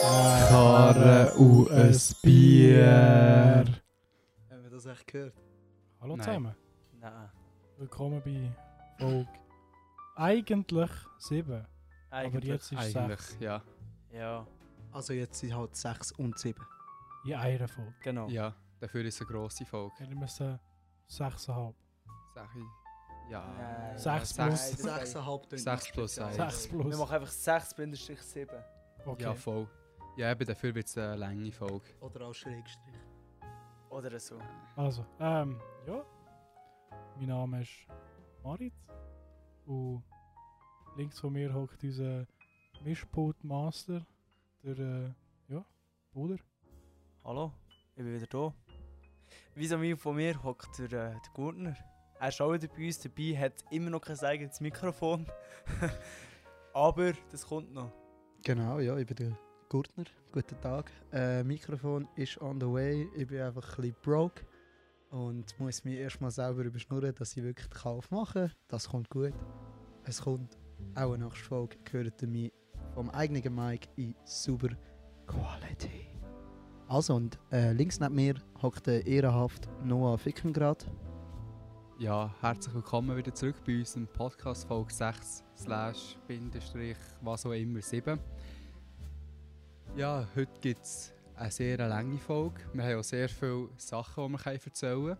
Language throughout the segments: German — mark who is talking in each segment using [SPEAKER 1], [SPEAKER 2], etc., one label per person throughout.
[SPEAKER 1] Karre und ein Bier.
[SPEAKER 2] Haben wir das echt gehört?
[SPEAKER 3] Hallo
[SPEAKER 1] Nein.
[SPEAKER 3] zusammen,
[SPEAKER 2] Nein. Ah,
[SPEAKER 3] willkommen bei Folge eigentlich 7.
[SPEAKER 1] Aber
[SPEAKER 3] jetzt ist es
[SPEAKER 1] Eigentlich,
[SPEAKER 3] sechs.
[SPEAKER 1] ja.
[SPEAKER 2] Ja,
[SPEAKER 4] Also jetzt sind halt 6 und 7.
[SPEAKER 3] In einer Folge.
[SPEAKER 2] genau.
[SPEAKER 1] Ja, dafür ist eine grosse Folge.
[SPEAKER 3] Wir müssen 6,5.
[SPEAKER 1] Sag ich. Ja.
[SPEAKER 2] Nein.
[SPEAKER 3] Sechs
[SPEAKER 1] Sechs-
[SPEAKER 3] plus.
[SPEAKER 4] 6,5
[SPEAKER 1] Sechs plus eins.
[SPEAKER 3] 6
[SPEAKER 2] Wir
[SPEAKER 3] plus.
[SPEAKER 2] machen einfach 6-7.
[SPEAKER 3] Okay.
[SPEAKER 1] Ja, voll. Ja, eben dafür wird es eine lange Folge.
[SPEAKER 4] Oder als Schrägstrich.
[SPEAKER 2] Oder so.
[SPEAKER 3] Also, ähm, ja. Mein Name ist Marit. Und links von mir hockt unser Mischpult-Master, der, äh, ja, Bruder.
[SPEAKER 2] Hallo, ich bin wieder da. Vis-à-vis von mir hockt der, äh, der Gurtner. Er ist auch wieder bei uns dabei, hat immer noch kein eigenes Mikrofon. Aber das kommt noch.
[SPEAKER 4] Genau, ja, ich bin der Gurtner. Guten Tag. Äh, Mikrofon ist on the way. Ich bin einfach ein bisschen broke und muss mich erstmal selber überschnurren, dass ich wirklich den Kauf mache. Das kommt gut. Es kommt auch eine nächste Folge. Gehört ihr mich vom eigenen Mic in super Quality. Also und äh, links neben mir hockt der ehrenhaft Noah Fickengrad.
[SPEAKER 1] Ja, herzlich willkommen wieder zurück bei unserem Podcast Folge 6 slash Bindestrich, was auch immer, 7. Ja, heute gibt es eine sehr lange Folge. Wir haben auch sehr viele Sachen, die wir können erzählen können.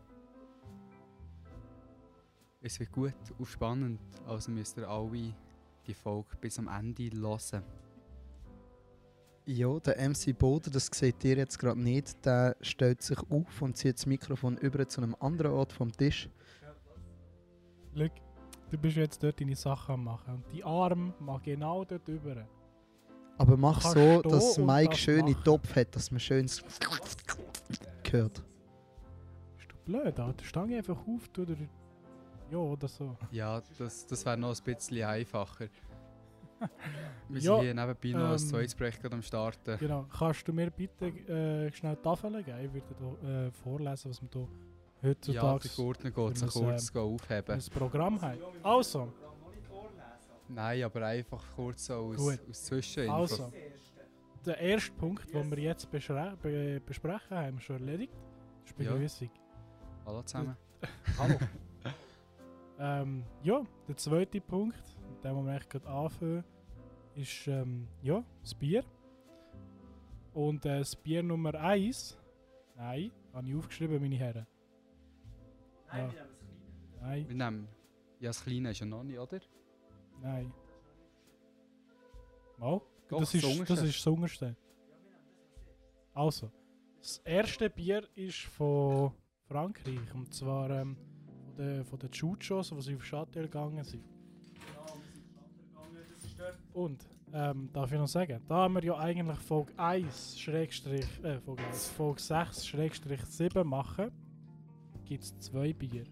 [SPEAKER 1] Es wird gut und spannend, also müsst ihr alle die Folge bis am Ende hören.
[SPEAKER 4] Ja, der MC Boden, das seht ihr jetzt gerade nicht, der stellt sich auf und zieht das Mikrofon über zu einem anderen Ort vom Tisch.
[SPEAKER 3] Schau, du bist jetzt dort deine Sachen am machen. Und die Arme machen genau dort über.
[SPEAKER 4] Aber mach
[SPEAKER 3] Kannst
[SPEAKER 4] so,
[SPEAKER 3] du
[SPEAKER 4] dass
[SPEAKER 3] und
[SPEAKER 4] Mike
[SPEAKER 3] das
[SPEAKER 4] schön in
[SPEAKER 3] machen.
[SPEAKER 4] den Topf hat, dass man schön hört.
[SPEAKER 3] Bist du blöd, Alter? Stange einfach auf, tu dir. Ja, oder so.
[SPEAKER 1] Ja, das, das wäre noch ein bisschen einfacher. Wir
[SPEAKER 3] Ja,
[SPEAKER 1] sind hier nebenbei noch ein
[SPEAKER 3] ähm,
[SPEAKER 1] zweites Projekt gerade am Starten.
[SPEAKER 3] Genau. Kannst du mir bitte äh, schnell die Tafeln geben? Ich würde da, äh, vorlesen, was wir da
[SPEAKER 1] Ja, der
[SPEAKER 3] heutzutage
[SPEAKER 1] Gurtner geht
[SPEAKER 3] wir
[SPEAKER 1] sich
[SPEAKER 3] müssen,
[SPEAKER 1] kurz aufheben.
[SPEAKER 3] ins Programm haben. Also,
[SPEAKER 1] Nein, aber einfach kurz so aus,
[SPEAKER 3] Gut.
[SPEAKER 1] aus Zwischeninfo.
[SPEAKER 3] also. Der erste Punkt, den wir jetzt beschre- be besprechen, haben wir schon erledigt. Das ist
[SPEAKER 1] Ja.
[SPEAKER 3] Begrüßung.
[SPEAKER 1] Hallo zusammen.
[SPEAKER 3] Hallo. ähm, ja, der zweite Punkt, mit dem wir eigentlich gerade anfangen, ist ähm, ja, das Bier. Und äh, das Bier Nummer 1, nein, habe ich aufgeschrieben, meine Herren. Nein, Nein,
[SPEAKER 1] Wir nehmen... Ja, das Kleine ist ja noch nicht, oder?
[SPEAKER 3] nein. Mal?
[SPEAKER 1] Doch,
[SPEAKER 3] das, ist,
[SPEAKER 1] Unterste.
[SPEAKER 3] das ist das Unterste. Also, das erste Bier ist von Frankreich. Und zwar ähm, von den, von den Chuchos, die sie auf Châtel gegangen sind. Und, ähm, darf ich noch sagen, da haben wir ja eigentlich Folge 1, Schrägstrich, äh, Folge 1, Folge 6, Schrägstrich 7 machen, gibt es zwei Bier.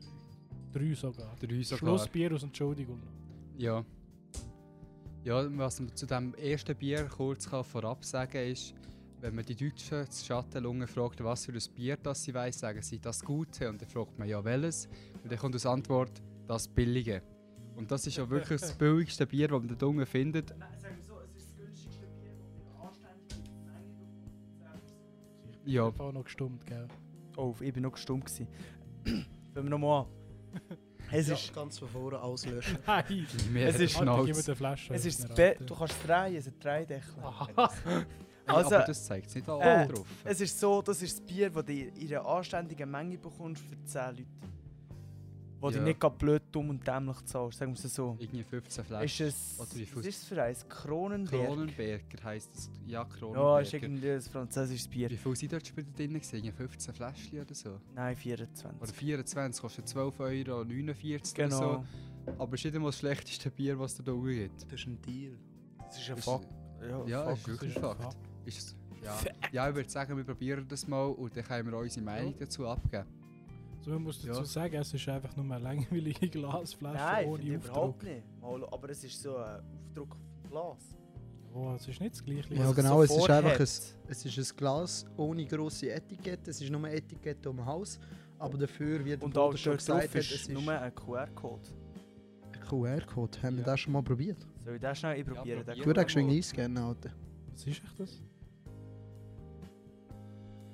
[SPEAKER 3] Drei sogar.
[SPEAKER 1] Drei sogar.
[SPEAKER 3] Schlussbier aus Entschuldigung.
[SPEAKER 1] Ja. Ja, was man zu dem ersten Bier kurz kann vorab sagen ist, wenn man die Deutschen zu Schattenlungen fragt, was für ein Bier das sie weiss, sagen sie das Gute und dann fragt man ja welches und dann kommt als Antwort das Billige. Und das ist ja wirklich das billigste Bier, das man dort unten findet. Ja,
[SPEAKER 3] Ich habe noch gestummt, gell?
[SPEAKER 2] Oh, ich bin noch gestummt. gewesen. Fangen wir nochmal an. Es ist
[SPEAKER 4] ganz von vorne auslöschen.
[SPEAKER 3] Nein!
[SPEAKER 1] mehr
[SPEAKER 2] Es ist-
[SPEAKER 3] Alter, gib mir
[SPEAKER 1] Schnauz.
[SPEAKER 3] die Flasche.
[SPEAKER 2] Es ist
[SPEAKER 3] Öffner,
[SPEAKER 2] das Bett,
[SPEAKER 3] Alter.
[SPEAKER 2] du kannst es drehen, es hat Dreideckel.
[SPEAKER 3] Aha.
[SPEAKER 1] Also,
[SPEAKER 2] Also-
[SPEAKER 1] aber das zeigt es nicht alle
[SPEAKER 2] Äh,
[SPEAKER 1] drauf.
[SPEAKER 2] Es ist so, das ist das Bier, das du in einer anständigen Menge bekommst für 10 Leute. Wo
[SPEAKER 1] Ja.
[SPEAKER 2] du nicht gerade blöd, dumm und dämlich zahlst, sagen wir es so.
[SPEAKER 1] Irgendwie 15
[SPEAKER 2] Ist
[SPEAKER 1] Flaschen.
[SPEAKER 2] es,
[SPEAKER 1] Oder
[SPEAKER 2] was
[SPEAKER 1] wie
[SPEAKER 2] ist
[SPEAKER 1] viel-
[SPEAKER 2] es für eins? Kronenberg?
[SPEAKER 1] Kronenberger heisst es. Ja,
[SPEAKER 2] Ja, ist
[SPEAKER 1] Kronenberger.
[SPEAKER 2] irgendwie ein französisches Bier.
[SPEAKER 1] Wie viel sind dort später drin? gewesen? Irgendwie 15 Fläschchen oder so?
[SPEAKER 2] Nein,
[SPEAKER 1] Oder
[SPEAKER 2] 24.
[SPEAKER 1] 24, kostet 12,49 Euro oder
[SPEAKER 2] Genau.
[SPEAKER 1] so. Aber es ist nicht einmal das schlechteste Bier, was es da oben gibt.
[SPEAKER 4] Das ist ein Deal.
[SPEAKER 2] Das ist ein
[SPEAKER 1] Ist-
[SPEAKER 2] Fuck.
[SPEAKER 1] Ja,
[SPEAKER 2] Fuck.
[SPEAKER 1] ist wirklich
[SPEAKER 3] Ja,
[SPEAKER 1] Fakt. Ist es- ja. ja, ich würde sagen, wir probieren das mal und dann können wir unsere Meinung dazu abgeben.
[SPEAKER 3] So, man muss dazu
[SPEAKER 1] Ja.
[SPEAKER 3] sagen, es ist einfach nur eine langweilige Glasflasche
[SPEAKER 2] Nein, finde
[SPEAKER 3] ohne
[SPEAKER 2] ich überhaupt
[SPEAKER 3] Aufdruck.
[SPEAKER 2] nicht. Mal, aber es ist so ein Aufdruck auf dem Glas.
[SPEAKER 3] Oh, es ist nicht das gleiche.
[SPEAKER 4] Ja,
[SPEAKER 2] Was
[SPEAKER 3] Also,
[SPEAKER 4] genau,
[SPEAKER 2] so
[SPEAKER 4] es ist einfach
[SPEAKER 2] vorhat.
[SPEAKER 4] Es ist ein Glas ohne grosse Etikette, es ist nur Etikette um den Hals, aber dafür, wie der
[SPEAKER 2] Und auch
[SPEAKER 4] Boden
[SPEAKER 2] dort
[SPEAKER 4] schon
[SPEAKER 2] drauf
[SPEAKER 4] gesagt hat,
[SPEAKER 2] ist,
[SPEAKER 4] es ist
[SPEAKER 2] nur
[SPEAKER 4] ein
[SPEAKER 2] ein QR-Code.
[SPEAKER 4] QR-Code. Haben wir
[SPEAKER 1] Ja.
[SPEAKER 4] das schon mal probiert?
[SPEAKER 2] Soll ich das schnell ich
[SPEAKER 1] Ja,
[SPEAKER 2] probieren?
[SPEAKER 1] probier.
[SPEAKER 4] Du
[SPEAKER 2] den
[SPEAKER 4] hättest
[SPEAKER 1] mal.
[SPEAKER 4] geschwind eingeben, Alter.
[SPEAKER 3] Was ist echt das?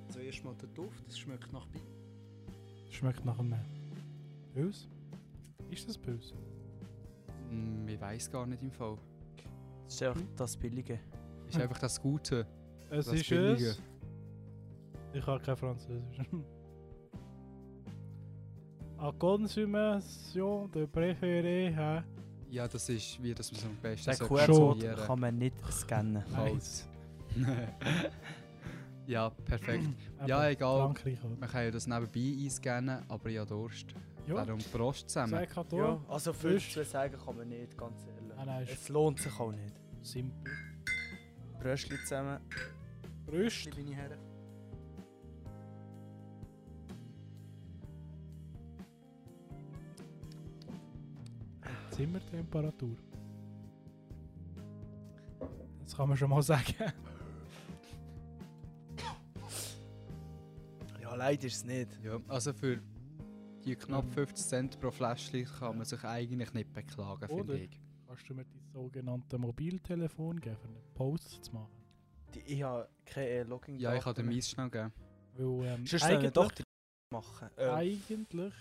[SPEAKER 4] zuerst mal den Duft, es schmeckt nach Bier.
[SPEAKER 3] Schmeckt nach einem Böse. Ist das böse?
[SPEAKER 1] Hm, ich weiß gar nicht im Fall.
[SPEAKER 2] Das ist einfach das Billige.
[SPEAKER 1] Ist
[SPEAKER 2] Hm.
[SPEAKER 1] einfach das Gute.
[SPEAKER 3] Es
[SPEAKER 1] Das
[SPEAKER 3] ist
[SPEAKER 1] Billige.
[SPEAKER 3] es. Ich habe kein Französisch. A consommation de préféré, hä?
[SPEAKER 1] Ja, das ist, wie das man so am besten
[SPEAKER 2] Den
[SPEAKER 1] sollte
[SPEAKER 2] QR-Code
[SPEAKER 1] formulieren.
[SPEAKER 2] kann man nicht scannen.
[SPEAKER 3] Nice.
[SPEAKER 1] ja, perfekt. Ja,
[SPEAKER 3] Eben,
[SPEAKER 1] egal.
[SPEAKER 3] Frankreich halt.
[SPEAKER 1] Man kann ja das nebenbei einscannen, aber ich habe Durst.
[SPEAKER 3] Ja,
[SPEAKER 1] Darum Prost zusammen.
[SPEAKER 3] sag Kator.
[SPEAKER 2] Ja, also viel
[SPEAKER 3] Ist-
[SPEAKER 2] zu sagen kann man nicht, ganz ehrlich.
[SPEAKER 3] Ah, nein, ist
[SPEAKER 2] Es lohnt sich auch nicht.
[SPEAKER 3] simpel.
[SPEAKER 2] Bröschli zusammen.
[SPEAKER 3] Brüst.
[SPEAKER 4] Liebe Herren.
[SPEAKER 3] Zimmertemperatur. Das kann man schon mal sagen.
[SPEAKER 2] Ja, leider ist es nicht.
[SPEAKER 1] Ja, also für die knapp 50 Cent pro Fläschchen kann man sich eigentlich nicht beklagen,
[SPEAKER 3] Oder?
[SPEAKER 1] finde ich.
[SPEAKER 3] Kannst du mir dein sogenannte Mobiltelefon geben, um einen Post zu machen?
[SPEAKER 2] Die, ich habe keine äh, Login
[SPEAKER 1] Ja, ich kann den
[SPEAKER 2] mehr.
[SPEAKER 1] Mies schnell geben.
[SPEAKER 3] Weil, ähm,
[SPEAKER 2] Sonst sollen wir
[SPEAKER 3] eigentlich-
[SPEAKER 2] doch die machen. Äh,
[SPEAKER 3] Eigentlich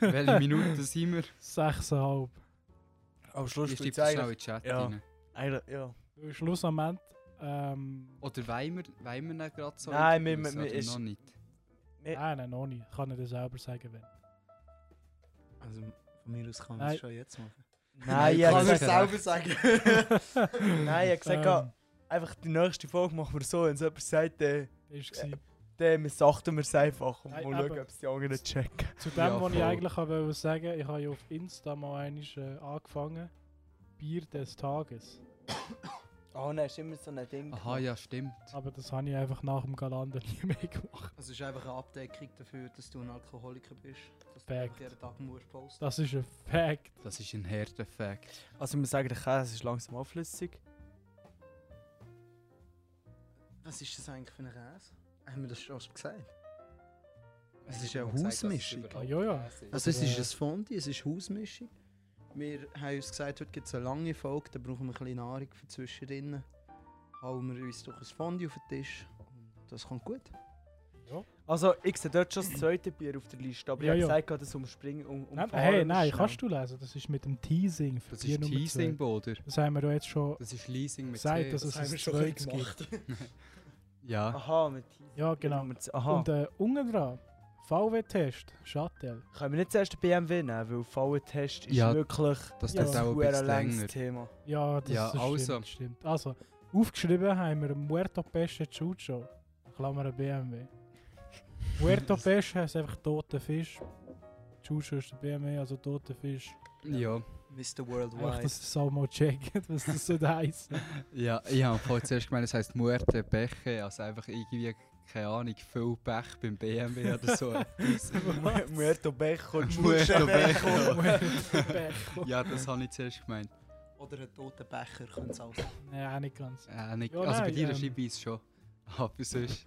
[SPEAKER 1] Welche Minute sind wir?
[SPEAKER 3] 6,5.
[SPEAKER 2] am Schluss
[SPEAKER 1] Ich schreibe
[SPEAKER 2] spielt's
[SPEAKER 1] das schnell in
[SPEAKER 2] eigentlich...
[SPEAKER 1] den Chat
[SPEAKER 2] ja.
[SPEAKER 1] rein.
[SPEAKER 2] eigentlich ja.
[SPEAKER 3] Weil Schlussendlich, ähm,
[SPEAKER 2] Oh,
[SPEAKER 1] Oder wollen wir, wollen wir nicht gerade so?
[SPEAKER 2] Nein, wir-
[SPEAKER 1] etwas
[SPEAKER 2] wir- wir-
[SPEAKER 1] oder
[SPEAKER 2] ist-
[SPEAKER 1] noch nicht.
[SPEAKER 2] Ä-
[SPEAKER 3] nein, nein, noch nicht. Kann ich dir selber sagen, wenn.
[SPEAKER 4] Also von mir aus
[SPEAKER 3] man
[SPEAKER 4] kann
[SPEAKER 3] es
[SPEAKER 4] man
[SPEAKER 3] Nein.
[SPEAKER 4] es schon jetzt machen.
[SPEAKER 1] Nein,
[SPEAKER 2] Nein, ich habe
[SPEAKER 1] kann
[SPEAKER 4] kann
[SPEAKER 1] es
[SPEAKER 4] es
[SPEAKER 2] gesagt,
[SPEAKER 1] selber
[SPEAKER 4] selber sagen.
[SPEAKER 2] nein, ich habe gesagt
[SPEAKER 3] Ähm,
[SPEAKER 2] einfach die nächste Folge machen wir so. Wenn es jemand sagt, dann,
[SPEAKER 3] ist gewesen.
[SPEAKER 2] Äh, dann missachten wir es einfach und
[SPEAKER 3] Nein,
[SPEAKER 2] mal schauen,
[SPEAKER 3] eben.
[SPEAKER 2] ob es die anderen checken.
[SPEAKER 3] Zu dem,
[SPEAKER 1] Ja,
[SPEAKER 3] was
[SPEAKER 1] voll.
[SPEAKER 3] ich eigentlich wollte sagen, ich habe ja auf Insta mal einiges äh, angefangen. Bier des Tages.
[SPEAKER 2] Oh nein, ist immer so ein Ding.
[SPEAKER 1] Aha, ja, stimmt.
[SPEAKER 3] Aber das habe ich einfach nach dem Galanden nie mehr gemacht.
[SPEAKER 4] Also Es ist einfach eine Abdeckung dafür, dass du ein Alkoholiker bist. Dass du
[SPEAKER 3] Fact.
[SPEAKER 4] einfach jeden Tag musst posten.
[SPEAKER 3] Das ist ein Fact.
[SPEAKER 1] Das ist ein Herdeffekt.
[SPEAKER 2] Also ich muss sagen, der Käse ist langsam auflüssig.
[SPEAKER 4] Was ist das eigentlich für ein Käse? Haben wir das schon gesagt? Es
[SPEAKER 1] Ich
[SPEAKER 4] ist
[SPEAKER 1] hab
[SPEAKER 4] eine
[SPEAKER 1] mal gesagt, dass es
[SPEAKER 4] Hausmischung.
[SPEAKER 1] überhaupt
[SPEAKER 3] Ah, ja, ja.
[SPEAKER 1] Käse ist.
[SPEAKER 4] Also es
[SPEAKER 3] Aber,
[SPEAKER 4] ist
[SPEAKER 3] äh,
[SPEAKER 4] ein Fondue, es ist Hausmischung. Wir haben uns gesagt, heute gibt es eine lange Folge, da brauchen wir ein bisschen Nahrung für zwischendrin. Hauen wir uns durch ein Fondue auf den Tisch. Das kommt gut.
[SPEAKER 2] Also ich sehe dort schon das zweite Bier auf der Liste, aber
[SPEAKER 3] Ja,
[SPEAKER 2] ich
[SPEAKER 3] ja.
[SPEAKER 2] habe gesagt, das umspringen um,
[SPEAKER 3] Nein,
[SPEAKER 2] umfahren
[SPEAKER 3] hey,
[SPEAKER 2] wir
[SPEAKER 3] nein,
[SPEAKER 2] schnell.
[SPEAKER 3] kannst du lesen? Das ist mit dem Teasing für
[SPEAKER 1] Das
[SPEAKER 3] Bier
[SPEAKER 1] ist
[SPEAKER 3] Nummer
[SPEAKER 1] Teasing,
[SPEAKER 3] zwei.
[SPEAKER 1] Bruder.
[SPEAKER 3] Das haben wir ja jetzt schon
[SPEAKER 1] Das ist Leasing mit
[SPEAKER 3] gesagt,
[SPEAKER 1] C.
[SPEAKER 3] dass es ein zweites gibt.
[SPEAKER 1] Ja,
[SPEAKER 2] Aha, mit
[SPEAKER 3] Ja, genau.
[SPEAKER 2] Nummer z- Aha.
[SPEAKER 3] Und äh, unten dran, VW-Test, Chattel.
[SPEAKER 2] Können wir nicht zuerst den BMW nehmen, weil Fallentest ist
[SPEAKER 1] Ja,
[SPEAKER 2] wirklich
[SPEAKER 1] das
[SPEAKER 3] Ja.
[SPEAKER 1] dauert auch ein bisschen
[SPEAKER 2] langes
[SPEAKER 1] länger.
[SPEAKER 2] Thema.
[SPEAKER 3] Ja, das,
[SPEAKER 1] Ja,
[SPEAKER 3] das
[SPEAKER 1] also.
[SPEAKER 3] stimmt, stimmt. Also, aufgeschrieben haben wir Muerto Pesce Chucho, Klammer BMW. Muerto Pesce heisst einfach toter Fisch. Chucho ist der BMW, also toter Fisch.
[SPEAKER 1] Ja,
[SPEAKER 4] Mr.
[SPEAKER 3] Einfach,
[SPEAKER 4] Worldwide.
[SPEAKER 3] dass es auch mal checken, was das so heisst.
[SPEAKER 1] ja, ich habe vorhin zuerst gemeint, es heisst Muerte Beche, also einfach irgendwie, keine Ahnung, viel Pech beim BMW oder so. etwas.
[SPEAKER 2] Muerto Becho und
[SPEAKER 1] Muerto Becho.
[SPEAKER 3] Becho.
[SPEAKER 1] Ja, das habe ich zuerst gemeint.
[SPEAKER 4] Oder ein toter Becher könnte es auch sein.
[SPEAKER 3] Nein, auch nicht ganz.
[SPEAKER 1] Äh, nicht,
[SPEAKER 3] Ja,
[SPEAKER 1] also bei
[SPEAKER 3] nein,
[SPEAKER 1] dir
[SPEAKER 3] ähm.
[SPEAKER 1] schreibe ich es schon. Aber sonst.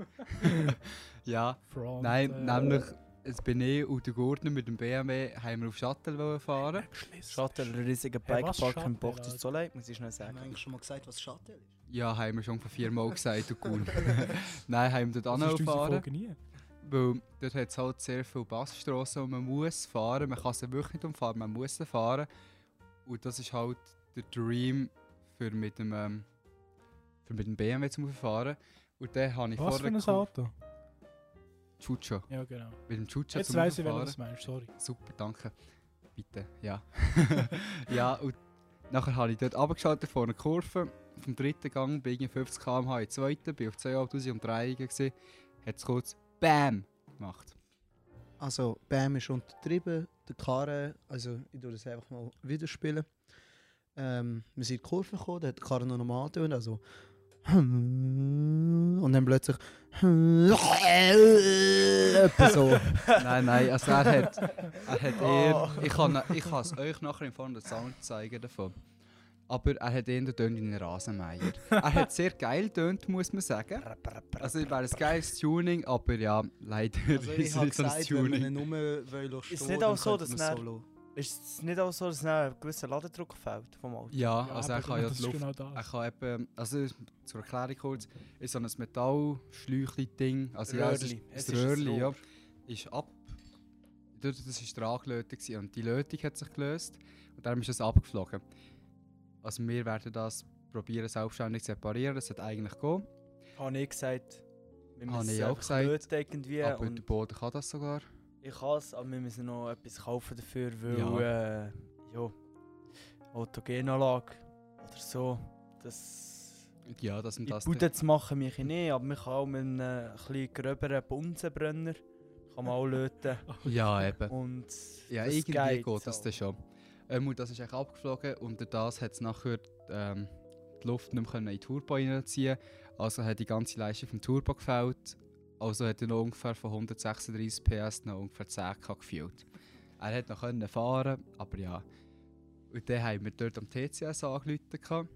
[SPEAKER 1] ja,
[SPEAKER 3] Front,
[SPEAKER 1] nein,
[SPEAKER 3] äh,
[SPEAKER 1] nämlich, es bin ich und der Gurtner mit dem BMW haben wir auf Shuttle wollen fahren.
[SPEAKER 3] geschlissen.
[SPEAKER 2] Schatten, ein riesiger
[SPEAKER 3] Hey, was
[SPEAKER 2] Bikepark im
[SPEAKER 3] Schatten,
[SPEAKER 2] Boch, das
[SPEAKER 3] Alter?
[SPEAKER 2] so leid, muss ich schnell
[SPEAKER 4] Haben wir
[SPEAKER 2] sagen.
[SPEAKER 4] eigentlich schon mal gesagt, was Schatten ist?
[SPEAKER 1] Ja, haben wir schon vor viermal gesagt, du Gurtner. nein, haben wir dort
[SPEAKER 3] Das ist unsere
[SPEAKER 1] angefahren.
[SPEAKER 3] Folge nie.
[SPEAKER 1] Weil dort hat es halt sehr viele Bassstraßen und man muss fahren. Man kann sie wirklich nicht umfahren, man muss sie fahren. Und das ist halt der Dream für mit dem, ähm, für mit dem BMW zu fahren. Und dann habe ich
[SPEAKER 3] Was für ein
[SPEAKER 1] geguckt-
[SPEAKER 3] Auto?
[SPEAKER 1] Chucho.
[SPEAKER 3] Ja, genau.
[SPEAKER 1] Mit dem Chucho
[SPEAKER 3] Jetzt
[SPEAKER 1] zum
[SPEAKER 3] weiss ich,
[SPEAKER 1] Rauffahren.
[SPEAKER 3] welches du meinst, sorry.
[SPEAKER 1] Super, danke. Bitte, ja. ja, und nachher habe ich dort abgeschaltet vor einer Kurve. Vom dritten Gang bin ich 50 km/h in den zweiten, bin auf 2500 Umdrehungen gewesen. Hat es kurz BAM gemacht.
[SPEAKER 4] Also, Bam ist untertrieben, der Karren, also ich tue das einfach mal wieder spielen. Ähm, wir sind in die Kurve gekommen, da hat der Karren noch normal tun, also. Und dann plötzlich. Also, Etwa so.
[SPEAKER 1] Nein, nein, also er hat, er hat eher.
[SPEAKER 2] Oh.
[SPEAKER 1] Ich kann, ich kann es euch nachher in Form des Sound zeigen davon. Aber er hat eher den Ton in einen Rasenmeier. Er hat sehr geil tönt, muss man sagen. Also, es wäre ein geiles Tuning, aber ja, leider
[SPEAKER 4] Also, ich
[SPEAKER 1] ist
[SPEAKER 4] habe
[SPEAKER 1] es nicht so ein
[SPEAKER 4] gesagt, wenn wir
[SPEAKER 1] Tuning.
[SPEAKER 4] ihn nur wollen,
[SPEAKER 2] Ist nicht auch so, dass
[SPEAKER 4] man
[SPEAKER 2] er-
[SPEAKER 4] Solo.
[SPEAKER 2] Ist es nicht auch so, dass dann ein gewisser Ladendruck fehlt vom Auto?
[SPEAKER 1] Ja,
[SPEAKER 3] Ja,
[SPEAKER 1] also er
[SPEAKER 3] aber
[SPEAKER 1] kann ja
[SPEAKER 3] das
[SPEAKER 1] die
[SPEAKER 3] ist
[SPEAKER 1] Luft.
[SPEAKER 3] Genau das.
[SPEAKER 1] Er kann eben, also zur Erklärung kurz, ist so ein Metallschläuchli-Ding, also ja, es ist,
[SPEAKER 2] Röhrli. Es
[SPEAKER 1] das
[SPEAKER 2] ist ein
[SPEAKER 1] Röhrli, ja,
[SPEAKER 2] Rohr.
[SPEAKER 1] ist ab. Dort- Das war dran gelötet gewesen und die Lötung hat sich gelöst und darum ist es abgeflogen. Also wir werden das probieren selbstständig zu separieren, das hat eigentlich gehen.
[SPEAKER 2] Habe ich gesagt. Wir
[SPEAKER 1] Habe
[SPEAKER 2] müssen
[SPEAKER 1] ich
[SPEAKER 2] es
[SPEAKER 1] auch
[SPEAKER 2] einfach
[SPEAKER 1] gesagt,
[SPEAKER 2] löten irgendwie.
[SPEAKER 1] Aber
[SPEAKER 2] und
[SPEAKER 1] der Boden kann das sogar.
[SPEAKER 2] Ich kann es, aber wir müssen noch etwas kaufen dafür, weil
[SPEAKER 1] Ja.
[SPEAKER 2] ja, äh, ja Autogenanlage oder so. Das
[SPEAKER 1] Ja, das und
[SPEAKER 2] in
[SPEAKER 1] das.
[SPEAKER 2] Bude zu machen mich nicht, aber man kann auch mit einem äh, etwas gröberen Bunsenbrenner kann man auch löten.
[SPEAKER 1] Ja, Ah, eben.
[SPEAKER 2] Und
[SPEAKER 1] Ja,
[SPEAKER 2] das
[SPEAKER 1] irgendwie geht, das
[SPEAKER 2] auch.
[SPEAKER 1] dann schon. Ähm, und das ist eigentlich abgeflogen und durch das hat es nachher ähm, die Luft nicht mehr können in die Turbo reinziehen Also hat die ganze Leistung vom Turbo gefällt. Also hat er noch ungefähr von 136 PS noch ungefähr 10 K gefühlt. Er hat noch können fahren, aber ja. Und dann haben wir dort am TCS angeläutet. gehabt,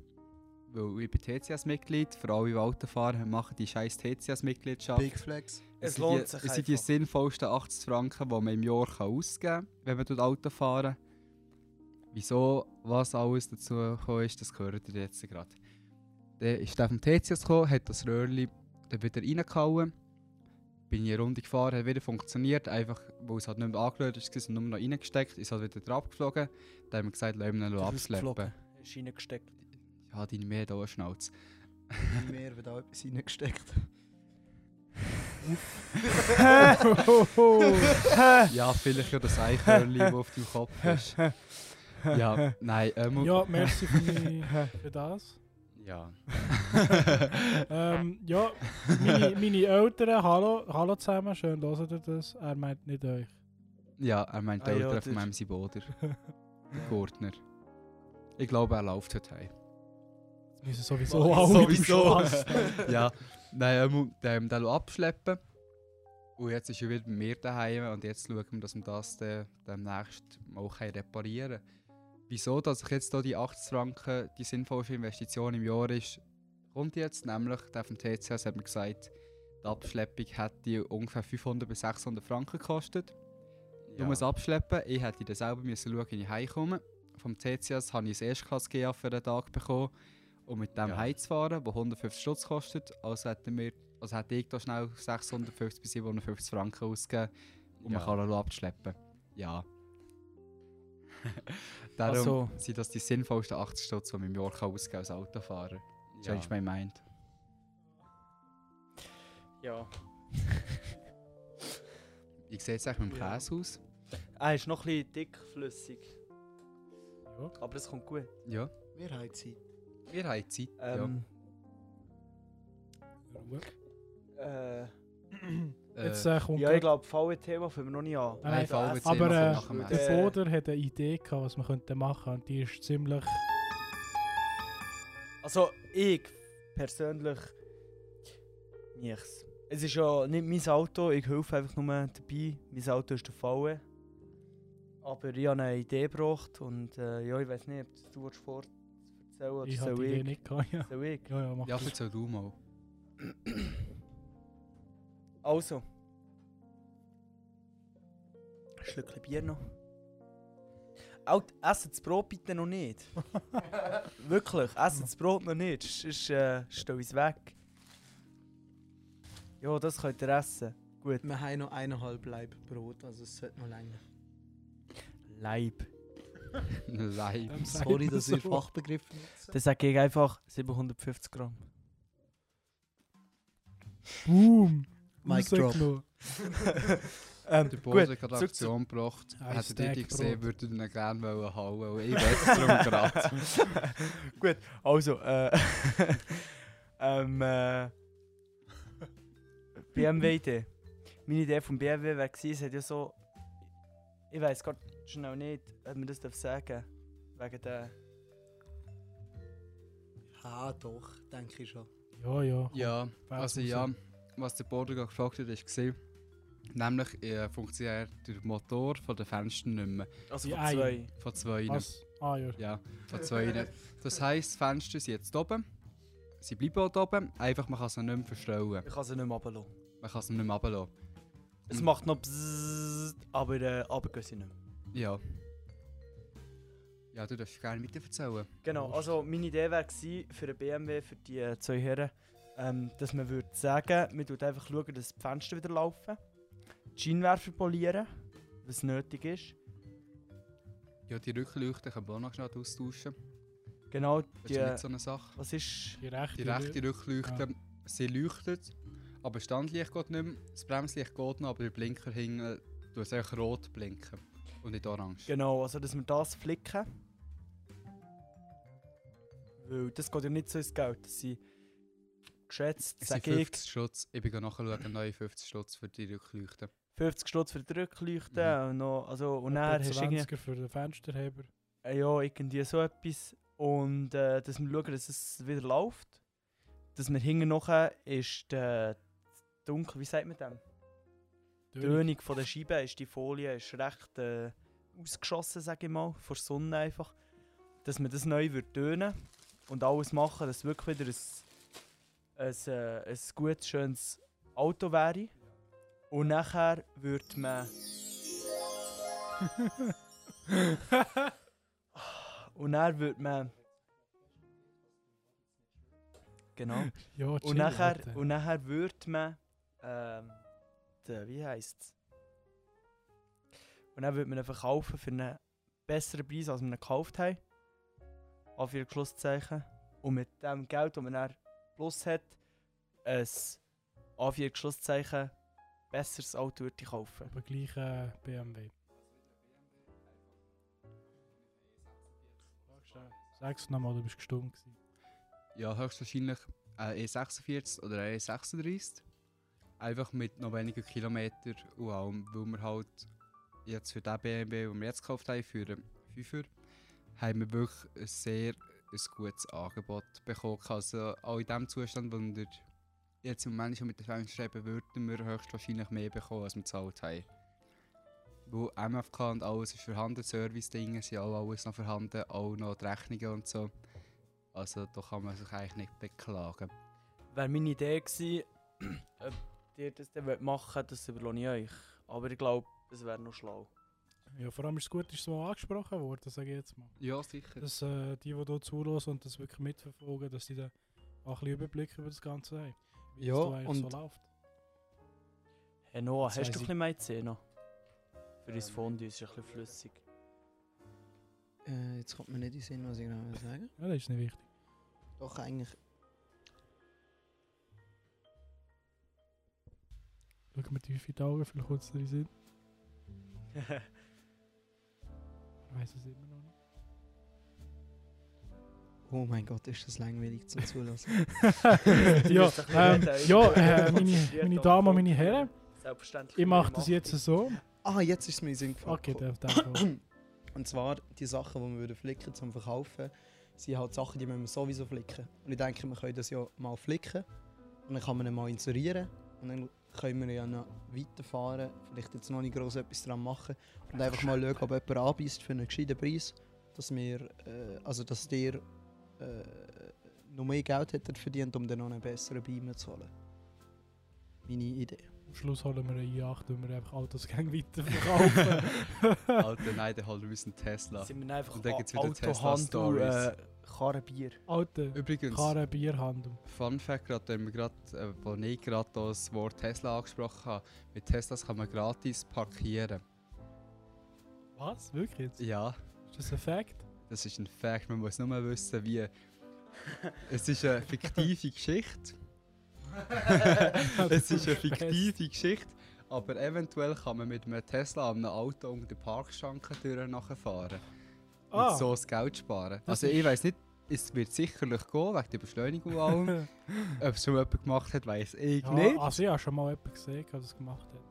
[SPEAKER 1] Weil ich bin TCS-Mitglied, für alle die Autofahrer machen die scheiß TCS-Mitgliedschaft.
[SPEAKER 4] Big Flex.
[SPEAKER 2] Es
[SPEAKER 1] sind
[SPEAKER 2] lohnt
[SPEAKER 1] die,
[SPEAKER 2] sich
[SPEAKER 1] Es sind die
[SPEAKER 2] einfach.
[SPEAKER 1] sinnvollsten 80 Franken, die man im Jahr kann ausgeben kann, wenn man dort Auto fahren Wieso, was alles dazu gekommen ist, das gehört ihr jetzt gerade. Dann ist der vom TCS gekommen, hat das Röhrchen dann wieder reingehauen. Bin ich eine Runde gefahren, hat wieder funktioniert, einfach weil es halt nicht mehr angelötet war, sondern nur noch reingesteckt, ist halt wieder drauf geflogen. Dann haben wir gesagt, lass ihn ihn abschleppen.
[SPEAKER 2] Rausgeflogen. Ist reingesteckt.
[SPEAKER 1] Ja, deine Mähe da Schnauze.
[SPEAKER 4] Mir wird auch etwas reingesteckt.
[SPEAKER 1] Ja, vielleicht ja das Eichhörnchen, das auf deinem Kopf ist. Ja, nein, ähm,
[SPEAKER 3] ja, merci für, meine, für das.
[SPEAKER 1] Ja.
[SPEAKER 3] Ähm, ja, meine, meine Eltern, hallo, hallo zusammen, schön hört ihr das. Er meint nicht euch.
[SPEAKER 1] ja, er meint
[SPEAKER 2] Ah, ja,
[SPEAKER 1] die Eltern von
[SPEAKER 2] der-
[SPEAKER 1] meinem Siboder. Gurtner. Ich glaube, er läuft heute heim.
[SPEAKER 3] Wir müssen sowieso
[SPEAKER 2] Mann,
[SPEAKER 3] alle
[SPEAKER 1] sowieso.
[SPEAKER 3] im Spaß.
[SPEAKER 1] Ja, nein, er muss den dann abschleppen. Und jetzt ist er wieder bei mir daheim und jetzt schauen wir, dass wir das dann demnächst mal können reparieren können. Wieso, dass ich jetzt hier die 80 Franken die sinnvollste Investition im Jahr ist, kommt jetzt nämlich, der vom TCS hat mir gesagt, die Abschleppung hätte ungefähr 500 bis 600 Franken gekostet. Nur das Abschleppen. Ich hätte dann selber müssen schauen, wie ich heimkomme. Vom TCS habe ich das Erstklasse GA für den Tag bekommen. Und mit dem
[SPEAKER 2] Ja.
[SPEAKER 1] heimzufahren, das 150 Stutz kostet, also hätte, mir, also hätte ich da schnell 650 bis 750 Franken ausgegeben, um
[SPEAKER 2] Ja.
[SPEAKER 1] mich alle abzuschleppen. Ja. Darum
[SPEAKER 2] Also,
[SPEAKER 1] sind das die sinnvollsten 80 Stutz, die man im Jahr kann ausgeben als Autofahrer. So
[SPEAKER 2] ja.
[SPEAKER 1] ist mein Mind.
[SPEAKER 2] ja.
[SPEAKER 1] Ich sehe es eigentlich mit dem
[SPEAKER 3] Ja.
[SPEAKER 1] Käse aus.
[SPEAKER 2] Er Ah, ist noch ein bisschen dickflüssig,
[SPEAKER 3] Ja.
[SPEAKER 2] aber es kommt gut.
[SPEAKER 1] Ja.
[SPEAKER 4] Wir haben Zeit.
[SPEAKER 1] Wir haben Zeit.
[SPEAKER 2] Ähm,
[SPEAKER 3] Ruhe.
[SPEAKER 2] äh,
[SPEAKER 1] ja. Äh,
[SPEAKER 3] Jetzt äh, kommt
[SPEAKER 2] ja, ich
[SPEAKER 3] gerade-
[SPEAKER 2] glaube, VW-Thema fangen wir noch nicht an.
[SPEAKER 3] Nein, nein,
[SPEAKER 1] VW
[SPEAKER 2] das-
[SPEAKER 1] sehen wir
[SPEAKER 3] aber, äh,
[SPEAKER 1] nachher mal.
[SPEAKER 2] der-
[SPEAKER 3] der Boder hat eine Idee gehabt, was man könnte machen und die ist ziemlich...
[SPEAKER 2] Also, ich persönlich nichts. Es ist ja nicht mein Auto, ich helfe einfach nur dabei. Mein Auto ist der VW. Aber ich habe eine Idee gebracht und äh, ja, ich weiß nicht, ob du es fort erzählen oder
[SPEAKER 3] Ich hatte
[SPEAKER 2] soll
[SPEAKER 3] die Idee
[SPEAKER 2] ich?
[SPEAKER 3] nicht gehabt, ja.
[SPEAKER 2] Soll ich?
[SPEAKER 3] Ja, ja, mach
[SPEAKER 1] ja,
[SPEAKER 3] das.
[SPEAKER 1] erzähl du mal.
[SPEAKER 2] Also. Ein Schlückchen Bier noch. Auch essen das Brot bitte noch nicht. Wirklich, essen das Brot noch nicht. Sonst äh, stell es weg. Ja, das könnt ihr essen. Gut.
[SPEAKER 4] Wir haben noch eineinhalb Leib Brot, also es sollte noch länger.
[SPEAKER 2] Leib.
[SPEAKER 1] Live.
[SPEAKER 3] Dem sagt
[SPEAKER 4] Sorry,
[SPEAKER 3] man
[SPEAKER 4] dass ihr
[SPEAKER 3] Ähm, so.
[SPEAKER 4] Fachbegriff benutzt.
[SPEAKER 2] Dann sage ich einfach 750 Gramm.
[SPEAKER 3] Boom!
[SPEAKER 4] Mic drop.
[SPEAKER 3] Rausgenommen.
[SPEAKER 2] ähm,
[SPEAKER 1] Der
[SPEAKER 2] gut.
[SPEAKER 1] Boden hat gerade
[SPEAKER 2] zurück
[SPEAKER 1] Aktion gebracht.
[SPEAKER 3] Ein
[SPEAKER 1] Hättet ihr die
[SPEAKER 3] Steak
[SPEAKER 1] gesehen,
[SPEAKER 3] Brot.
[SPEAKER 1] würdet ihr ihn gerne wollen hauen wollen. Ich weiß es darum gerade.
[SPEAKER 2] Gut, also, äh, ähm, äh, BMW-Idee. Meine Idee vom BMW wäre gewesen, es hat ja so, ich weiß gerade schnell nicht, ob man das darf sagen wegen der,
[SPEAKER 4] Ah, doch, denke ich schon.
[SPEAKER 3] Ja, ja.
[SPEAKER 1] Ja,
[SPEAKER 3] Fällt's
[SPEAKER 1] also
[SPEAKER 3] raus.
[SPEAKER 1] ja, was der Boden gerade gefragt hat, ist gesehen. Nämlich äh, funktioniert der Motor von den Fenstern nicht mehr.
[SPEAKER 2] also
[SPEAKER 3] Die
[SPEAKER 2] von
[SPEAKER 3] Ei.
[SPEAKER 2] zwei.
[SPEAKER 1] Von zwei.
[SPEAKER 3] Was? Ah, ja.
[SPEAKER 1] Ja, von zwei. Das heisst, die Fenster sind jetzt oben. Sie bleiben auch oben. Einfach, man kann sie nicht mehr verstellen.
[SPEAKER 2] Ich kann sie nicht mehr runterlassen.
[SPEAKER 1] Man kann sie nicht mehr runterlassen.
[SPEAKER 2] Es
[SPEAKER 1] Mhm.
[SPEAKER 2] macht noch bzzzt, aber äh, runter gehen sie nicht mehr.
[SPEAKER 1] Ja. Ja, du darfst gerne weiter erzählen.
[SPEAKER 2] Genau,
[SPEAKER 3] Prost.
[SPEAKER 2] also meine Idee wäre gewesen, für den BMW, für die äh, zwei Herren, ähm, dass man würde sagen, man tut einfach schauen, dass die Fenster wieder laufen, die Scheinwerfer polieren, was nötig ist.
[SPEAKER 1] Ja, die Rückleuchten können wir auch noch schnell austauschen.
[SPEAKER 2] Genau,
[SPEAKER 1] Das
[SPEAKER 2] die,
[SPEAKER 1] ist nicht so eine Sache.
[SPEAKER 2] was ist,
[SPEAKER 3] Die rechte.
[SPEAKER 1] Die rechte Rückleuchte, sie leuchtet, aber das Standlicht geht nicht mehr, das Bremslicht geht noch, aber der Blinker hinten tut es einfach rot blinken und nicht orange.
[SPEAKER 2] genau, also dass wir das flicken. Weil das geht ja nicht so ins Geld, das sind geschätzt,
[SPEAKER 1] Es sind
[SPEAKER 2] sage ich,
[SPEAKER 1] 50 Stutz, ich bin gleich nachschauen, neue 50 Stutz für die Rückleuchten.
[SPEAKER 2] 50 Stutz für die Rückleuchten
[SPEAKER 1] Mhm.
[SPEAKER 2] und noch, also, und dann hast du irgendwie...
[SPEAKER 3] 20 für den Fensterheber.
[SPEAKER 2] Äh, ja, irgendwie so etwas. Und äh, dass wir schauen, dass es wieder läuft. Dass wir hinten nachher ist der dunkel, wie sagt man dem? Die Tönung von der Scheibe ist die Folie ist recht äh, ausgeschossen, sage ich mal, vor der Sonne einfach. Dass wir das neu wird tönen und alles machen, dass wirklich wieder ein, ein, äh, ein gutes, schönes Auto wäre. Und nachher würde man. Und dann würde man. Genau.
[SPEAKER 3] Ja,
[SPEAKER 2] Und nachher, und nachher würde man. Ähm, den, wie heisst's? Und dann würde man ihn verkaufen für einen besseren Preis, als wir ihn gekauft haben. Auf ihr Schlusszeichen. Und mit dem Geld, das man dann plus hat, ein auf ihr Schlusszeichen besseres Auto würde ich kaufen.
[SPEAKER 3] Aber gleich äh, BMW. 6 nochmal, du bist gestummt gewesen.
[SPEAKER 1] Ja, höchstwahrscheinlich ein E46 oder ein E36. Einfach mit noch weniger Kilometer und allem, weil wir halt jetzt für den BMW, den wir jetzt gekauft haben, für den 5er, haben wir wirklich ein sehr ein gutes Angebot bekommen. Also auch in dem Zustand, wo wir jetzt im Moment schon mit den Fenstern haben, würden wir höchstwahrscheinlich mehr bekommen, als wir gezahlt haben. Weil MFK und alles ist vorhanden, Service-Dinge sind auch alles noch vorhanden, auch noch die Rechnungen und so. Also da kann man sich eigentlich nicht beklagen.
[SPEAKER 2] Wäre meine Idee gewesen, ob ihr das dann wollt machen wollt, das überlasse ich euch. Aber ich glaube, es wäre noch schlau.
[SPEAKER 3] Ja, vor allem ist es gut, ist es mal angesprochen worden, sage ich jetzt mal.
[SPEAKER 1] Ja, sicher.
[SPEAKER 3] Dass äh, die, die hier zuhören und das wirklich mitverfolgen, dass die da auch ein bisschen Überblick über das Ganze haben. Wie
[SPEAKER 4] Ja,
[SPEAKER 3] das da eigentlich
[SPEAKER 4] und-
[SPEAKER 3] so läuft.
[SPEAKER 2] Hey Noah,
[SPEAKER 4] Das
[SPEAKER 2] hast du ein
[SPEAKER 4] weiss ich.
[SPEAKER 2] bisschen mehr Zähne? Für
[SPEAKER 1] Ähm,
[SPEAKER 2] uns Fondue ist es ein bisschen flüssig.
[SPEAKER 4] Äh, jetzt kommt mir nicht in den Sinn, was ich genau will sagen
[SPEAKER 3] Ja, das ist nicht wichtig.
[SPEAKER 4] Doch, eigentlich.
[SPEAKER 3] Schauen wir tief in die Augen, vielleicht kurz drin sind. Ich weiß es immer noch nicht.
[SPEAKER 4] Oh mein Gott, ist das langweilig zum Zulassen.
[SPEAKER 3] ja, ähm, ja äh, meine, meine Damen und meine Herren,
[SPEAKER 2] Selbstverständlich.
[SPEAKER 3] ich mache das jetzt so.
[SPEAKER 4] ah, jetzt ist es mir in den Sinn gefallen.
[SPEAKER 3] Okay, darf darf
[SPEAKER 4] Und zwar die Sachen, die wir würden flicken zum Verkaufen, sind halt Sachen, die müssen wir sowieso flicken. Und ich denke, wir können das ja mal flicken und dann kann man ihn mal inserieren und dann können wir ja noch weiterfahren, vielleicht jetzt noch nicht gross etwas dran machen und einfach mal schauen, ob jemand anbeißt für einen gescheiten Preis, dass wir, äh, also dass der äh, noch mehr Geld hätte verdient, um dann noch einen besseren Beamer zu holen. Meine Idee.
[SPEAKER 3] Am Schluss holen wir eine i8, und wir einfach Autos gang weiterverkaufen.
[SPEAKER 1] Alter, nein, dann holen wir uns einen Tesla.
[SPEAKER 2] Sind wir einfach
[SPEAKER 1] Und dann gibt's wieder Also,
[SPEAKER 2] Autohandel, äh,
[SPEAKER 1] Tesla-Stories.
[SPEAKER 2] Karrenbier.
[SPEAKER 3] Alte
[SPEAKER 1] Übrigens,
[SPEAKER 3] Karre, Bierhandel.
[SPEAKER 1] Fun Fact, gerade wenn wir gerade, äh, wo ich gerade das Wort Tesla angesprochen habe, mit Teslas kann man gratis parkieren.
[SPEAKER 3] Was? Wirklich jetzt?
[SPEAKER 1] Ja,
[SPEAKER 3] Ist das ein Fact?
[SPEAKER 1] das ist ein Fact. Man muss nur mal wissen, wie. es ist eine fiktive Geschichte. es ist eine fiktive Geschichte, aber eventuell kann man mit einem Tesla an einem Auto unter den Parkschranken durch nachfahren.
[SPEAKER 3] Ah.
[SPEAKER 1] und so das Geld sparen.
[SPEAKER 3] Das
[SPEAKER 1] also ich
[SPEAKER 3] ist-
[SPEAKER 1] weiß nicht, es wird sicherlich gehen, wegen der Beschleunigung und allem. Ob es schon jemand gemacht hat, weiß ich
[SPEAKER 3] ja,
[SPEAKER 1] nicht.
[SPEAKER 3] Also ich habe schon mal jemanden gesehen, der das gemacht hat.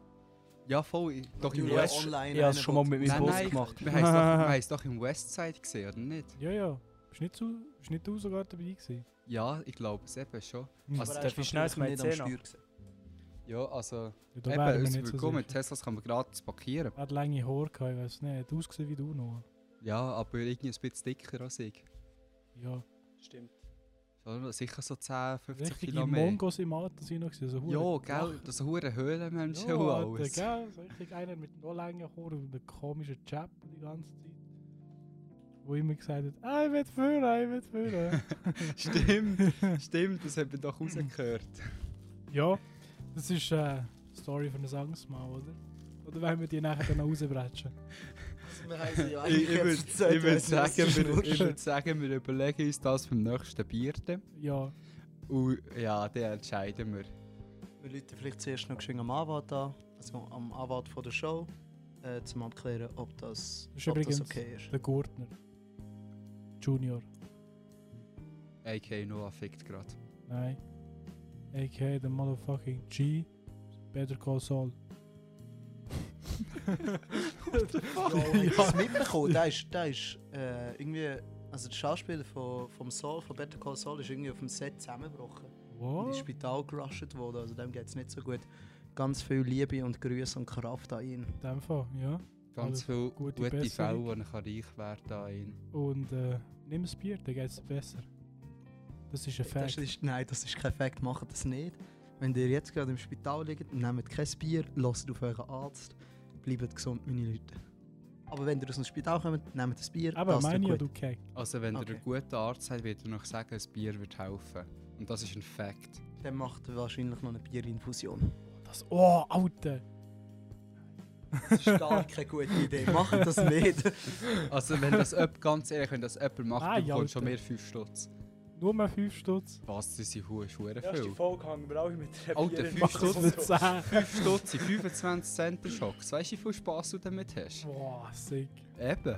[SPEAKER 1] Ja, voll. ich- Doch im
[SPEAKER 2] Ja,
[SPEAKER 1] West.
[SPEAKER 2] es-
[SPEAKER 4] online
[SPEAKER 2] Ich habe es schon mal mit meinem
[SPEAKER 1] Nein,
[SPEAKER 2] Boss
[SPEAKER 1] nein,
[SPEAKER 2] gemacht.
[SPEAKER 1] Wir haben es doch- wir haben es doch im Westside gesehen, oder nicht?
[SPEAKER 3] Ja, ja. Bist nicht, zu, bist nicht du sogar dabei gewesen?
[SPEAKER 1] Ja, ich glaube es eben schon.
[SPEAKER 3] Hm.
[SPEAKER 2] Also darf ich schnell mein Zähne?
[SPEAKER 1] Ja, also.
[SPEAKER 3] ja, da
[SPEAKER 1] Eben,
[SPEAKER 3] wären wir
[SPEAKER 1] uns
[SPEAKER 3] nicht so
[SPEAKER 1] willkommen. Mit
[SPEAKER 3] sicher.
[SPEAKER 1] Teslas kann man gratis parkieren.
[SPEAKER 3] Er hat lange Haare gehabt, ich weiß nicht. Er hat ausgesehen wie du noch.
[SPEAKER 1] Ja, aber irgendwie ein bisschen dicker als ich.
[SPEAKER 3] Ja.
[SPEAKER 2] Stimmt.
[SPEAKER 1] Schon Sicher so 10, 50
[SPEAKER 3] Richtige
[SPEAKER 1] Kilometer.
[SPEAKER 3] Mongos im Alter sind noch gewesen. Also
[SPEAKER 1] Ja,
[SPEAKER 3] hure
[SPEAKER 1] gell? Das sind hohe Höhlenmenschen
[SPEAKER 3] Ja,
[SPEAKER 1] und
[SPEAKER 3] Alter,
[SPEAKER 1] alles.
[SPEAKER 3] gell? So richtig einer mit noch langen Haaren und einem komischen Chap die ganze Zeit. der immer gesagt hat, «Ah, ich will führen, ich will führen.
[SPEAKER 1] stimmt, stimmt, das hat man doch rausgehört.
[SPEAKER 3] ja, das ist äh, eine Story von ein anderes Mal, oder? Oder wollen wir die nachher dann noch rausbrechen?
[SPEAKER 4] Also, wir haben sie ja
[SPEAKER 1] Ich, ich
[SPEAKER 4] eigentlich
[SPEAKER 1] würde
[SPEAKER 4] jetzt erzählt,
[SPEAKER 1] ich würd sagen, wir, ich
[SPEAKER 4] weißt du, was ist wurscht.
[SPEAKER 1] würd sagen, wir überlegen uns das beim nächsten Bierten.
[SPEAKER 3] Ja,
[SPEAKER 1] Und ja, dann entscheiden wir.
[SPEAKER 4] Wir rufen vielleicht zuerst noch schön am Anwalt an, also am Anwalt von der Show, äh, zum abklären, ob das,
[SPEAKER 3] Ist
[SPEAKER 4] ob das
[SPEAKER 3] übrigens-
[SPEAKER 4] okay ist.
[SPEAKER 3] der Gurtner. Junior.
[SPEAKER 1] AK Noah fickt gerade.
[SPEAKER 3] Nein. A.k.a. der motherfucking G. Better Call Saul.
[SPEAKER 4] Ja, oh, ich hab's mitbekommen, der ist, der ist äh, irgendwie, also der Schauspieler von, vom Saul, von Better Call Saul, ist irgendwie auf dem Set zusammengebrochen und ins
[SPEAKER 3] What?
[SPEAKER 4] Spital gerusht worden, also dem geht's nicht so gut. Ganz viel Liebe und Grüße und Kraft an ihn.
[SPEAKER 3] In dem Fall, ja.
[SPEAKER 1] Ganz
[SPEAKER 3] Also,
[SPEAKER 1] viele
[SPEAKER 3] gute
[SPEAKER 1] gute, gute
[SPEAKER 3] Besserung.
[SPEAKER 1] Fälle, die ich reich werden kann. an ihn.
[SPEAKER 3] Und äh, nimm das Bier, dann geht's dir besser. Das ist ein
[SPEAKER 4] Das
[SPEAKER 3] Fact.
[SPEAKER 4] ist, nein, das ist kein Fakt, macht das nicht. Wenn ihr jetzt gerade im Spital liegt, nehmt kein Bier, lasst auf euren Arzt, bleibt gesund, meine Leute. Aber wenn ihr aus dem Spital kommt, nehmt ein Bier,
[SPEAKER 3] Aber
[SPEAKER 4] das tut
[SPEAKER 3] meine ja,
[SPEAKER 4] gut.
[SPEAKER 3] du Keck.
[SPEAKER 1] Also wenn ihr
[SPEAKER 4] Okay.
[SPEAKER 1] einen guten Arzt habt, wird er noch sagen, ein Bier wird helfen. Und das ist ein Fakt.
[SPEAKER 4] Dann macht er wahrscheinlich noch eine Bierinfusion.
[SPEAKER 3] Das, oh, Alter!
[SPEAKER 4] Das ist gar keine gute Idee, macht das nicht.
[SPEAKER 1] Also wenn das jemand, ganz ehrlich, wenn das jemand macht,
[SPEAKER 3] Ah,
[SPEAKER 1] dann bekommt
[SPEAKER 3] Jalta.
[SPEAKER 1] schon mehr 5 Stutz.
[SPEAKER 3] Nur mal 5 Stutz.
[SPEAKER 1] Was, das sind hure hure
[SPEAKER 2] Erste
[SPEAKER 1] viel. Oh,
[SPEAKER 2] Folge hängen wir alle mit der
[SPEAKER 1] Alter,
[SPEAKER 2] Bier in
[SPEAKER 1] fünf
[SPEAKER 2] der
[SPEAKER 1] Stutz.
[SPEAKER 3] 10.
[SPEAKER 2] Hand.
[SPEAKER 1] 5 Stutz sind 25 Cent der Schocks. Weißt du, wie viel Spass du damit hast?
[SPEAKER 3] Boah, sick.
[SPEAKER 1] Eben.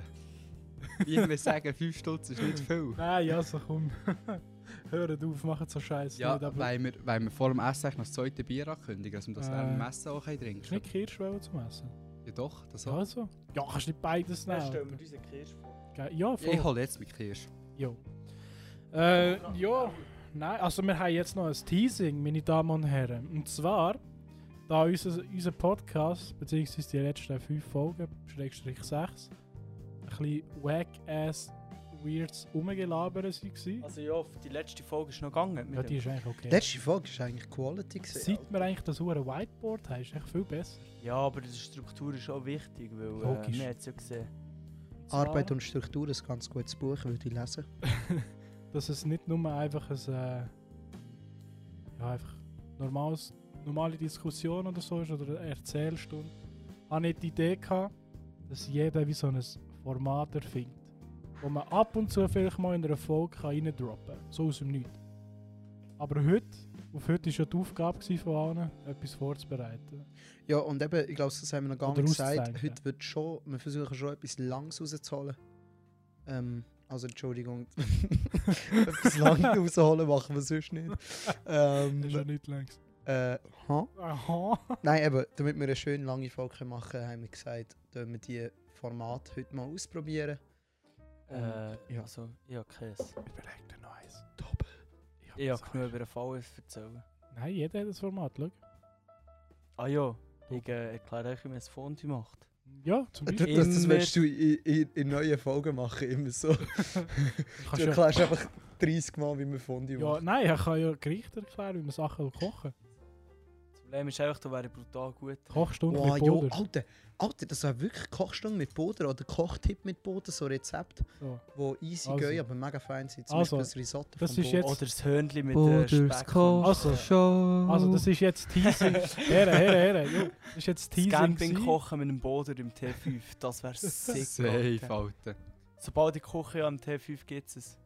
[SPEAKER 1] Wie wir sagen, 5 Stutz ist nicht viel.
[SPEAKER 3] Nein, ja, so komm. Hört auf, macht so Scheiße.
[SPEAKER 1] Ja,
[SPEAKER 3] nicht, aber
[SPEAKER 1] weil wir, weil wir vor dem Essen eigentlich noch das zweite Bier ankündigen, dass wir das
[SPEAKER 3] Äh.
[SPEAKER 1] während dem Essen auch trinken
[SPEAKER 3] Ist
[SPEAKER 1] können.
[SPEAKER 3] nicht Kirschwellen zum Essen?
[SPEAKER 1] Ja doch, das auch.
[SPEAKER 3] Also? Ja, kannst nicht beides
[SPEAKER 2] Dann
[SPEAKER 3] nehmen.
[SPEAKER 2] stellen wir
[SPEAKER 3] Alter.
[SPEAKER 2] uns eine Kirche vor.
[SPEAKER 3] Ge- Ja, voll.
[SPEAKER 1] Ich hole jetzt mit Kirsch.
[SPEAKER 3] Jo. Äh, ja, nein, also wir haben jetzt noch ein Teasing, meine Damen und Herren. Und zwar, da unser, unser Podcast, beziehungsweise die letzten fünf Folgen, Schrägstrich sechs, ein bisschen wack-ass, weirds rumgelabert waren.
[SPEAKER 2] Also ja, die letzte Folge ist noch gegangen.
[SPEAKER 3] Ja, die ist eigentlich okay.
[SPEAKER 4] Letzte Folge war eigentlich Quality. gewesen,
[SPEAKER 3] Seit wir eigentlich das hohe Whiteboard haben, ist echt viel besser.
[SPEAKER 2] ja, aber die Struktur ist auch wichtig, weil äh,
[SPEAKER 3] Logisch.
[SPEAKER 2] wir haben es ja gesehen.
[SPEAKER 3] Zwar,
[SPEAKER 4] Arbeit und Struktur ist ein ganz gutes Buch, würde ich lesen.
[SPEAKER 3] Dass es nicht nur einfach ein, äh, ja, einfach normales, normale Diskussion oder so ist oder eine Erzählstunde. Habe nicht die Idee gehabt, dass jeder wie so ein Format erfindet, wo man ab und zu vielleicht mal in einer Folge kann reindroppen kann. So aus dem Nichts. Aber heute, auf heute war ja die Aufgabe gewesen von allen, etwas vorzubereiten.
[SPEAKER 4] Ja, und eben, ich glaube, das haben wir noch gar
[SPEAKER 3] Oder
[SPEAKER 4] nicht gesagt.
[SPEAKER 3] auszudenken.
[SPEAKER 4] Heute wird schon, wir versuchen schon etwas Langes rauszuholen. Ähm, also Entschuldigung, etwas Langes rausholen machen wir sonst nicht.
[SPEAKER 3] Das ist ja
[SPEAKER 4] Ähm,
[SPEAKER 3] nicht längst.
[SPEAKER 4] äh, ha?
[SPEAKER 3] Aha.
[SPEAKER 4] Nein, eben, damit wir eine schöne lange Folge machen können, haben wir gesagt, dass wir die Formate heute mal ausprobieren. Und,
[SPEAKER 2] Äh,
[SPEAKER 4] ja.
[SPEAKER 2] Also, ich habe Käse.
[SPEAKER 3] Überleg dir noch eins.
[SPEAKER 2] Ich habe genug über den Fall zu erzählen.
[SPEAKER 3] Nein, jeder hat ein Format, schau.
[SPEAKER 2] Ah ja, ich äh, erkläre euch, wie man ein Fondue macht.
[SPEAKER 3] Ja, zum
[SPEAKER 4] Du,
[SPEAKER 3] Beispiel.
[SPEAKER 4] das, das
[SPEAKER 2] Immer-
[SPEAKER 4] willst du in, in, in neuen Folgen machen, immer so. Du
[SPEAKER 3] Kannst ja-
[SPEAKER 4] erklärst einfach 30 Mal, wie man Fondue
[SPEAKER 3] Ja,
[SPEAKER 4] macht.
[SPEAKER 3] nein, ich kann ja Gerichte erklären, wie man Sachen kochen will.
[SPEAKER 2] Das Problem ist einfach, da wäre ich brutal gut. drin.
[SPEAKER 3] Kochstunde
[SPEAKER 4] Wow,
[SPEAKER 3] mit
[SPEAKER 4] jo,
[SPEAKER 3] Boden.
[SPEAKER 4] Alter, Alter, das war wirklich Kochstunde mit Boden oder Kochtipp mit Boden, so Rezept,
[SPEAKER 2] Ah,
[SPEAKER 3] So.
[SPEAKER 4] wo easy
[SPEAKER 3] Also.
[SPEAKER 4] gehen, aber mega fein sind. Zum
[SPEAKER 3] Also,
[SPEAKER 4] Beispiel das Risotto
[SPEAKER 3] das
[SPEAKER 4] vom
[SPEAKER 3] ist
[SPEAKER 4] Boden.
[SPEAKER 3] jetzt-
[SPEAKER 2] Oder das Hörnli mit äh,
[SPEAKER 1] Boders
[SPEAKER 2] Speck. und-
[SPEAKER 3] Also, Also, das ist jetzt Teasing. Herren, Herren, Herren. jo, Das ist jetzt
[SPEAKER 2] das
[SPEAKER 3] Teasing.
[SPEAKER 2] Camping
[SPEAKER 3] gewesen.
[SPEAKER 2] kochen mit einem Boden im T5, das wäre sick.
[SPEAKER 1] Safe,
[SPEAKER 2] Alter.
[SPEAKER 1] Alter.
[SPEAKER 2] Sobald ich koche am T5 gibt es.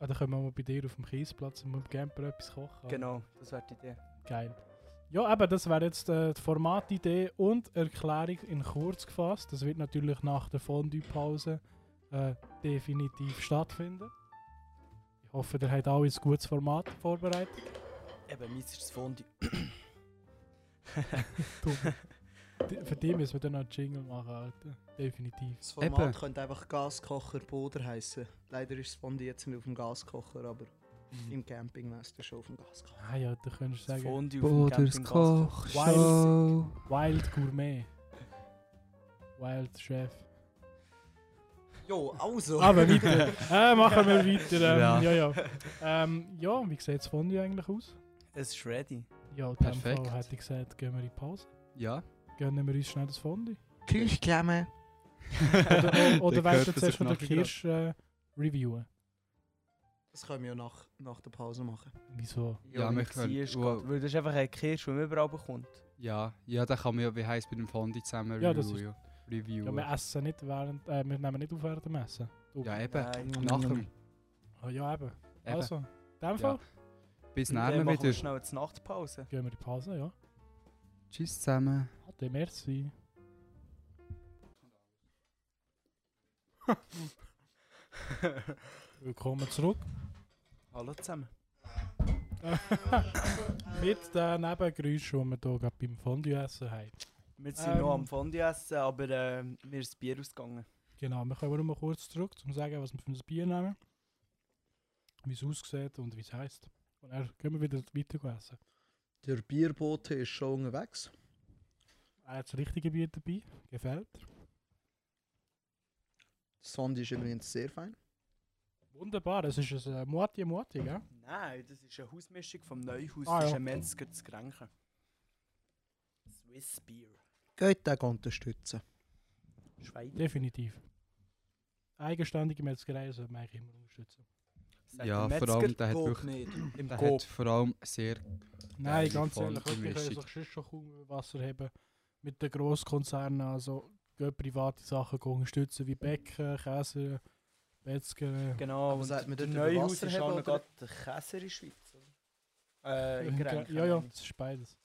[SPEAKER 3] Ah, dann können wir mal bei dir auf dem Kiesplatz und mit dem Camper etwas kochen.
[SPEAKER 2] Genau, das wäre die Idee.
[SPEAKER 3] Geil. Ja, eben, das wäre jetzt äh, die Formatidee und Erklärung in kurz gefasst. Das wird natürlich nach der Fondue-Pause äh, definitiv stattfinden. Ich hoffe, ihr habt alle ein gutes Format vorbereitet.
[SPEAKER 2] Eben, meins ist das Fondue.
[SPEAKER 3] D- Für die müssen wir dann noch einen Jingle machen, Alter. Definitiv.
[SPEAKER 4] Das Format
[SPEAKER 1] Eben.
[SPEAKER 4] könnte einfach Gaskocher Boden heißen. Leider ist das Fondue jetzt nicht auf dem Gaskocher, aber im Camping weißt du schon auf dem Gaskocher.
[SPEAKER 3] Ah ja, du könntest
[SPEAKER 2] Das
[SPEAKER 3] sagen,
[SPEAKER 2] Fondue auf dem Camping
[SPEAKER 3] Show. Wild Gourmet. Wild Chef.
[SPEAKER 4] Jo, also.
[SPEAKER 3] Aber weiter. äh, machen wir weiter. Ähm,
[SPEAKER 1] Ja.
[SPEAKER 3] ja, ja. Ähm, ja, wie sieht das Fondue eigentlich aus?
[SPEAKER 2] Es ist ready.
[SPEAKER 3] Ja, in dem
[SPEAKER 1] Perfekt.
[SPEAKER 3] Fall hätte ich gesagt, gehen wir in die Pause.
[SPEAKER 1] Ja.
[SPEAKER 3] Gönnen wir uns schnell das Fondue.
[SPEAKER 4] Küchklemmen.
[SPEAKER 3] Oder, oder
[SPEAKER 1] Dann
[SPEAKER 3] willst
[SPEAKER 1] gehört
[SPEAKER 3] du
[SPEAKER 1] das
[SPEAKER 3] zuerst
[SPEAKER 1] auf
[SPEAKER 3] noch den
[SPEAKER 1] nachher.
[SPEAKER 3] Kirsch äh, reviewen?
[SPEAKER 4] Das können wir ja nach, nach der Pause machen.
[SPEAKER 3] Wieso?
[SPEAKER 1] Ja,
[SPEAKER 2] weil
[SPEAKER 1] wir
[SPEAKER 2] ich
[SPEAKER 1] können-
[SPEAKER 2] sehe, es
[SPEAKER 1] wow.
[SPEAKER 2] geht. Weil das ist einfach ein Kirsch, der überall bekommt.
[SPEAKER 1] Ja, ja, dann kann man ja, wie heisst bei dem Fondi zusammen
[SPEAKER 3] Ja, das ist-
[SPEAKER 1] reviewen.
[SPEAKER 3] Ja,
[SPEAKER 1] reviewen.
[SPEAKER 3] wir essen nicht während, äh, wir nehmen nicht auf während dem Essen. Du-
[SPEAKER 1] Ja, eben.
[SPEAKER 2] Nein.
[SPEAKER 1] Nach dem. Eben.
[SPEAKER 3] Ah, ja, eben. Also, in dem Fall
[SPEAKER 1] Ja. Bis
[SPEAKER 2] Und dann
[SPEAKER 1] nachher
[SPEAKER 2] machen wir
[SPEAKER 1] wieder.
[SPEAKER 2] schnell eine Nachtpause.
[SPEAKER 3] gehen wir in die Pause, ja.
[SPEAKER 1] Tschüss zusammen.
[SPEAKER 3] Ade, merci. Willkommen zurück
[SPEAKER 2] Hallo zusammen.
[SPEAKER 3] mit den Nebengeräuschen, die wir hier gerade beim Fondue essen haben.
[SPEAKER 2] Wir sind
[SPEAKER 3] Ähm.
[SPEAKER 2] noch am Fondue essen, aber äh, mir ist das Bier ausgegangen.
[SPEAKER 3] Genau, wir kommen nochmal kurz zurück, um zu sagen, was wir für ein Bier nehmen, wie es aussieht und wie es heisst. Und dann gehen wir wieder weiter essen.
[SPEAKER 4] Der Bierbote ist schon unterwegs.
[SPEAKER 3] Er hat das richtige Bier dabei, gefällt.
[SPEAKER 4] Das Sondi ist übrigens sehr fein.
[SPEAKER 3] Wunderbar, das ist ein äh, Mutti Mutti, gell?
[SPEAKER 2] Nein, das ist eine Hausmischung vom Neuhaus.
[SPEAKER 3] Ah,
[SPEAKER 2] das ist
[SPEAKER 3] ja.
[SPEAKER 2] ein Metzger zu kränken. Swiss Beer.
[SPEAKER 4] Geht den unterstützen.
[SPEAKER 2] Schweiz.
[SPEAKER 3] Definitiv. Eigenständige Metzgerei sollte man eigentlich immer unterstützen.
[SPEAKER 1] Ja, vor allem, der hat wirklich.
[SPEAKER 4] nicht.
[SPEAKER 2] Im
[SPEAKER 1] Der
[SPEAKER 2] Coop.
[SPEAKER 1] hat vor allem sehr.
[SPEAKER 3] Nein,
[SPEAKER 1] Geile
[SPEAKER 3] ganz ehrlich,
[SPEAKER 1] Fondue-Mischung.
[SPEAKER 3] wirklich können sich sonst schon kaum Wasser haben mit den Grosskonzernen. Also gehen private Sachen gehen unterstützen, wie Bäcker, Käse, Metzger.
[SPEAKER 2] Genau,
[SPEAKER 4] Aber
[SPEAKER 2] und
[SPEAKER 4] sagt man
[SPEAKER 2] der
[SPEAKER 4] dort über
[SPEAKER 2] Neuhaus
[SPEAKER 4] Wasser
[SPEAKER 2] ist
[SPEAKER 4] haben,
[SPEAKER 2] auch noch
[SPEAKER 4] oder?
[SPEAKER 2] gerade der Käse in der Schweiz. Oder? Äh, in
[SPEAKER 3] Ja,
[SPEAKER 2] Grenken.
[SPEAKER 3] ja, das ist beides.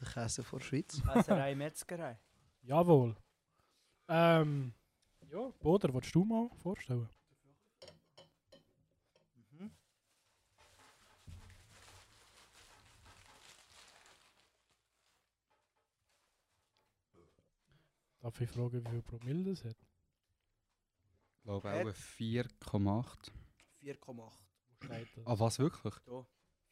[SPEAKER 4] Der Käse von der Schweiz.
[SPEAKER 2] Käserei, Metzgerei.
[SPEAKER 3] Jawohl. Ähm, ja, Boder, willst du mal vorstellen? Darf ich fragen, wie viel Promille das hat?
[SPEAKER 1] Ich glaube auch ein 4,8.
[SPEAKER 2] 4,8.
[SPEAKER 1] Ah, was wirklich?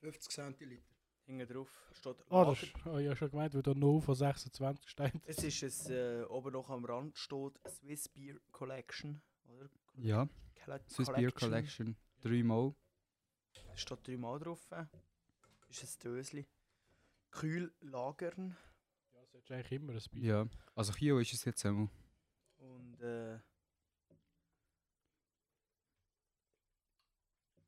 [SPEAKER 4] 50 Centiliter.
[SPEAKER 2] Hinten drauf steht
[SPEAKER 3] Ah, das ist, ah, ich habe schon gemeint, weil da 0 von 26 steht.
[SPEAKER 2] Es ist ein, äh, oben noch am Rand steht Swiss Beer Collection. Oder?
[SPEAKER 1] Ja,
[SPEAKER 2] Colle-
[SPEAKER 1] Swiss Beer Collection. Dreimal.
[SPEAKER 2] Da Steht dreimal drauf. Ist ein Dösli. Kühl lagern.
[SPEAKER 3] Ja, das ist eigentlich immer ein Bier.
[SPEAKER 1] Ja. Also Kio ist es jetzt einmal.
[SPEAKER 2] Und äh.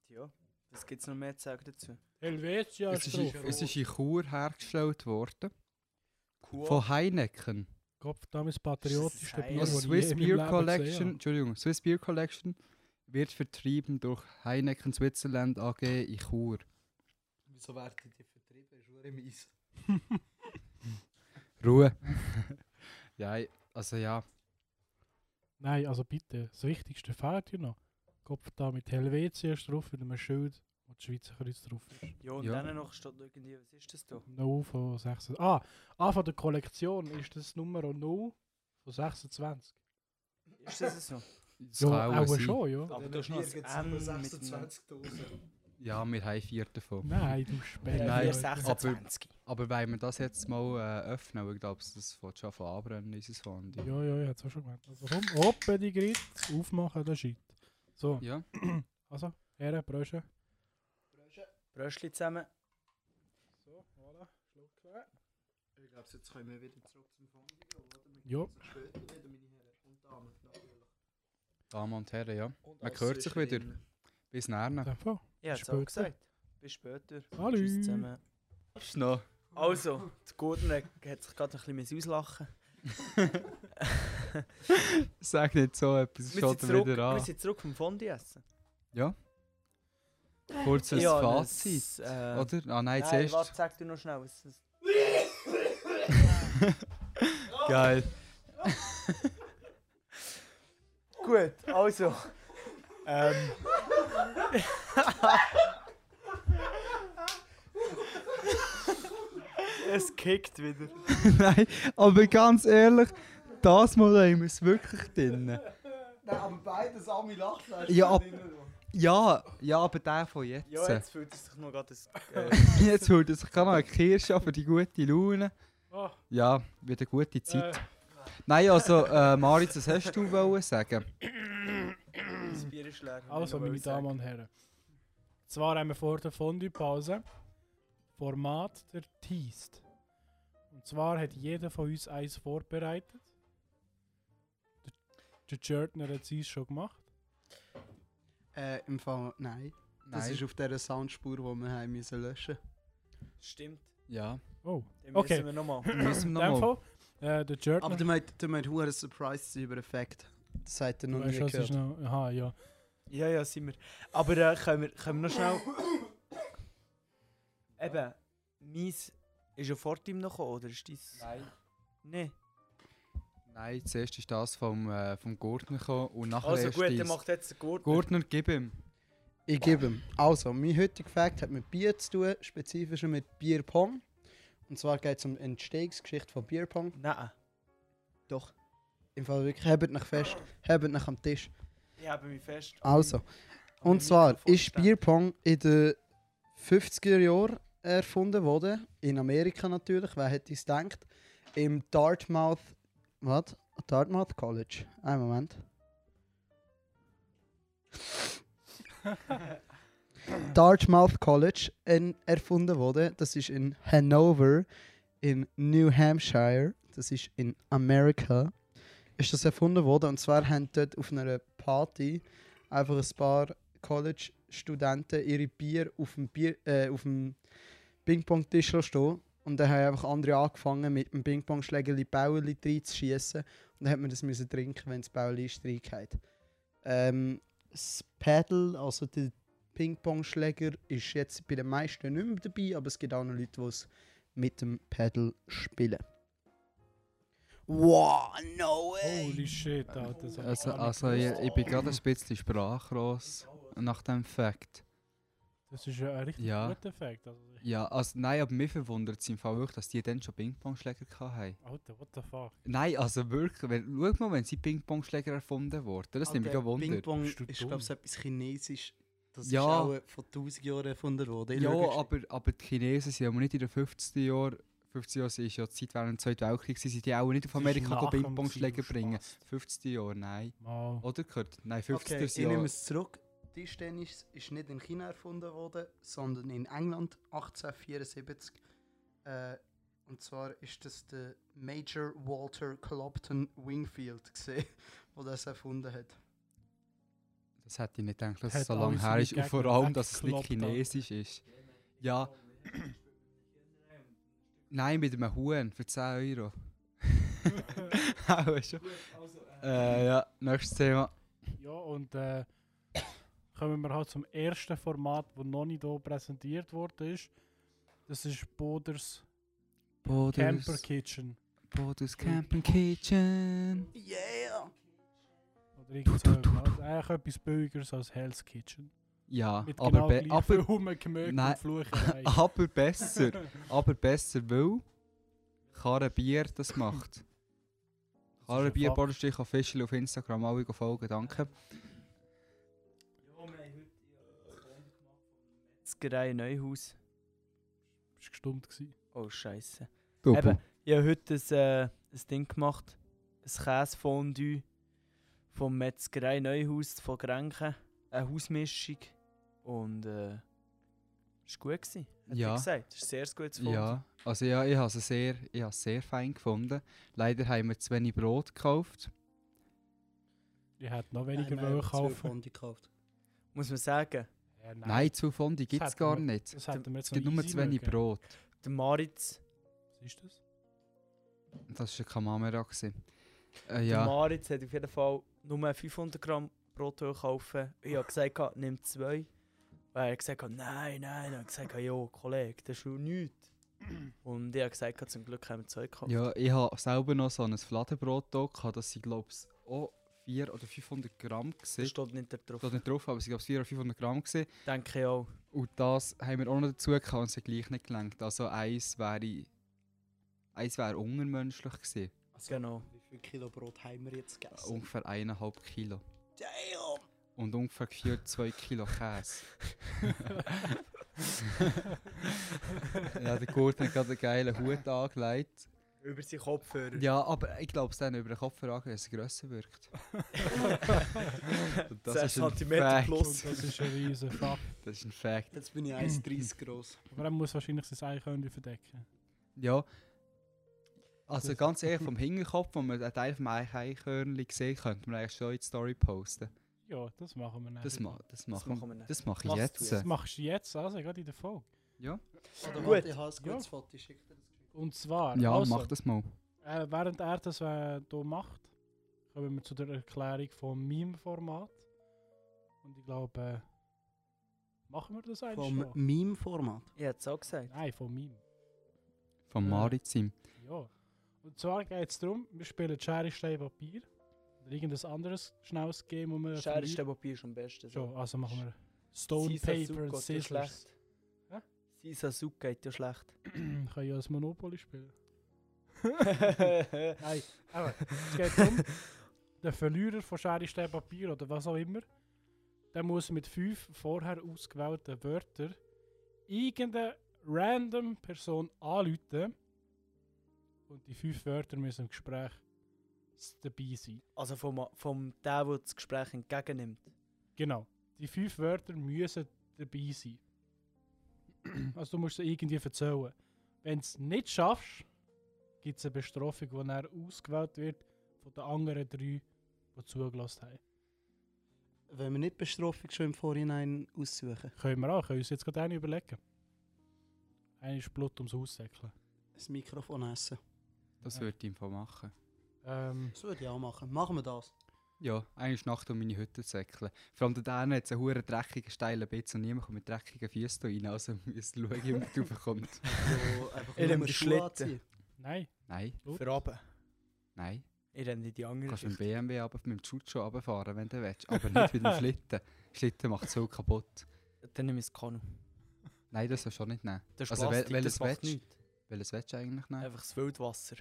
[SPEAKER 2] Ja, was gibt's noch mehr zu sagen dazu?
[SPEAKER 3] Helvetia
[SPEAKER 1] Es
[SPEAKER 3] ist
[SPEAKER 1] ist, in,
[SPEAKER 3] drauf.
[SPEAKER 1] es ist in Chur hergestellt worden.
[SPEAKER 2] Cool.
[SPEAKER 1] Von Heineken.
[SPEAKER 3] Gott, damals patriotischste
[SPEAKER 2] Das ist
[SPEAKER 3] Bier,
[SPEAKER 2] Ja,
[SPEAKER 1] Also
[SPEAKER 3] das ich je
[SPEAKER 1] Swiss
[SPEAKER 3] in meinem Leben
[SPEAKER 1] Beer
[SPEAKER 3] gesehen
[SPEAKER 1] Collection,
[SPEAKER 3] habe.
[SPEAKER 1] Entschuldigung, Swiss Beer Collection wird vertrieben durch Heineken Switzerland AG in Chur.
[SPEAKER 4] Wieso werden die vertrieben? Ist nur im Eis.
[SPEAKER 1] Ruhe. ja, also ja,
[SPEAKER 3] Nein, also bitte, das Wichtigste fehlt hier noch. Kopf da mit Helvetia ist drauf, mit einem Schild, wo das Schweizer Kreuz drauf ist.
[SPEAKER 2] Ja, und
[SPEAKER 1] Ja.
[SPEAKER 2] dann noch steht noch irgendwie, was ist das da?
[SPEAKER 3] No von 26. Ah, ah, von der Kollektion ist das Nummer 0 von 26.
[SPEAKER 2] Ist das so?
[SPEAKER 1] das kann auch
[SPEAKER 3] auch
[SPEAKER 1] sein.
[SPEAKER 3] schon, ja.
[SPEAKER 2] Aber du hast noch ein M mit einem-
[SPEAKER 1] Ja, wir haben vier davon.
[SPEAKER 3] Nein, du Spender.
[SPEAKER 1] Nein,
[SPEAKER 2] Nein,
[SPEAKER 1] aber-
[SPEAKER 2] 26.
[SPEAKER 1] Aber wenn wir das jetzt mal äh, öffnen, ich glaube, das wird schon von anbrennen, unser Fond. Ja.
[SPEAKER 3] Ja, ja, ich hab's auch schon gemeint. Also komm, hoppe die Grit, aufmachen, der Shit. So,
[SPEAKER 1] ja.
[SPEAKER 3] also, Herren, Brösche.
[SPEAKER 2] Bröschli zusammen.
[SPEAKER 3] So, voilà, Schluck weg.
[SPEAKER 4] Ich glaube, jetzt kommen wir wieder zurück zum Fondue, oder?
[SPEAKER 3] Ja.
[SPEAKER 4] Später wieder, meine Herren und Damen. natürlich.
[SPEAKER 1] Damen und Herren, ja.
[SPEAKER 4] Und
[SPEAKER 1] Man hört sich wieder.
[SPEAKER 4] Zwischendrin.
[SPEAKER 1] Bis nachher.
[SPEAKER 3] Dann voll.
[SPEAKER 2] Ich hab's
[SPEAKER 3] später.
[SPEAKER 2] auch gesagt. Bis später.
[SPEAKER 3] Hallo.
[SPEAKER 2] Tschüss zusammen.
[SPEAKER 1] Ist noch.
[SPEAKER 2] Also, die Gurtner hat sich gerade ein bisschen auslachen.
[SPEAKER 1] Sag nicht so etwas, es
[SPEAKER 2] Wir sind,
[SPEAKER 1] schaut
[SPEAKER 2] zurück,
[SPEAKER 1] wieder
[SPEAKER 2] wir
[SPEAKER 1] an.
[SPEAKER 2] sind zurück vom Fondue essen.
[SPEAKER 1] Kurzes
[SPEAKER 2] Ja,
[SPEAKER 1] Fazit,
[SPEAKER 2] das, äh,
[SPEAKER 1] oder? Ah nein,
[SPEAKER 2] Nein,
[SPEAKER 1] zuerst.
[SPEAKER 2] warte, sag du noch schnell. Was, was,
[SPEAKER 1] Geil.
[SPEAKER 2] Gut, also. ähm. es kickt wieder.
[SPEAKER 1] nein, aber ganz ehrlich, das Mal haben wir es wirklich drin.
[SPEAKER 4] Nein, aber beides, Ami lacht. weißt du,
[SPEAKER 1] Ja, ab-
[SPEAKER 4] nicht mehr.
[SPEAKER 1] Ja, ja, aber der von jetzt.
[SPEAKER 2] Ja,
[SPEAKER 1] jetzt
[SPEAKER 2] jetzt fühlt es sich noch gerade. Äh,
[SPEAKER 1] jetzt holt er sich gerade noch eine Kirsche für die gute Laune.
[SPEAKER 3] Ah,
[SPEAKER 1] Ja, wird eine gute Zeit.
[SPEAKER 3] äh,
[SPEAKER 1] Nein, also, äh, Maritz, was hast du wollen sagen?
[SPEAKER 2] das Bier ist leer.
[SPEAKER 3] Also,
[SPEAKER 2] wenn
[SPEAKER 3] meine
[SPEAKER 2] ich noch
[SPEAKER 3] Damen und Herren. Zwar haben wir vor der Fondue-Pause Format der Teased. Und zwar hat jeder von uns eins vorbereitet. Der Der Jörtner hat es schon gemacht.
[SPEAKER 4] Äh, Im Fall, nein. Das
[SPEAKER 1] Nein.
[SPEAKER 4] ist auf dieser Soundspur, die wir haben müssen löschen
[SPEAKER 2] Stimmt.
[SPEAKER 1] Ja.
[SPEAKER 3] Oh,
[SPEAKER 2] Dann
[SPEAKER 3] Okay.
[SPEAKER 2] müssen wir nochmal.
[SPEAKER 1] Dann müssen
[SPEAKER 3] in
[SPEAKER 1] wir
[SPEAKER 3] dem
[SPEAKER 1] nochmal.
[SPEAKER 3] Fall. Äh, der Jörtner.
[SPEAKER 4] Aber der meint, der meint einen Surprise über Effekt. Das hat er noch nie
[SPEAKER 3] Weißt du, was ist
[SPEAKER 4] gehört.
[SPEAKER 3] noch. Aha, ja.
[SPEAKER 2] Ja, ja, sind wir. Aber äh, können, wir, können wir noch schnell. Eben, meins. Ist ja vor ihm noch gekommen, oder ist dies?
[SPEAKER 1] Nein.
[SPEAKER 2] Nein.
[SPEAKER 1] Nein, zuerst ist das vom, äh, vom Gurtner gekommen und nachher
[SPEAKER 2] Also
[SPEAKER 1] erst
[SPEAKER 2] gut,
[SPEAKER 1] dies.
[SPEAKER 2] der macht jetzt den Gurt.
[SPEAKER 1] Gurtner, gib ihm.
[SPEAKER 4] Ich gebe ihm. Also, mein heutiger Fact hat mit Bier zu tun, spezifischer mit Bierpong. Und zwar geht es um die Entstehungsgeschichte von Bierpong.
[SPEAKER 2] Nein.
[SPEAKER 4] Doch, im Fall wirklich, habt euch fest, habt euch am Tisch.
[SPEAKER 2] Ich habe mich fest. an
[SPEAKER 4] Also,
[SPEAKER 2] meinem- an meinem
[SPEAKER 4] Und zwar
[SPEAKER 2] Mikrofon
[SPEAKER 4] ist
[SPEAKER 2] gestellt.
[SPEAKER 4] Bierpong in den 50er Jahren erfunden worden. In Amerika natürlich, wer hätte es gedacht. Im Dartmouth. Was? Dartmouth College. Einen Moment. Dartmouth College in, erfunden worden. Das ist in Hanover, in New Hampshire. Das ist in Amerika. Ist das erfunden worden. Und zwar haben dort auf einer Party einfach ein paar College-Studenten ihre Bier auf dem, Bier, äh, auf dem Ping-Pong-Tisch stehen. Und dann haben einfach andere angefangen, mit dem Ping-Pong-Schlägerli Bäuerli reinzuschiessen. Und dann hat man das müssen trinken, wenn das Bäuerli Streik hat. Ähm, das Paddle, also der Ping-Pong-Schläger, ist jetzt bei den meisten nicht mehr dabei, aber es gibt auch noch Leute, die es mit dem Paddle spielen. Wow, no way!
[SPEAKER 3] Holy shit, Alter. das hab ich
[SPEAKER 1] Also,
[SPEAKER 3] gar nicht
[SPEAKER 1] also ich,
[SPEAKER 3] gewusst.
[SPEAKER 1] ich bin gerade ein bisschen sprachlos nach dem Fact.
[SPEAKER 3] Das ist ja ein richtig
[SPEAKER 1] Ja.
[SPEAKER 3] guter Effekt. Also, ich-
[SPEAKER 1] Ja, also nein, aber mich verwundert es im Fall wirklich, dass die dann schon Ping-Pong-Schläger gehabt haben.
[SPEAKER 3] Alter, what the fuck?
[SPEAKER 1] Nein, also wirklich, wenn, schau mal, wenn sie Ping-Pong-Schläger erfunden wurden, das nimmt mich gerade Wunder.
[SPEAKER 4] Ping-Pong
[SPEAKER 3] Bist du
[SPEAKER 4] ist,
[SPEAKER 3] dumm?
[SPEAKER 4] glaube ich, so etwas Chinesisch. Das
[SPEAKER 1] Ja.
[SPEAKER 4] ist auch äh, vor 1000 Jahren erfunden worden. Ich
[SPEAKER 1] Ja,
[SPEAKER 4] schau jetzt-
[SPEAKER 1] aber, aber die Chinesen sind ja nicht in den 50er Jahren, 50 Jahre ist ja die Zeit während dem Zweiten Weltkrieg, sie sind die auch nicht auf Amerika go Ping-Pong-Schläger bringen. 50 Jahre, nein.
[SPEAKER 3] Mal.
[SPEAKER 1] Oder Kurt? Nein, 50
[SPEAKER 4] Okay,
[SPEAKER 1] okay,
[SPEAKER 4] ich nehme
[SPEAKER 1] Jahre.
[SPEAKER 4] es zurück. Tischtennis ist nicht in China erfunden worden, sondern in England 1874. Äh, und zwar ist das der Major Walter Clopton Wingfield gesehen, der das erfunden hat.
[SPEAKER 1] Das hätte ich nicht gedacht, dass
[SPEAKER 3] Hat
[SPEAKER 1] es so
[SPEAKER 3] alle
[SPEAKER 1] lange her
[SPEAKER 3] seine
[SPEAKER 1] ist und vor
[SPEAKER 3] Gegner
[SPEAKER 1] allem, dass es nicht
[SPEAKER 3] weggekloppt, Alter.
[SPEAKER 1] chinesisch ist. Ja. Nein, mit einem Huhn für 10 Euro. Auch schon. Äh, ja, nächstes Thema.
[SPEAKER 3] Ja, und äh, kommen wir halt zum ersten Format, das noch nicht hier präsentiert worden ist. Das ist Boders Camper
[SPEAKER 1] Bodus,
[SPEAKER 3] Kitchen.
[SPEAKER 1] Bodus Camping Kitchen.
[SPEAKER 4] Yeah!
[SPEAKER 3] Oder irgend so etwas. Also Eigentlich etwas billigeres als Hell's Kitchen.
[SPEAKER 1] Ja,
[SPEAKER 3] Mit
[SPEAKER 1] aber, be
[SPEAKER 3] genau
[SPEAKER 1] aber,
[SPEAKER 3] aber Hummelgemöge
[SPEAKER 1] Nein.
[SPEAKER 3] und Flucherei.
[SPEAKER 1] aber besser. aber besser, weil Karre Bier das macht. Karre
[SPEAKER 3] ein
[SPEAKER 1] Bier,
[SPEAKER 3] Fakt.
[SPEAKER 1] Bornstich auf Fischl auf Instagram, alle go folgen, danke.
[SPEAKER 2] Metzgerei Neuhaus.
[SPEAKER 3] Ist gestummt gewesen.
[SPEAKER 2] Oh, Scheiße.
[SPEAKER 1] Eben.
[SPEAKER 2] Eben, ich habe heute ein, äh, ein Ding gemacht. Ein Käsefondue vom Metzgerei Neuhaus von Grenken. Eine Hausmischung. Und äh, ist gut gewesen. Hat
[SPEAKER 1] Ja.
[SPEAKER 2] er gesagt. Ist ein sehr gutes Fondue.
[SPEAKER 1] Ja, also ja, ich habe es sehr, ich habe es sehr fein gefunden. Leider haben wir zu wenig Brot gekauft.
[SPEAKER 3] Ich hätte noch weniger wollen kaufen.
[SPEAKER 4] gekauft.
[SPEAKER 2] Muss man sagen,
[SPEAKER 3] Ja,
[SPEAKER 1] Nein, zu Fondue gibt es
[SPEAKER 3] hätten
[SPEAKER 1] gar
[SPEAKER 3] wir-
[SPEAKER 1] nicht.
[SPEAKER 3] Das hätten wir jetzt
[SPEAKER 1] Es gibt
[SPEAKER 3] noch
[SPEAKER 1] nur
[SPEAKER 3] easy
[SPEAKER 1] zu wenig
[SPEAKER 3] mögen.
[SPEAKER 1] Brot.
[SPEAKER 2] der Maritz,
[SPEAKER 3] Was ist das?
[SPEAKER 1] Und Das war eine Kamamera. gewesen. Äh,
[SPEAKER 2] der
[SPEAKER 1] ja,
[SPEAKER 2] Maritz hat auf jeden Fall nur 500 Gramm Brot kaufen. Ich habe gesagt, nimm zwei. Weil er gesagt hat, nein, nein. Ich habe gesagt, ja, Kollege, das ist schon nichts. Und ich habe gesagt, zum Glück haben wir zwei gekauft.
[SPEAKER 1] ja, ich habe selber noch so ein Fladenbrot da gehabt, das sind glaube ich auch 400 oder 500 Gramm.
[SPEAKER 2] Das
[SPEAKER 1] Gewesen.
[SPEAKER 2] steht nicht da drauf.
[SPEAKER 1] Steht nicht drauf, aber es waren 400 oder 500 Gramm. Gewesen.
[SPEAKER 2] Denke ich auch.
[SPEAKER 1] Und das haben wir auch noch dazu gehabt und es hat gleich nicht gelangt. Also eins wäre, eins wäre unmenschlich gewesen.
[SPEAKER 2] Genau.
[SPEAKER 4] Also, Wie viel Kilo Brot haben wir jetzt gegessen?
[SPEAKER 1] Ungefähr eineinhalb Kilo.
[SPEAKER 4] Damn!
[SPEAKER 1] und ungefähr 4, 2 Kilo Käse. ja, der Kurt hat gerade einen geilen Hut angelegt.
[SPEAKER 2] Über seinen Kopfhörer.
[SPEAKER 1] Ja, aber ich glaube es dann über den Kopf an, dass es grösser wirkt. Und das,
[SPEAKER 2] Sechs
[SPEAKER 1] ist ein
[SPEAKER 2] Zentimeter
[SPEAKER 1] Fact.
[SPEAKER 2] plus.
[SPEAKER 3] Und das ist ein riesen Fuck.
[SPEAKER 1] das ist ein Fact.
[SPEAKER 4] Jetzt bin ich 1,30 groß.
[SPEAKER 3] Aber er muss wahrscheinlich sein Eichhörnchen verdecken.
[SPEAKER 1] Ja. Also ganz ehrlich, vom Hinterkopf, wo man einen Teil vom Eichhörnchen sieht, könnte man eigentlich schon in die Story posten.
[SPEAKER 3] Ja, das machen wir nicht.
[SPEAKER 1] Das, ma das,
[SPEAKER 2] Das
[SPEAKER 1] machen,
[SPEAKER 2] machen wir nicht.
[SPEAKER 1] das mache ich
[SPEAKER 2] Mach's
[SPEAKER 1] jetzt.
[SPEAKER 2] du
[SPEAKER 3] Das machst du jetzt, also gerade in der Folge.
[SPEAKER 1] Ja,
[SPEAKER 4] Oder
[SPEAKER 2] Gut.
[SPEAKER 4] warte, ich habe ein gutes
[SPEAKER 3] Ja.
[SPEAKER 4] Foto, ich schicke dir das.
[SPEAKER 3] Und zwar,
[SPEAKER 1] ja
[SPEAKER 3] also,
[SPEAKER 1] mach das mal.
[SPEAKER 3] Äh, während er das äh, hier macht, kommen wir zu der Erklärung vom Meme-Format. Und ich glaube, äh, machen wir das eigentlich
[SPEAKER 5] Vom
[SPEAKER 3] schon?
[SPEAKER 5] Meme-Format.
[SPEAKER 2] Ich hätte es auch gesagt.
[SPEAKER 3] Nein, vom Meme.
[SPEAKER 1] Vom
[SPEAKER 3] Ja.
[SPEAKER 1] Maritim.
[SPEAKER 3] Ja. Und zwar geht es darum, wir spielen Schere, Stein, Papier. Oder irgendein anderes schnelles Game, wo wir.
[SPEAKER 2] Schere,
[SPEAKER 3] verlieren.
[SPEAKER 2] Stein, Papier ist am besten. so.
[SPEAKER 3] Schon, also machen wir Stone,
[SPEAKER 2] Sisasuke
[SPEAKER 3] Paper and
[SPEAKER 2] geht ja
[SPEAKER 3] Scissors.
[SPEAKER 2] schlecht.
[SPEAKER 3] Hä?
[SPEAKER 2] Sisasuke geht ja schlecht.
[SPEAKER 3] Können ja als Monopoly spielen. Nein, aber es geht darum, der Verlierer von Schere, Stein, Papier oder was auch immer, der muss mit fünf vorher ausgewählten Wörtern irgendeine random Person anrufen und die fünf Wörter müssen im Gespräch s- dabei sein.
[SPEAKER 2] Also vom, vom der, der das Gespräch entgegennimmt.
[SPEAKER 3] Genau, die fünf Wörter müssen dabei sein. Also du musst sie irgendwie erzählen. Wenn du es nicht schaffst, gibt es eine Bestrafung, die dann ausgewählt wird von den anderen drei, die zugelassen haben.
[SPEAKER 5] Wenn wir nicht Bestrafung schon im Vorhinein aussuchen.
[SPEAKER 3] Können wir auch, können wir uns jetzt gerade eine überlegen. Eine ist Blut ums Aussäckeln.
[SPEAKER 5] Das Mikrofon essen.
[SPEAKER 1] Das
[SPEAKER 3] Ja.
[SPEAKER 1] würde ich im Fall machen.
[SPEAKER 3] Ähm,
[SPEAKER 5] Das würde ich auch machen. Machen wir das.
[SPEAKER 1] Ja, eigentlich Nacht um meine Hütte zu säckeln. Vor allem da hat es einen hohen dreckigen, steilen Bitz und niemand kommt mit dreckigen Füßen rein. Also müsst ihr schauen, ob du raufkommst.
[SPEAKER 5] So, einfach
[SPEAKER 2] Ich nehme
[SPEAKER 5] nur
[SPEAKER 2] die
[SPEAKER 5] Schuhe
[SPEAKER 2] Schlitten.
[SPEAKER 5] anziehen.
[SPEAKER 3] nein,
[SPEAKER 1] Nein,
[SPEAKER 3] Gut.
[SPEAKER 2] Für oben.
[SPEAKER 1] nein.
[SPEAKER 2] Ich renne in die
[SPEAKER 1] Du
[SPEAKER 2] andere
[SPEAKER 1] kannst mit dem
[SPEAKER 2] Richtung.
[SPEAKER 1] BMW aber mit dem Chucho runterfahren, wenn du willst. Aber nicht mit dem Schlitten. Schlitten macht so kaputt.
[SPEAKER 2] Dann nehme ich das Kanu.
[SPEAKER 1] Nein, das sollst du auch nicht nehmen.
[SPEAKER 2] Das ist
[SPEAKER 1] Also, wel-
[SPEAKER 2] Plastik,
[SPEAKER 1] welches
[SPEAKER 2] das macht
[SPEAKER 1] willst du?
[SPEAKER 2] nichts.
[SPEAKER 1] Welches willst du eigentlich nehmen?
[SPEAKER 2] Einfach das Wildwasser.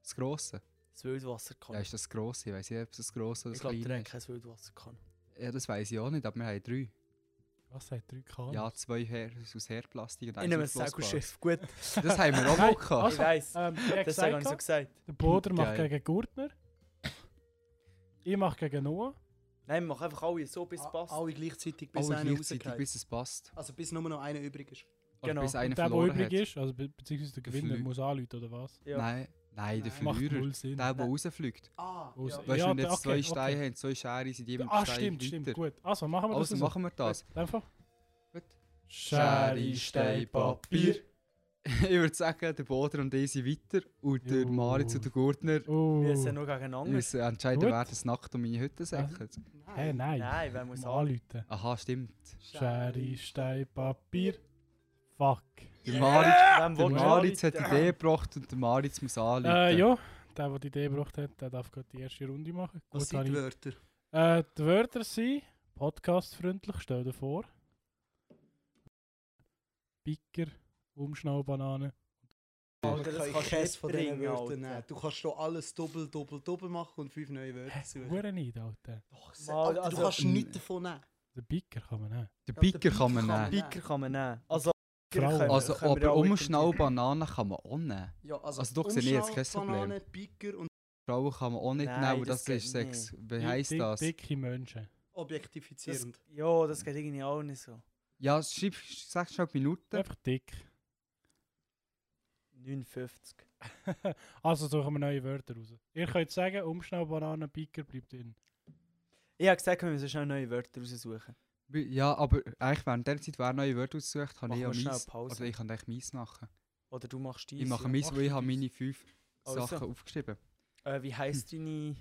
[SPEAKER 1] Das Grosse?
[SPEAKER 2] Das Wildwasserkanu.
[SPEAKER 1] Ja, ist das Grosse. Ich weiss nicht, ob es das Grosse oder
[SPEAKER 2] ich
[SPEAKER 1] das
[SPEAKER 2] glaube, der
[SPEAKER 1] Kleine
[SPEAKER 2] hat
[SPEAKER 1] ist.
[SPEAKER 2] kein Wildwasserkanu.
[SPEAKER 1] Ja, das weiss ich auch nicht, aber wir haben drei.
[SPEAKER 3] was hat drei Ähm, Kanus?
[SPEAKER 1] Ja, zwei Her aus Herdplastik und
[SPEAKER 2] Ich nehme ein
[SPEAKER 1] aus Aufblasbar.
[SPEAKER 2] Segelschiff. Gut.
[SPEAKER 1] Das haben wir auch mal
[SPEAKER 3] Nein,
[SPEAKER 1] gehabt.
[SPEAKER 2] Ich
[SPEAKER 3] Also,
[SPEAKER 2] weiss.
[SPEAKER 3] ähm, ich hab
[SPEAKER 2] Das habe ich
[SPEAKER 3] gesagt,
[SPEAKER 2] so gesagt.
[SPEAKER 3] der Boder macht
[SPEAKER 1] Geil.
[SPEAKER 3] gegen Gurtner. Ich mache gegen Noah.
[SPEAKER 2] Nein, mach einfach alle so, bis es
[SPEAKER 5] A-
[SPEAKER 2] passt.
[SPEAKER 5] Alle gleichzeitig bis
[SPEAKER 1] Alle
[SPEAKER 5] einer
[SPEAKER 1] gleichzeitig,
[SPEAKER 5] rausgeht.
[SPEAKER 1] bis es passt.
[SPEAKER 5] Also bis nur noch einer übrig ist.
[SPEAKER 1] Oder
[SPEAKER 2] Genau.
[SPEAKER 1] bis einer
[SPEAKER 3] und der, der
[SPEAKER 1] verloren
[SPEAKER 3] übrig
[SPEAKER 1] hat.
[SPEAKER 3] ist, also be beziehungsweise der
[SPEAKER 1] Der
[SPEAKER 3] Gewinner,
[SPEAKER 1] Verlü-
[SPEAKER 3] muss anrufen, oder was?
[SPEAKER 2] Ja.
[SPEAKER 1] Nein, nein, der
[SPEAKER 5] Nein.
[SPEAKER 3] Macht
[SPEAKER 1] Verlierer.
[SPEAKER 3] null Sinn.
[SPEAKER 1] Der, der rausfliegt.
[SPEAKER 5] Ah,
[SPEAKER 3] Aus-
[SPEAKER 5] ja.
[SPEAKER 1] Weißt du,
[SPEAKER 3] Ja,
[SPEAKER 1] wenn jetzt
[SPEAKER 3] okay,
[SPEAKER 1] zwei Steine
[SPEAKER 3] okay.
[SPEAKER 1] haben, zwei Schere sind, die mit
[SPEAKER 3] ah,
[SPEAKER 1] dem Stein
[SPEAKER 3] stimmt, stimmt,
[SPEAKER 1] weiter.
[SPEAKER 3] gut. Also, machen wir
[SPEAKER 1] Also
[SPEAKER 3] das
[SPEAKER 1] machen wir das.
[SPEAKER 3] Gut, Einfach.
[SPEAKER 1] Gut.
[SPEAKER 3] Schere,
[SPEAKER 1] Stein, Papier. ich würde sagen, der Boder und ich sind weiter und der
[SPEAKER 3] Juhu.
[SPEAKER 1] Maritz und der Gurtner
[SPEAKER 3] Oh.
[SPEAKER 2] Wir sind nur gegeneinander.
[SPEAKER 1] müssen entscheiden,
[SPEAKER 3] Gut. Also.
[SPEAKER 1] wer das Nacht um meine Hütte säckelt.
[SPEAKER 3] Hä, nein.
[SPEAKER 2] Nein, wer muss
[SPEAKER 3] Mal
[SPEAKER 2] alle?
[SPEAKER 3] anrufen.
[SPEAKER 1] Aha, stimmt.
[SPEAKER 3] Schere, Stein, Papier. Fuck.
[SPEAKER 1] Der Maritz,
[SPEAKER 2] Wem
[SPEAKER 1] der
[SPEAKER 2] willst du
[SPEAKER 1] Maritz hat die
[SPEAKER 2] anrufen?
[SPEAKER 1] Idee gebracht und der Maritz muss anrufen.
[SPEAKER 3] Äh, ja, der, der die Idee gebracht hat, der darf gerade die erste Runde machen.
[SPEAKER 5] Was
[SPEAKER 3] habe
[SPEAKER 5] sind die
[SPEAKER 3] ich-
[SPEAKER 5] Wörter?
[SPEAKER 3] Äh, die Wörter sind podcastfreundlich, stell dir vor. Bicker, Umschnallbanane.
[SPEAKER 2] Alter, das
[SPEAKER 5] Man kann
[SPEAKER 2] kannst du
[SPEAKER 5] keines
[SPEAKER 2] nicht
[SPEAKER 5] von diesen
[SPEAKER 2] bringen, Alter.
[SPEAKER 5] Wörtern nehmen. Du kannst hier alles doppel, doppel, doppel machen und fünf neue Wörter suchen.
[SPEAKER 3] Hure nicht, Alter.
[SPEAKER 5] Doch,
[SPEAKER 2] Mal,
[SPEAKER 5] Alter,
[SPEAKER 2] also-
[SPEAKER 5] du kannst nichts
[SPEAKER 1] Mm.
[SPEAKER 5] davon nehmen.
[SPEAKER 3] Den Bicker kann man nehmen.
[SPEAKER 1] den
[SPEAKER 5] ja,
[SPEAKER 1] Biker
[SPEAKER 5] den
[SPEAKER 1] kann man
[SPEAKER 5] Biker kann
[SPEAKER 1] nehmen.
[SPEAKER 5] man-
[SPEAKER 2] Biker kann man nehmen. Also, um
[SPEAKER 3] Frauen.
[SPEAKER 2] können wir-
[SPEAKER 1] Also,
[SPEAKER 2] können wir
[SPEAKER 1] aber
[SPEAKER 2] auch mit dem
[SPEAKER 1] umschnell Bananen kann man auch nehmen.
[SPEAKER 5] Ja,
[SPEAKER 1] Also, doch, sehe ich jetzt kein
[SPEAKER 5] Umschau, Banane, Biker und
[SPEAKER 1] Frauen kann man auch nicht
[SPEAKER 2] Nein,
[SPEAKER 1] nehmen, weil das,
[SPEAKER 2] das geht
[SPEAKER 1] ist Sex. Wie
[SPEAKER 3] Dick-
[SPEAKER 1] heisst
[SPEAKER 3] dick-
[SPEAKER 1] das?
[SPEAKER 3] Dicke Menschen.
[SPEAKER 2] Das,
[SPEAKER 5] objektifizierend.
[SPEAKER 2] ja, das geht irgendwie auch nicht so.
[SPEAKER 1] Ja, schreib 6,5 Minuten.
[SPEAKER 3] Einfach dick.
[SPEAKER 2] 59.
[SPEAKER 3] also suchen wir neue Wörter raus. Ihr könnt sagen, Umschnallbanane, Bicker bleibt drin.
[SPEAKER 2] Ich habe gesagt, wir müssen schnell neue Wörter raussuchen.
[SPEAKER 1] Ja, aber eigentlich während der Zeit, wer neue Wörter aussucht, kann
[SPEAKER 2] Machen
[SPEAKER 1] ich
[SPEAKER 2] wir
[SPEAKER 1] ja
[SPEAKER 2] schnell
[SPEAKER 1] meins.
[SPEAKER 2] Pause.
[SPEAKER 1] Also ich kann echt meins machen.
[SPEAKER 2] Oder du machst dies.
[SPEAKER 1] Ich mache
[SPEAKER 3] ja,
[SPEAKER 1] meins,
[SPEAKER 3] mach
[SPEAKER 1] weil ich
[SPEAKER 3] doch
[SPEAKER 1] habe
[SPEAKER 3] deins.
[SPEAKER 1] meine fünf
[SPEAKER 2] Also.
[SPEAKER 1] Sachen aufgeschrieben.
[SPEAKER 2] Äh, wie heisst deine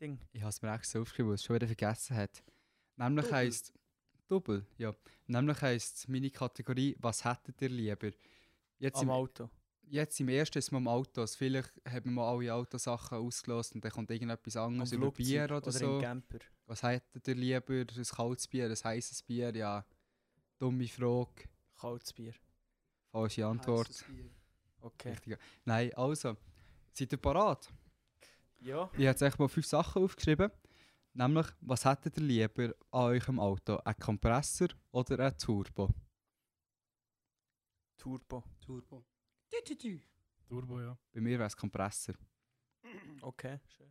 [SPEAKER 2] Ding?
[SPEAKER 1] Ich habe es mir extra aufgeschrieben, weil ich es schon wieder vergessen hat. Nämlich
[SPEAKER 5] Doppel.
[SPEAKER 1] heisst... Doppel, ja. Nämlich heisst meine Kategorie «Was hättet ihr lieber?» Jetzt
[SPEAKER 2] Am
[SPEAKER 1] im,
[SPEAKER 2] Auto.
[SPEAKER 1] jetzt im ersten ist man am Auto. Also vielleicht haben wir mal alle Autosachen ausgelost und dann kommt irgendetwas
[SPEAKER 2] Am
[SPEAKER 1] anderes über
[SPEAKER 2] Flugzeug
[SPEAKER 1] Bier oder,
[SPEAKER 2] oder
[SPEAKER 1] so.
[SPEAKER 2] im Camper.
[SPEAKER 1] Was hättet ihr lieber? Ein kaltes Bier, ein heißes Bier? Ja, dumme Frage.
[SPEAKER 2] Kaltes Bier.
[SPEAKER 1] Falsche Antwort.
[SPEAKER 5] Heisses Bier.
[SPEAKER 2] Okay.
[SPEAKER 1] Richtig. Nein, also, seid ihr parat?
[SPEAKER 2] Ja.
[SPEAKER 1] Ich habe jetzt echt mal fünf Sachen aufgeschrieben. Nämlich, was hättet ihr lieber an eurem Auto? Ein Kompressor oder ein Turbo?
[SPEAKER 2] Turbo.
[SPEAKER 5] Turbo. Du, du, du.
[SPEAKER 3] Turbo, ja.
[SPEAKER 1] Bei mir wäre es Kompressor.
[SPEAKER 2] Okay, schön.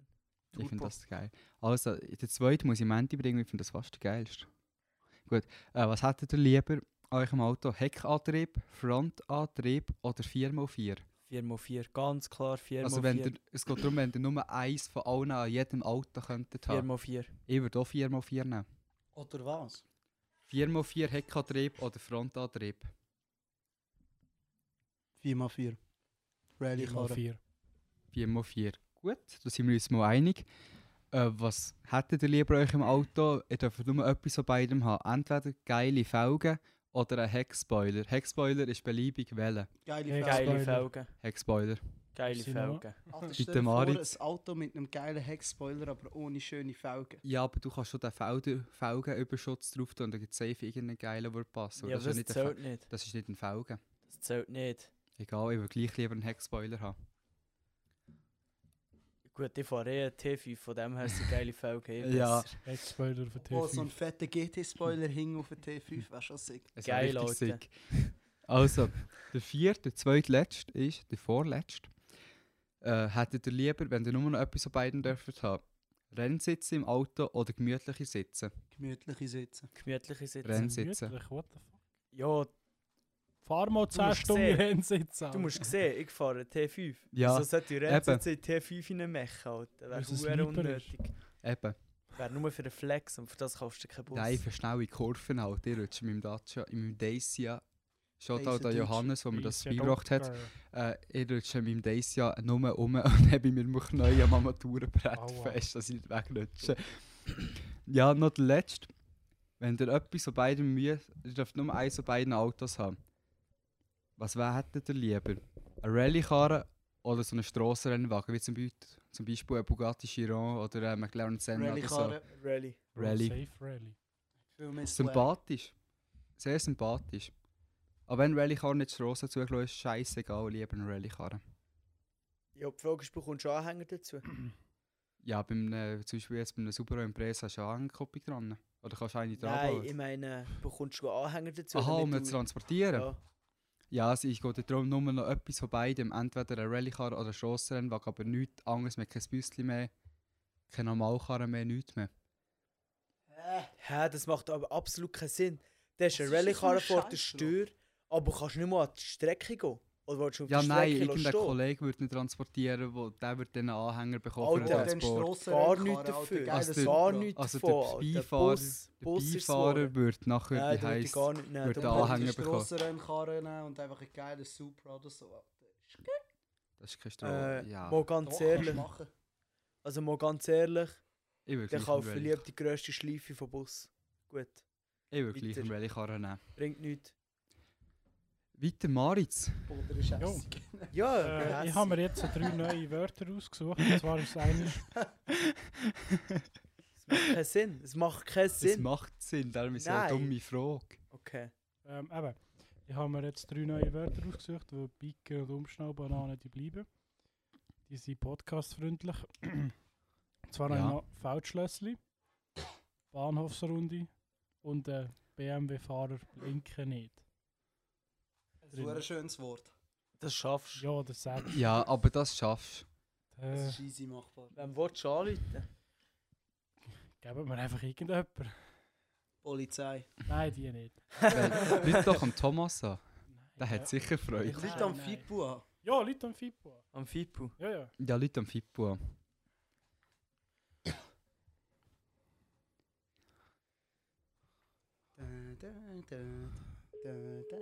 [SPEAKER 1] Ich finde
[SPEAKER 2] Turbo.
[SPEAKER 1] das geil. Also, der zweite muss ich Menti bringen, ich finde das fast geilst. Gut, äh, was hättet ihr lieber an eurem Auto? Heckantrieb, Frontantrieb oder 4x4?
[SPEAKER 2] 4x4, ganz klar 4x4.
[SPEAKER 1] Also wenn ihr, es geht darum, wenn ihr nur eins von allen an jedem Auto könntet haben.
[SPEAKER 2] 4x4.
[SPEAKER 1] Ich würde auch 4x4 nehmen.
[SPEAKER 5] Oder was?
[SPEAKER 1] 4x4 Heckantrieb oder Frontantrieb.
[SPEAKER 5] 4x4. Rallye-Karre.
[SPEAKER 3] 4x4.
[SPEAKER 1] 4x4. Gut, da sind wir uns mal einig. Äh, was hättet ihr lieber euch im Auto? Ihr dürft nur etwas von beidem haben. Entweder geile Felgen oder ein Heckspoiler. Heckspoiler ist beliebig wählen.
[SPEAKER 5] Geile
[SPEAKER 3] Mega.
[SPEAKER 2] Geile
[SPEAKER 5] Felgen.
[SPEAKER 3] Felgen.
[SPEAKER 2] Felgen.
[SPEAKER 1] Heckspoiler.
[SPEAKER 2] Geile
[SPEAKER 3] Sind wir-
[SPEAKER 2] Felgen.
[SPEAKER 5] Alter, stell
[SPEAKER 1] Bitte,
[SPEAKER 5] dir vor,
[SPEAKER 1] Mari.
[SPEAKER 5] ein Auto mit einem geilen Heckspoiler, aber ohne schöne Felgen.
[SPEAKER 1] Ja, aber du kannst schon den Felgen Felgenüberschutz drauf tun und dann gibt es safe irgendeinen geilen, der passt.
[SPEAKER 2] Ja, aber
[SPEAKER 1] das, ist
[SPEAKER 2] das
[SPEAKER 1] ja nicht ein Fel-
[SPEAKER 2] zählt nicht.
[SPEAKER 1] das ist nicht ein Felgen.
[SPEAKER 2] Das zählt nicht.
[SPEAKER 1] Egal, ich würde gleich lieber einen Heckspoiler haben.
[SPEAKER 2] Gut, ich fahre eh einen T5, von dem her sind geile Felgen eh
[SPEAKER 1] Ja.
[SPEAKER 2] besser.
[SPEAKER 3] Ex-Spoiler für
[SPEAKER 5] Oh, so ein
[SPEAKER 3] T5.
[SPEAKER 5] fetter GT-Spoiler hing auf den T5, wäre schon sick.
[SPEAKER 1] Es
[SPEAKER 2] Geil,
[SPEAKER 1] wäre richtig
[SPEAKER 2] Alter.
[SPEAKER 1] sick. Also, der vierte, der zweitletzte ist der vorletzte. Äh, hättet ihr lieber, wenn ihr nur noch etwas von beiden dürft haben? Rennsitze im Auto oder gemütliche Sitze?
[SPEAKER 5] Gemütliche Sitze.
[SPEAKER 2] Gemütliche Sitze.
[SPEAKER 1] Renn- Rennsitze.
[SPEAKER 3] Gemütlich, what the fuck?
[SPEAKER 2] Ja,
[SPEAKER 3] Fahr mal 10
[SPEAKER 2] musst
[SPEAKER 3] Stunden
[SPEAKER 2] sehen.
[SPEAKER 3] Rennsitz an.
[SPEAKER 2] du musst also sehen, ich fahre einen T5.
[SPEAKER 1] Ja,
[SPEAKER 2] Wieso sollte ich Rennsitze in den T5 reinmachen, Alter?
[SPEAKER 3] Weil
[SPEAKER 2] Wäre
[SPEAKER 3] es ein
[SPEAKER 2] huere
[SPEAKER 3] Sniper ist.
[SPEAKER 2] unnötig.
[SPEAKER 1] eben.
[SPEAKER 2] Wäre nur für einen Flex und für das kaufst du keinen Bus.
[SPEAKER 1] Nein, für schnelle Kurven halt. Ich rutsche mit dem Dacia, mit dem Dacia. Schaut halt
[SPEAKER 5] Dacia
[SPEAKER 1] an
[SPEAKER 5] Dude.
[SPEAKER 1] Johannes, wo mir das
[SPEAKER 3] Ist ja
[SPEAKER 1] beigebracht hat.
[SPEAKER 3] Doktor.
[SPEAKER 1] Äh, ich rutsche mit dem Dacia nur um und habe mir noch neue am Armaturenbrett
[SPEAKER 3] Aua.
[SPEAKER 1] fest, dass ich nicht wegrutsche. ja, noch der letzte. Wenn ihr etwas von beiden müsst, ihr dürft nur eins von beiden Autos haben. Was wär- hättet ihr lieber? Eine Rallye-Karre oder so einen Strassenrennwagen, wie zum Beispiel, zum Beispiel ein Bugatti Chiron oder ein McLaren Senna oder so?
[SPEAKER 5] Rallye-Karre.
[SPEAKER 2] Rally.
[SPEAKER 1] Rallye.
[SPEAKER 3] Safe Rally.
[SPEAKER 5] Viel mehr Swag.
[SPEAKER 1] Sympathisch. Sehr sympathisch. Aber wenn Rallye-Karre nicht Strassen zugelassen ist, scheißegal, lieber eine Rallye-Karre.
[SPEAKER 2] Ja, die Frage ist, bekommst du Anhänger dazu?
[SPEAKER 1] Ja, beim, äh, zum Beispiel jetzt bei einem Super Impresa hast du auch eine Kopie dran. Oder kannst du eine dran
[SPEAKER 2] Nein,
[SPEAKER 1] bauen?
[SPEAKER 2] ich meine, bekommst du Anhänger dazu?
[SPEAKER 1] Aha,
[SPEAKER 2] damit
[SPEAKER 1] um ihn
[SPEAKER 2] du-
[SPEAKER 1] zu transportieren? Ja,
[SPEAKER 2] Ja.
[SPEAKER 1] es ich geht darum, nur noch etwas von beidem. Entweder ein Rallye-Car oder ein Strassenrennwagen, aber nichts anderes mehr. Kein Büsschen mehr, keine Normalkarre mehr, nichts mehr.
[SPEAKER 5] Äh,
[SPEAKER 2] Hä, das macht aber absolut keinen Sinn. Da ist
[SPEAKER 5] Was
[SPEAKER 2] ein
[SPEAKER 5] ist das für ein
[SPEAKER 2] Rallye-Karre vor der
[SPEAKER 5] Scheiß, Bro?
[SPEAKER 2] Stür, aber du kannst nicht mal an die Strecke gehen. Oder willst du auf
[SPEAKER 1] Ja,
[SPEAKER 2] die
[SPEAKER 1] nein,
[SPEAKER 2] Strecke
[SPEAKER 1] irgendein
[SPEAKER 2] stehen?
[SPEAKER 1] Kollege würde ihn transportieren, wo, der würde dann einen Anhänger bekommen
[SPEAKER 2] Alter,
[SPEAKER 1] für
[SPEAKER 5] Oder
[SPEAKER 1] den
[SPEAKER 5] den
[SPEAKER 1] Transport.
[SPEAKER 2] Gar
[SPEAKER 5] Strassenrennkarre,
[SPEAKER 2] nichts
[SPEAKER 5] Alter,
[SPEAKER 2] dafür.
[SPEAKER 5] geiles
[SPEAKER 1] Also der-
[SPEAKER 2] gar
[SPEAKER 5] Supra.
[SPEAKER 2] nichts
[SPEAKER 1] also der
[SPEAKER 2] davon.
[SPEAKER 1] Beifahrer-
[SPEAKER 2] Bus,
[SPEAKER 1] Der
[SPEAKER 2] Bus ist
[SPEAKER 1] Beifahrer
[SPEAKER 2] verloren.
[SPEAKER 1] würde nachher,
[SPEAKER 2] Nein,
[SPEAKER 1] wie
[SPEAKER 2] der würde
[SPEAKER 1] heisst
[SPEAKER 2] gar nicht nehmen.
[SPEAKER 1] wird der
[SPEAKER 2] Darum
[SPEAKER 5] Wenn du
[SPEAKER 2] hätte
[SPEAKER 1] Anhänger-
[SPEAKER 5] eine
[SPEAKER 1] bekommen.
[SPEAKER 5] Strassenrennkarre nehmen und einfach einen geilen Supra oder so. Alter.
[SPEAKER 1] das ist kein
[SPEAKER 2] ich-
[SPEAKER 1] Stroh.
[SPEAKER 2] Äh,
[SPEAKER 1] ja,
[SPEAKER 2] Mal
[SPEAKER 5] Doch,
[SPEAKER 2] ganz
[SPEAKER 5] kannst
[SPEAKER 2] ehrlich,
[SPEAKER 5] machen.
[SPEAKER 2] also mal ganz ehrlich,
[SPEAKER 1] ich würde
[SPEAKER 2] der
[SPEAKER 1] gleich einen
[SPEAKER 2] kauft
[SPEAKER 1] Rallye-
[SPEAKER 2] lieber die grösste Schleife vom Bus. Gut,
[SPEAKER 1] ich würde gleich einen
[SPEAKER 2] weiter.
[SPEAKER 1] Rallye-Karre nehmen.
[SPEAKER 2] bringt nichts.
[SPEAKER 1] Weiter Maritz.
[SPEAKER 5] Oder ist
[SPEAKER 3] Jo.
[SPEAKER 5] hässig.
[SPEAKER 2] Ja,
[SPEAKER 3] Äh, ich habe mir jetzt so drei neue Wörter ausgesucht. Und zwar ist das eine
[SPEAKER 2] Es macht keinen Sinn. Es macht keinen
[SPEAKER 1] Es
[SPEAKER 2] Sinn.
[SPEAKER 1] macht Sinn, darum ist es eine
[SPEAKER 2] Nein.
[SPEAKER 1] dumme Frage.
[SPEAKER 2] Okay.
[SPEAKER 3] Ähm, eben, ich habe mir jetzt drei neue Wörter ausgesucht, wo Biker und Umschnallbananen die bleiben. Die sind podcastfreundlich. Und zwar
[SPEAKER 1] Ja.
[SPEAKER 3] habe ich noch Feldschlössli, Bahnhofsrunde und äh, BMW-Fahrer blinken nicht.
[SPEAKER 5] Das ist ein schönes Wort.
[SPEAKER 2] Das schaffst du.
[SPEAKER 3] Ja, das sagt
[SPEAKER 1] Ja, aber das schaffst
[SPEAKER 3] äh,
[SPEAKER 5] Das ist easy machbar.
[SPEAKER 2] Wem willst du anrufen?
[SPEAKER 3] Geben wir einfach irgendjemanden.
[SPEAKER 5] Polizei.
[SPEAKER 3] Nein, die nicht.
[SPEAKER 1] du. Nicht doch am Thomas an. Der hat
[SPEAKER 3] Ja.
[SPEAKER 1] sicher Freude.
[SPEAKER 3] Nein,
[SPEAKER 5] Leute am
[SPEAKER 3] nein.
[SPEAKER 5] Fitbu an.
[SPEAKER 3] Ja, Leute am Fippo.
[SPEAKER 2] Am Fipu.
[SPEAKER 3] Ja, ja.
[SPEAKER 1] Ja, Leute am Fippo an.
[SPEAKER 5] Da, da, da, da, da.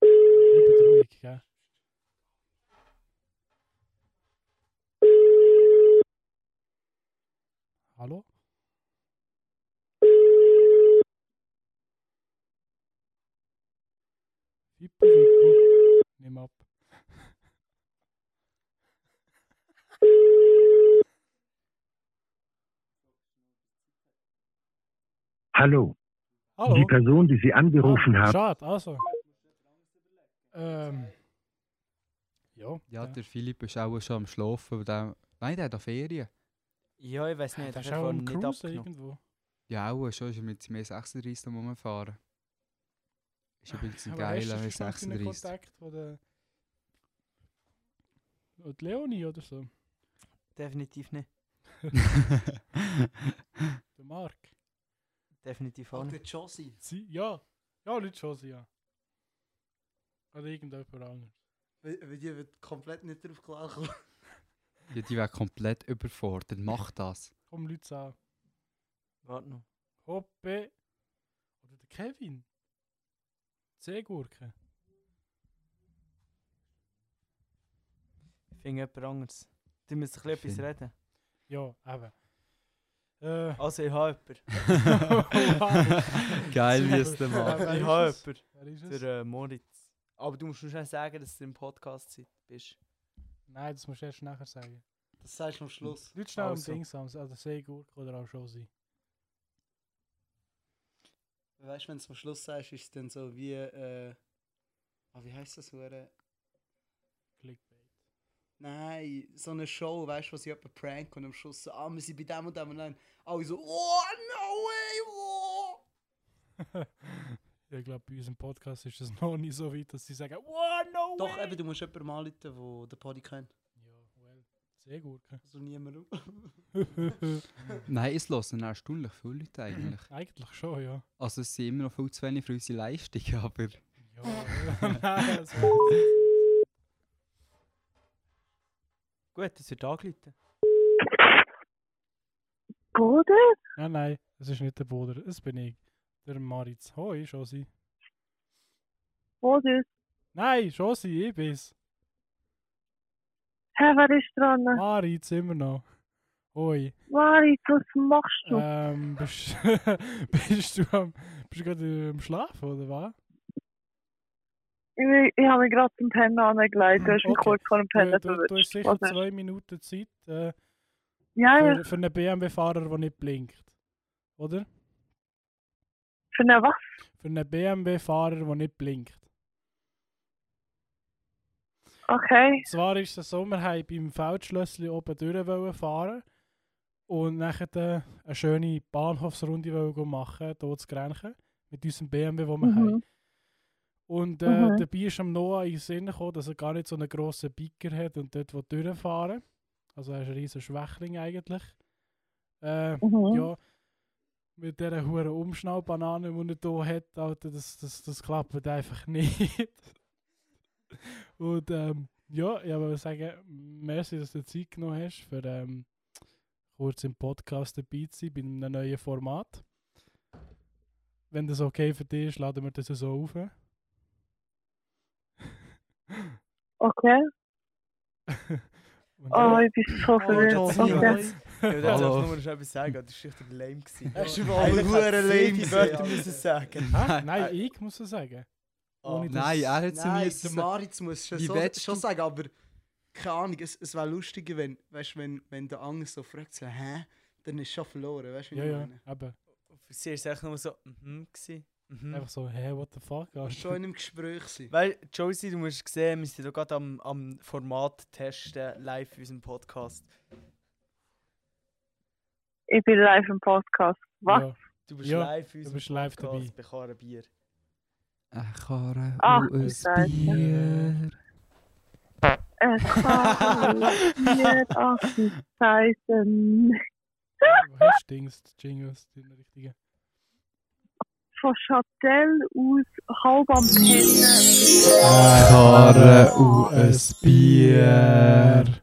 [SPEAKER 3] Bleibt ruhig, gell? Hallo? Fippo, Fippo. Nimm ab.
[SPEAKER 6] Hallo,
[SPEAKER 3] Hallo?
[SPEAKER 6] die Person, die Sie
[SPEAKER 3] Ah,
[SPEAKER 6] angerufen haben.
[SPEAKER 3] Schade, also. Ähm. Ja.
[SPEAKER 1] Ja, der Philipp ist auch schon am Schlafen. weil Der, nein, der hat auch Ferien.
[SPEAKER 2] Ja, ich weiß nicht.
[SPEAKER 3] Das
[SPEAKER 2] Das
[SPEAKER 3] ist
[SPEAKER 2] hat
[SPEAKER 3] auch
[SPEAKER 2] vorhin
[SPEAKER 3] am
[SPEAKER 2] nicht
[SPEAKER 3] Cruisen
[SPEAKER 2] abgenommen.
[SPEAKER 3] irgendwo.
[SPEAKER 1] Ja, auch schon ist er mit mehr 36 am rumfahren. Ist übrigens ein
[SPEAKER 3] Aber hast du
[SPEAKER 1] geiler E mit
[SPEAKER 3] sonst noch deinen
[SPEAKER 1] 36.
[SPEAKER 3] Kontakt von der... Und Leonie oder so?
[SPEAKER 2] Definitiv nicht.
[SPEAKER 3] Der Mark?
[SPEAKER 2] Definitiv auch
[SPEAKER 5] Alter,
[SPEAKER 2] nicht.
[SPEAKER 5] der Josie.
[SPEAKER 3] Sie? Ja. Ja, Leute schon, sie, ja. Oder irgendjemand anderes.
[SPEAKER 5] Weil weil die wird komplett nicht drauf klarkommen.
[SPEAKER 1] Ja, die wäre komplett überfordert. Mach das.
[SPEAKER 3] Komm, Leute sagen.
[SPEAKER 2] Warte noch.
[SPEAKER 3] Hoppe. Oder der Kevin. Seegurke.
[SPEAKER 2] Ich finde jemand anderes. Die müssen ein bisschen
[SPEAKER 1] Finde-
[SPEAKER 2] etwas reden.
[SPEAKER 3] Ja, eben. Äh,
[SPEAKER 2] Also, ich habe jemanden.
[SPEAKER 3] Wow.
[SPEAKER 1] Geil, wie es der
[SPEAKER 3] Wer-
[SPEAKER 1] macht.
[SPEAKER 3] wer
[SPEAKER 2] Ich
[SPEAKER 3] ist
[SPEAKER 2] habe
[SPEAKER 3] es?
[SPEAKER 2] jemanden.
[SPEAKER 3] Wer ist es?
[SPEAKER 2] Der äh, Moritz. Aber du musst nur schnell sagen, dass du im Podcast bist.
[SPEAKER 3] Nein, das musst du erst nachher sagen.
[SPEAKER 5] Das sagst du am Schluss.
[SPEAKER 3] Leute schnell
[SPEAKER 2] Also.
[SPEAKER 3] am Dings an der Seegurke oder am Josi.
[SPEAKER 5] Weißt du, wenn du es am Schluss sagst, ist es dann so wie. Äh, ah, wie heißt das? Hure?
[SPEAKER 3] Clickbait.
[SPEAKER 5] Nein, so eine Show, weißt du, wo sie jemanden pranken und am Schluss so, ah, wir sind bei dem und dem und dann alle so, oh, no way, oh!
[SPEAKER 3] Ja, ich glaube, bei unserem Podcast ist es noch nicht so weit, dass sie sagen, wow, no
[SPEAKER 5] Doch,
[SPEAKER 3] way.
[SPEAKER 5] eben, du musst jemanden mal anrufen, der den Party kennt.
[SPEAKER 3] Ja, well, Seegurke.
[SPEAKER 5] Also niemand.
[SPEAKER 1] Nein, es hören erstaunlich viele Leute eigentlich.
[SPEAKER 3] Eigentlich schon, ja.
[SPEAKER 1] Also es sind immer noch viel zu wenig für unsere Leistung, aber...
[SPEAKER 3] Ja, nein, also,
[SPEAKER 2] Gut, das wird angeleitet.
[SPEAKER 7] Gute?
[SPEAKER 3] nein, nein, es ist nicht der Bruder, es bin ich. Der Maritz. Hoi, Josi.
[SPEAKER 7] Was ist?
[SPEAKER 3] Nein, Josi, ich bin's.
[SPEAKER 7] Hä, wer ist dran?
[SPEAKER 3] Maritz immer noch. Hoi.
[SPEAKER 7] Marit, was machst du?
[SPEAKER 3] Ähm, bist, bist du am, bist du gerade am Schlafen, oder was?
[SPEAKER 7] Ich, ich habe mich gerade zum Pennen angelegt. Du hast mich
[SPEAKER 3] Okay.
[SPEAKER 7] kurz vor dem Pennen
[SPEAKER 3] Du, du, du hast
[SPEAKER 7] erwischt.
[SPEAKER 3] sicher
[SPEAKER 7] Was ist?
[SPEAKER 3] zwei Minuten Zeit äh,
[SPEAKER 7] Ja, Ah, ja.
[SPEAKER 3] für, für einen BMW-Fahrer, der nicht blinkt. Oder?
[SPEAKER 7] Für eine was?
[SPEAKER 3] Für einen BMW-Fahrer, der nicht blinkt.
[SPEAKER 7] Okay.
[SPEAKER 3] Zwar ist der Sommerhype im Feldschlössli oben durch wollen fahren und nachher äh, eine schöne Bahnhofsrunde wollen go machen, hier zu Grenchen, mit unserem BMW, den wir haben.
[SPEAKER 7] Mhm.
[SPEAKER 3] Und äh,
[SPEAKER 7] Mhm.
[SPEAKER 3] dabei ist am Noah in den Sinn gekommen, dass er gar nicht so einen grossen Biker hat und dort will durchfahren Also er ist ein riesen Schwächling eigentlich. Äh,
[SPEAKER 7] Mhm.
[SPEAKER 3] ja, mit dieser hohen Umschnallbanane, die er hier hat, Alter, das, das, das klappt einfach nicht. Und ähm, ja, ich wollte sagen, merci, dass du dir Zeit genommen hast, für ähm, kurz im Podcast dabei zu sein, bei einem neuen Format. Wenn das okay für dich ist, laden wir das so auf.
[SPEAKER 7] Okay.
[SPEAKER 3] Und
[SPEAKER 7] Oh,
[SPEAKER 3] ja,
[SPEAKER 7] ich bin so verwirrt.
[SPEAKER 2] das ist
[SPEAKER 7] Okay.
[SPEAKER 2] ja- Ich Oh, wollte
[SPEAKER 1] Hallo.
[SPEAKER 2] einfach nur schnell etwas sagen, aber das war richtig lame. gewesen.
[SPEAKER 5] Hast du
[SPEAKER 2] Eigentlich
[SPEAKER 5] überall
[SPEAKER 2] hätte
[SPEAKER 5] Huren
[SPEAKER 2] sie
[SPEAKER 5] lame
[SPEAKER 2] die
[SPEAKER 5] gesehen,
[SPEAKER 2] Wörter
[SPEAKER 5] Alter.
[SPEAKER 2] müssen sagen.
[SPEAKER 3] Hä? Nein, ich muss es sagen. Ohne das-
[SPEAKER 1] Nein, er hat sie mir
[SPEAKER 5] Nein,
[SPEAKER 1] jetzt...
[SPEAKER 5] der Maritz muss schon,
[SPEAKER 1] Wie
[SPEAKER 5] so,
[SPEAKER 1] willst
[SPEAKER 5] schon
[SPEAKER 1] du-
[SPEAKER 5] sagen, aber keine Ahnung, es, es wäre lustiger, wenn, weißt, wenn, wenn der andere so fragt, so, hä? Dann ist schon verloren, weißt du, wie
[SPEAKER 3] Ja,
[SPEAKER 5] ich
[SPEAKER 3] ja,
[SPEAKER 5] meine?
[SPEAKER 3] eben.
[SPEAKER 2] Für sie war es echt nur so, mhm, gewesen. Mhm.
[SPEAKER 3] Einfach so, hey, what the fuck? Ah,
[SPEAKER 5] Du musst schon
[SPEAKER 3] Alter?
[SPEAKER 5] in einem Gespräch sein.
[SPEAKER 2] Weil, Josie, du musst sehen, wir sind hier gerade am, am Format testen, live in unserem Podcast.
[SPEAKER 7] Ich bin live im Podcast. Was?
[SPEAKER 3] Ja,
[SPEAKER 2] Du bist
[SPEAKER 3] Ja,
[SPEAKER 2] live in
[SPEAKER 3] du
[SPEAKER 2] unserem
[SPEAKER 3] bist live dabei.
[SPEAKER 2] Podcast, bekam ein Bier.
[SPEAKER 1] Eine Karre
[SPEAKER 7] Ach,
[SPEAKER 1] und
[SPEAKER 7] du
[SPEAKER 1] ein
[SPEAKER 7] Scheiße.
[SPEAKER 1] Bier.
[SPEAKER 7] Es kann mir auch die Zeiten
[SPEAKER 3] Du hast Dings, die Jingles, die richtigen.
[SPEAKER 7] von Châtel aus halb am Pennen.
[SPEAKER 1] Karre
[SPEAKER 7] und
[SPEAKER 3] ein Bier.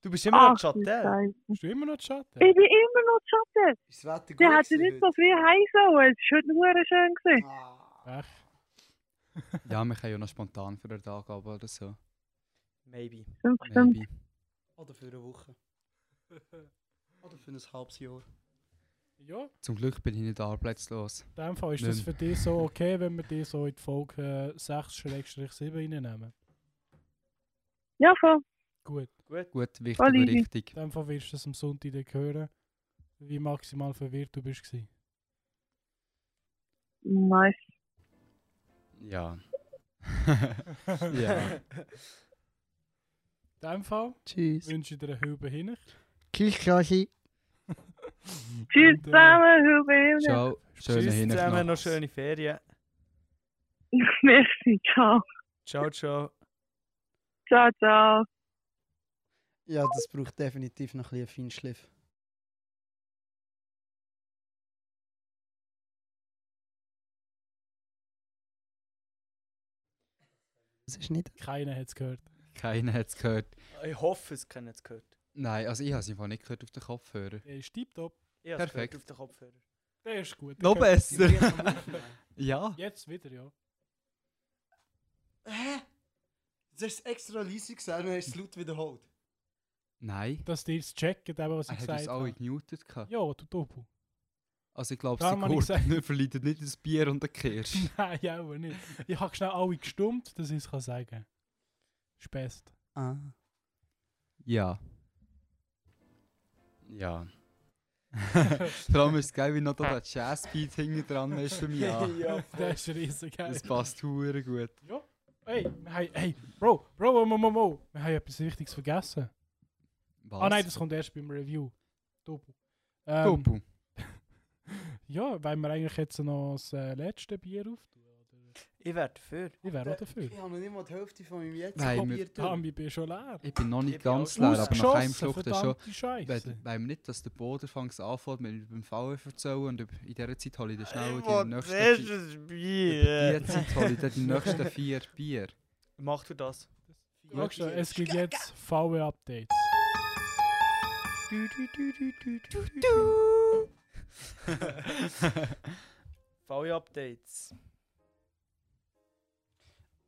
[SPEAKER 2] Du bist immer
[SPEAKER 7] Ach,
[SPEAKER 2] noch
[SPEAKER 7] du
[SPEAKER 2] im Chat,
[SPEAKER 7] Scheiße.
[SPEAKER 3] Bist du immer noch Schatten?
[SPEAKER 7] Ich bin immer noch Schatten.
[SPEAKER 5] Ist das Wetter
[SPEAKER 7] Der
[SPEAKER 5] gut
[SPEAKER 7] hätte
[SPEAKER 5] gewesen
[SPEAKER 7] nicht so
[SPEAKER 5] heute?
[SPEAKER 7] viel heiß sollen. Es war heute nur schön. Gewesen.
[SPEAKER 5] Ah,
[SPEAKER 3] Ach,
[SPEAKER 1] Ja, wir können ja noch spontan für einen Tag ab oder so.
[SPEAKER 2] Maybe.
[SPEAKER 7] Stimmt, stimmt.
[SPEAKER 1] Maybe.
[SPEAKER 5] Oder für eine Woche. Oder für ein halbes Jahr.
[SPEAKER 3] ja, in
[SPEAKER 1] Zum Glück bin ich nicht arbeitslos.
[SPEAKER 3] dem Fall ist das
[SPEAKER 1] Nein.
[SPEAKER 3] für dich so okay, wenn wir die so in die Folge äh, 6-7 reinnehmen.
[SPEAKER 7] Ja, voll.
[SPEAKER 3] Gut,
[SPEAKER 2] Gut.
[SPEAKER 1] Gut, wichtig
[SPEAKER 7] Voll
[SPEAKER 1] und
[SPEAKER 7] easy.
[SPEAKER 1] richtig.
[SPEAKER 3] in dem Fall wirst du es am Sonntag dann hören, wie maximal verwirrt du bist. gewesen.
[SPEAKER 7] Nice.
[SPEAKER 1] Ja. ja.
[SPEAKER 3] In dem Fall
[SPEAKER 4] Tschüss.
[SPEAKER 3] wünsche ich dir eine Hübe hin.
[SPEAKER 4] Tschüss, Kasi.
[SPEAKER 7] Tschüss
[SPEAKER 3] Und, äh,
[SPEAKER 7] zusammen, Hübe.
[SPEAKER 1] Ciao. Schöne
[SPEAKER 2] Tschüss zusammen,
[SPEAKER 1] Hinweise.
[SPEAKER 2] noch schöne Ferien.
[SPEAKER 7] Merci, ciao.
[SPEAKER 2] Ciao, ciao.
[SPEAKER 7] Ciao, ciao.
[SPEAKER 4] Ja, das braucht definitiv noch ein bisschen Feinschliff. Das ist nicht.
[SPEAKER 3] Keiner hat es gehört.
[SPEAKER 1] Keiner hat es gehört.
[SPEAKER 2] Ich hoffe, es kennen es gehört.
[SPEAKER 1] Nein, also ich habe es einfach nicht gehört auf den Kopfhörer.
[SPEAKER 3] Der ist tiptop.
[SPEAKER 2] Ich habe es gehört
[SPEAKER 1] Perfekt.
[SPEAKER 2] auf den Kopfhörer.
[SPEAKER 3] Der ist gut.
[SPEAKER 1] Noch
[SPEAKER 3] Der gehört-
[SPEAKER 1] besser. ja.
[SPEAKER 3] Jetzt wieder, ja.
[SPEAKER 5] Hä? Jetzt hast du es extra leise gesagt und hast es laut wiederholt.
[SPEAKER 1] Nein.
[SPEAKER 3] Dass die es checken, eben, was
[SPEAKER 1] Er
[SPEAKER 3] ich
[SPEAKER 1] hat uns
[SPEAKER 3] gesagt
[SPEAKER 1] alle
[SPEAKER 3] habe.
[SPEAKER 1] gemutet. gehabt.
[SPEAKER 3] Ja, du Dobu.
[SPEAKER 1] Also ich glaube, sie
[SPEAKER 3] Darum habe ich
[SPEAKER 1] Gurten verleiden nicht das Bier und den Kirsch.
[SPEAKER 3] Nein, auch Ah, nicht. Ich habe schnell alle gestummt, dass ich es kann sagen kann. Spest.
[SPEAKER 5] Ah.
[SPEAKER 1] Ja. Ja. Vor allem ist es geil, wie noch da der Jazzbeat hinten dran ist für mich. Ja.
[SPEAKER 3] Der ist riesig.
[SPEAKER 1] Das passt hure gut.
[SPEAKER 3] Hey, wir haben, hey, Bro, Bro, Mo, Mo, Mo, Mo. Wir haben etwas Wichtiges vergessen.
[SPEAKER 1] Was?
[SPEAKER 3] Ah nein, das kommt erst beim Review. Dobu. Ähm,
[SPEAKER 1] Topu.
[SPEAKER 3] Ja, weil wir eigentlich jetzt noch das äh, letzte Bier auftun.
[SPEAKER 2] Ich wäre dafür.
[SPEAKER 3] Ich wäre auch dafür.
[SPEAKER 5] Ich habe noch nicht mal die Hälfte von meinem
[SPEAKER 1] Nein,
[SPEAKER 5] jetzigen
[SPEAKER 1] wir-
[SPEAKER 5] Bier
[SPEAKER 3] Damn, ich bin schon leer.
[SPEAKER 1] Ich bin noch
[SPEAKER 2] Ich
[SPEAKER 1] nicht
[SPEAKER 2] bin
[SPEAKER 1] ganz
[SPEAKER 2] auch schon
[SPEAKER 1] leer, aber nach einem Schluck dann schon.
[SPEAKER 3] verdammte Scheiße.
[SPEAKER 1] Weil weil wir nicht, dass der Boden fängt anfängt, wenn ich beim VF erzählen und über- in dieser Zeit hole ich dann schnell die nächsten vier. In dieser Zeit hole ich dann die nächsten vier Bier.
[SPEAKER 2] Mach du das.
[SPEAKER 3] Schau schon, es gibt jetzt VW-Updates.
[SPEAKER 2] VW-Updates.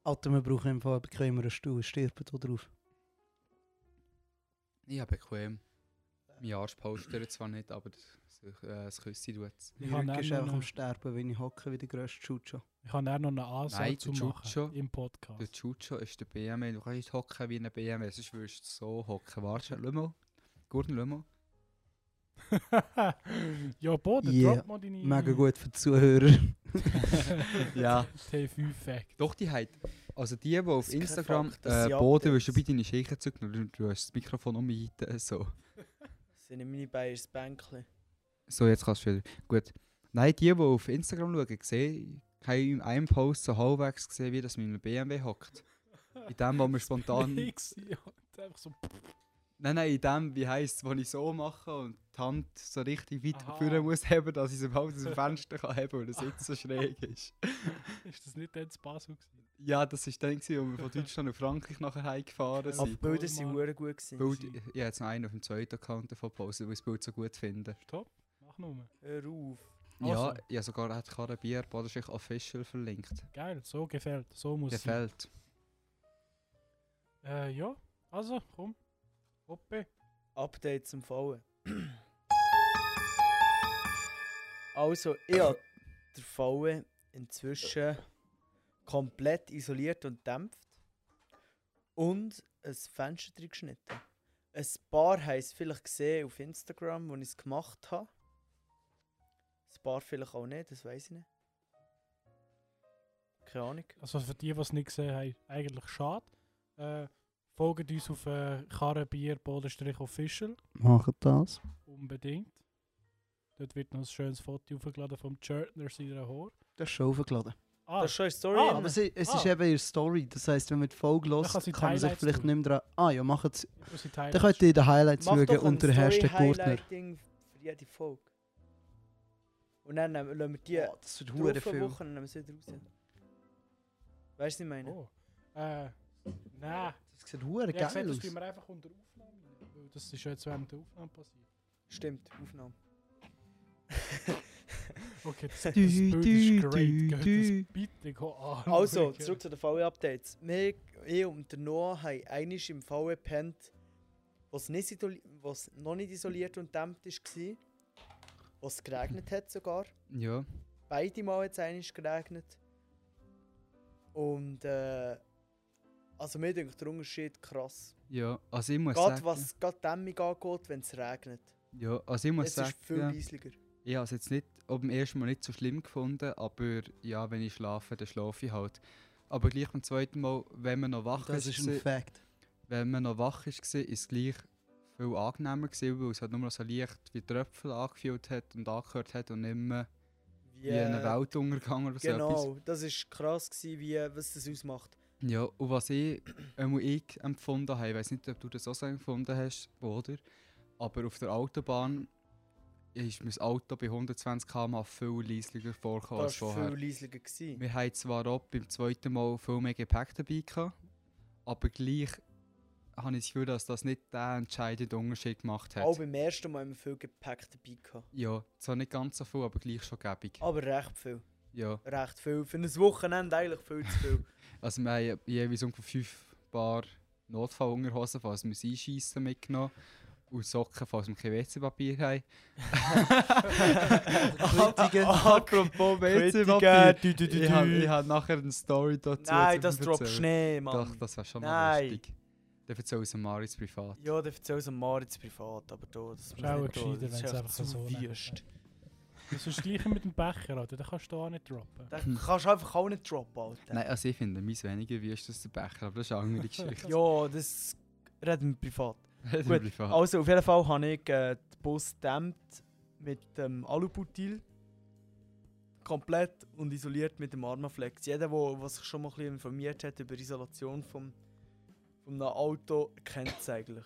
[SPEAKER 5] Alter, wir brauchen im Fall aber keinen mehr einen Stuhl. Stirbt da drauf.
[SPEAKER 1] Ich habe bequem. Mein Arsch polstert zwar nicht, aber das, äh, das Küssi tut es.
[SPEAKER 5] Mein
[SPEAKER 3] Ich habe
[SPEAKER 5] Rücken ist
[SPEAKER 3] auch
[SPEAKER 5] einfach
[SPEAKER 3] noch-
[SPEAKER 5] am Sterben, wenn ich hocke wie der grösste Chucho.
[SPEAKER 3] Ich habe auch noch eine Ansage
[SPEAKER 1] Nein,
[SPEAKER 3] zu
[SPEAKER 1] der
[SPEAKER 3] machen
[SPEAKER 1] Chucho.
[SPEAKER 3] im
[SPEAKER 1] Der
[SPEAKER 3] Podcast.
[SPEAKER 1] Chucho ist der BMW. Du kannst nicht hocken wie ein BMW, sonst würdest du so hocken. Warte, schau mal. Guten, schau mal.
[SPEAKER 3] ja, Boden,
[SPEAKER 5] Yeah.
[SPEAKER 3] drop mal deine
[SPEAKER 5] Mega gut für die Zuhörer.
[SPEAKER 1] Ja.
[SPEAKER 3] T5-Fact.
[SPEAKER 1] Doch, die hat. Also die, die auf
[SPEAKER 2] Das ist kein
[SPEAKER 1] Instagram
[SPEAKER 2] Fakt, dass
[SPEAKER 1] äh,
[SPEAKER 2] sie
[SPEAKER 1] Boden,
[SPEAKER 2] abgeht.
[SPEAKER 1] wirst du bei deinen Schichten zücken und du hast das Mikrofon umgehalten. So.
[SPEAKER 2] Das sind meine Bayers Bänkli.
[SPEAKER 1] so, jetzt kannst du wieder. Gut. Nein, die, die auf Instagram schauen, sehen, haben in einem Post so halbwegs gesehen, wie das mit einem BMW hockt. In dem, wo wir spontan.
[SPEAKER 3] Nix, ja. Einfach so.
[SPEAKER 1] Nein, nein, in dem, wie heisst es, wo ich so mache und die Hand so richtig weit
[SPEAKER 3] Aha.
[SPEAKER 1] führen muss, haben, dass ich es überhaupt aus dem Fenster kann haben kann, weil der Sitz so schräg ist.
[SPEAKER 3] Ist das nicht dann zu Basel gewesen?
[SPEAKER 1] Ja, das war dann, gewesen, wo wir von Deutschland nach Frankreich nachher heimgefahren
[SPEAKER 2] Aber
[SPEAKER 1] sind.
[SPEAKER 2] die Bilder sind hure gut gewesen.
[SPEAKER 1] Bild, ich habe jetzt noch einen auf dem zweiten Account davon gepostet, weil ich das Bild so gut finde.
[SPEAKER 3] Top, mach nur.
[SPEAKER 2] Hör auf.
[SPEAKER 1] Ja,
[SPEAKER 3] Also.
[SPEAKER 1] ich habe sogar hat Karabier Baderschicht Official verlinkt.
[SPEAKER 3] Geil, so gefällt. So muss es sein.
[SPEAKER 1] Gefällt.
[SPEAKER 3] Äh, ja, also, komm. Hoppe.
[SPEAKER 2] Updates zum Fallen. Also, ich habe den Fallen inzwischen komplett isoliert und dämpft. Und ein Fenster drin geschnitten. Ein paar haben es vielleicht gesehen auf Instagram, wo ich es gemacht habe. Ein paar vielleicht auch nicht, das weiß ich nicht. Keine Ahnung.
[SPEAKER 3] Also für die, die es nicht gesehen haben, eigentlich schade. Äh, folgt uns auf äh, Karrenbier-Official.
[SPEAKER 5] Machen das.
[SPEAKER 3] Unbedingt. Dort wird noch ein schönes Foto aufgeladen vom Churtner seiner Haar.
[SPEAKER 5] Das ist schon aufgeladen.
[SPEAKER 3] Ah,
[SPEAKER 2] Das ist schon eine Story.
[SPEAKER 3] Ah,
[SPEAKER 2] drin.
[SPEAKER 5] Aber es, i- es ist
[SPEAKER 3] Ah.
[SPEAKER 5] eben ihre Story. Das heisst, wenn man die Folge hört,
[SPEAKER 3] kann sie
[SPEAKER 5] kann,
[SPEAKER 3] die
[SPEAKER 5] man sich
[SPEAKER 3] Highlights
[SPEAKER 5] vielleicht
[SPEAKER 3] tun.
[SPEAKER 5] nicht mehr dran... Ah ja, macht's.
[SPEAKER 3] das ist
[SPEAKER 5] Dann könnt ihr in den Highlights
[SPEAKER 2] Mach
[SPEAKER 5] schauen
[SPEAKER 2] doch ein
[SPEAKER 5] unter Hashtag Gurtner.
[SPEAKER 2] Story-Highlighting für jede Folge. Und dann nehmen, lassen wir die
[SPEAKER 5] Oh, das wird
[SPEAKER 2] oh,
[SPEAKER 5] hure
[SPEAKER 2] drauf eine
[SPEAKER 5] viel.
[SPEAKER 2] Woche und nehmen sie wieder raus. Weißt du, was ich meine?
[SPEAKER 3] Oh. Äh, nein.
[SPEAKER 5] Das sieht hure
[SPEAKER 3] Ich habe gesagt,
[SPEAKER 5] geil
[SPEAKER 3] das
[SPEAKER 5] aus.
[SPEAKER 3] tun wir einfach unter Aufnahme. rein, Weil das ist ja jetzt während der Aufnahme passiert.
[SPEAKER 2] Stimmt, Aufnahme.
[SPEAKER 3] Okay, das, das Bild ist great. Geht das bitte go an.
[SPEAKER 2] Also, zurück zu den VW-Updates. Wir, ich und der Noah haben einiges im VW gepennt, was, nicht isoli- was noch nicht isoliert und dämmt war, was geregnet hat sogar.
[SPEAKER 1] Ja.
[SPEAKER 2] beide Mal jetzt einiges geregnet. Und äh, also mir denkt der Unterschied krass.
[SPEAKER 1] Ja. Also ich muss
[SPEAKER 2] Gerade
[SPEAKER 1] sagen.
[SPEAKER 2] was gerade Dämmung angeht, wenn es regnet.
[SPEAKER 1] Ja, also ich muss
[SPEAKER 2] Es ist viel
[SPEAKER 1] sagen.
[SPEAKER 2] eisliger.
[SPEAKER 1] Ich habe es jetzt nicht ob im ersten Mal nicht so schlimm gefunden, aber ja, wenn ich schlafe, dann schlafe ich halt. Aber gleich beim zweiten Mal, wenn man noch wach
[SPEAKER 5] Das ist ein
[SPEAKER 1] gewesen-
[SPEAKER 5] Fact.
[SPEAKER 1] wenn man noch wach ist, war es gleich viel angenehmer, gewesen, weil es halt nur noch so leicht wie Tröpfel angefühlt hat und angehört hat und nicht mehr
[SPEAKER 2] Wie,
[SPEAKER 1] wie ein
[SPEAKER 2] äh,
[SPEAKER 1] Weltuntergang oder so etwas.
[SPEAKER 2] Genau, das ist krass gewesen, wie, äh, was das ausmacht.
[SPEAKER 1] Ja, und was ich, ähm, ich empfunden habe, ich weiß nicht, ob du das auch so empfunden hast, oder? Aber auf der Autobahn ist mein Auto bei 120 km viel leislicher vorgekommen als
[SPEAKER 2] Das war
[SPEAKER 1] vorher.
[SPEAKER 2] viel leislicher. gewesen.
[SPEAKER 1] Wir hatten zwar auch beim zweiten Mal viel mehr Gepäck dabei, gehabt, aber gleich habe ich das Gefühl, dass das nicht den entscheidenden Unterschied gemacht hat.
[SPEAKER 2] Auch beim ersten Mal haben wir viel Gepäck dabei. Gehabt.
[SPEAKER 1] ja, zwar nicht ganz so viel, aber gleich schon gäbig.
[SPEAKER 2] Aber recht viel.
[SPEAKER 1] Ja,
[SPEAKER 2] Recht viel. Für ein Wochenende eigentlich viel zu viel.
[SPEAKER 1] also wir haben jeweils ungefähr fünf Paar Notfallunterhosen, falls wir uns einschiessen, mitgenommen. Und Socken, falls wir kein WC-Papier haben.
[SPEAKER 2] Kritiken.
[SPEAKER 1] Apropos
[SPEAKER 3] Äh,
[SPEAKER 1] WC-Papier.
[SPEAKER 2] Kritiken, du, du, du,
[SPEAKER 1] Ich habe
[SPEAKER 2] du.
[SPEAKER 1] ich hab nachher eine Story dazu.
[SPEAKER 2] Nein,
[SPEAKER 1] zum
[SPEAKER 2] das droppt
[SPEAKER 1] erzählen.
[SPEAKER 2] Schnee, Mann.
[SPEAKER 1] Doch, das wäre schon mal
[SPEAKER 2] Nein.
[SPEAKER 1] lustig. Dann erzähl es Maris privat.
[SPEAKER 2] Ja, dann erzähl es am Maritz privat, aber da, das
[SPEAKER 3] Ist auch
[SPEAKER 2] nicht da,
[SPEAKER 3] gescheiter,
[SPEAKER 2] das
[SPEAKER 3] wenn's
[SPEAKER 2] ist echt
[SPEAKER 3] einfach
[SPEAKER 2] zu
[SPEAKER 3] so lang
[SPEAKER 2] wüst.
[SPEAKER 3] Das ist das gleiche mit dem Becher, Alter. Den kannst du auch nicht droppen.
[SPEAKER 2] Da kannst du einfach auch nicht droppen, Alter.
[SPEAKER 1] Nein, also ich finde, meins weniger wie ist das der Becher, aber das ist eine andere Geschichte.
[SPEAKER 2] Ja, das reden wir privat.
[SPEAKER 1] Reden wir
[SPEAKER 2] Gut,
[SPEAKER 1] privat.
[SPEAKER 2] Also, auf jeden Fall habe ich äh, den Bus gedämmt mit dem Alubutil. Komplett und isoliert mit dem Armaflex. Jeder, der was sich schon mal ein bisschen informiert hat über die Isolation vom, vom einem Auto, kennt es eigentlich.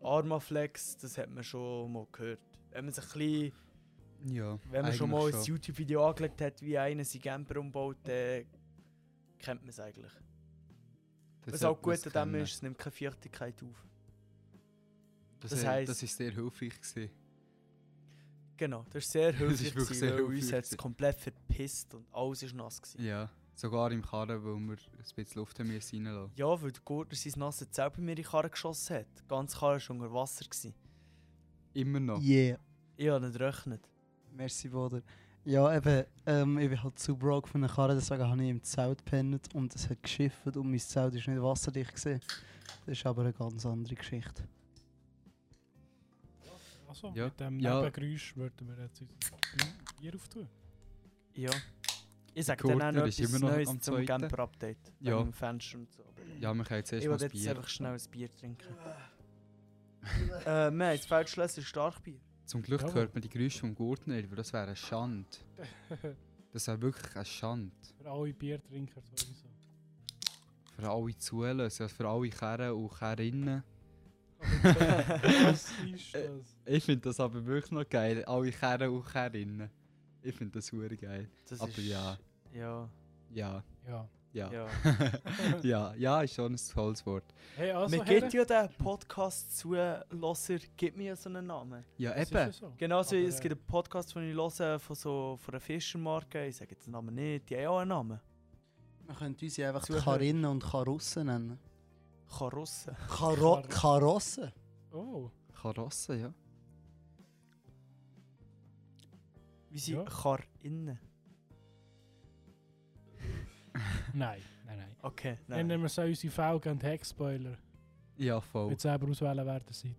[SPEAKER 2] Armaflex, das hat man schon mal gehört. Wenn man sich ein bisschen
[SPEAKER 1] ja,
[SPEAKER 2] Wenn man schon mal
[SPEAKER 1] eigentlich
[SPEAKER 2] ein YouTube-Video angelegt hat, wie einer seinen Camper umbaut, dann kennt man es eigentlich.
[SPEAKER 1] Das
[SPEAKER 2] Was
[SPEAKER 1] sollte
[SPEAKER 2] auch gut
[SPEAKER 1] man
[SPEAKER 2] an dem
[SPEAKER 1] kennen.
[SPEAKER 2] ist, es nimmt keine Feuchtigkeit auf.
[SPEAKER 1] Das,
[SPEAKER 2] das
[SPEAKER 1] das
[SPEAKER 2] heisst-
[SPEAKER 1] Das war sehr hilfreich. Gewesen.
[SPEAKER 2] Genau, das ist sehr
[SPEAKER 1] ist
[SPEAKER 2] hilfreich,
[SPEAKER 1] wirklich
[SPEAKER 2] gewesen,
[SPEAKER 1] sehr
[SPEAKER 2] weil
[SPEAKER 1] hilfreich
[SPEAKER 2] uns hat es
[SPEAKER 1] gewesen.
[SPEAKER 2] komplett verpisst und alles ist nass. Gewesen.
[SPEAKER 1] Ja, sogar im Karren, weil wir ein bisschen Luft haben müssen reinlassen.
[SPEAKER 2] Ja, weil der Gurtner sein nasses Zelt bei mir in die Karre geschossen hat. Die ganze Karre war unter Wasser. Gewesen.
[SPEAKER 1] Immer noch.
[SPEAKER 4] Yeah.
[SPEAKER 2] Ich habe nicht gerechnet.
[SPEAKER 4] Merci, Bruder. Ja, eben, ähm, ich bin halt zu broke von der Karre, deswegen habe ich im Zelt gepennt und es hat geschifft und mein Zelt ist nicht wasserdicht gewesen. Das ist aber eine ganz andere Geschichte.
[SPEAKER 3] Also,
[SPEAKER 1] Ja.
[SPEAKER 3] mit dem
[SPEAKER 1] Ja.
[SPEAKER 3] Nebengeräusch würden wir jetzt unser Bier auftun.
[SPEAKER 2] Ja. Ich sage
[SPEAKER 1] Der
[SPEAKER 2] dann auch noch
[SPEAKER 1] Gurtner ist
[SPEAKER 2] etwas
[SPEAKER 1] immer noch
[SPEAKER 2] Neues
[SPEAKER 1] am
[SPEAKER 2] zum
[SPEAKER 1] zweiten.
[SPEAKER 2] Camper-Update.
[SPEAKER 1] Ja.
[SPEAKER 2] Ja. Im Fenster und so. aber-
[SPEAKER 1] Ja, wir können jetzt
[SPEAKER 2] Ich
[SPEAKER 1] erst mal
[SPEAKER 2] will
[SPEAKER 1] das
[SPEAKER 2] jetzt
[SPEAKER 1] Bier.
[SPEAKER 2] einfach schnell ein Bier trinken. äh, nein, das Feldschlösser ist Starkbier.
[SPEAKER 1] Zum Glück
[SPEAKER 3] Jawohl.
[SPEAKER 1] hört man die Geräusche vom Gurt nicht, weil das wäre eine Schande. Das wäre wirklich eine Schande.
[SPEAKER 3] Für alle Biertrinker sowieso.
[SPEAKER 1] Für alle Zuhörer, also für alle Kerren und Kerrinnen.
[SPEAKER 3] Was ist
[SPEAKER 2] Äh,
[SPEAKER 3] das?
[SPEAKER 1] Ich finde das aber wirklich noch geil. Alle Kerren und Kerrinnen. Ich finde das super geil.
[SPEAKER 2] Das
[SPEAKER 1] Aber
[SPEAKER 2] ist,
[SPEAKER 1] ja.
[SPEAKER 2] Ja,
[SPEAKER 1] Ja,
[SPEAKER 3] Ja.
[SPEAKER 1] ja.
[SPEAKER 2] ja.
[SPEAKER 1] Ja, ja, ist schon ein tolles Wort.
[SPEAKER 3] Hey, also,
[SPEAKER 2] Mir
[SPEAKER 3] Herren,
[SPEAKER 2] gibt ja den Podcast zu, Losser, gibt mir ja so einen Namen.
[SPEAKER 1] Ja,
[SPEAKER 3] das ist
[SPEAKER 1] eben.
[SPEAKER 3] ja so.
[SPEAKER 2] Genauso,
[SPEAKER 3] Aber,
[SPEAKER 2] Genau, es
[SPEAKER 3] äh,
[SPEAKER 2] gibt einen Podcast, den ich höre, von so von einer Fischermarke. Ich sage jetzt den Namen nicht, die haben auch einen Namen.
[SPEAKER 4] Wir können uns ja einfach
[SPEAKER 2] Zuhörer.
[SPEAKER 4] Karinnen und Karossen nennen.
[SPEAKER 2] Karossen.
[SPEAKER 4] Karo
[SPEAKER 3] Kar-
[SPEAKER 4] Karossen?
[SPEAKER 3] Oh,
[SPEAKER 1] Karosse, ja.
[SPEAKER 2] Wie sie
[SPEAKER 3] Ja.
[SPEAKER 2] Karinnen.
[SPEAKER 3] nein, nein, nein.
[SPEAKER 2] Okay,
[SPEAKER 3] Dann
[SPEAKER 2] nein.
[SPEAKER 3] nehmen wir so unsere Felgen und Heckspoiler.
[SPEAKER 1] Ja, voll.
[SPEAKER 3] Mit selber auswählen, wer ihr seid.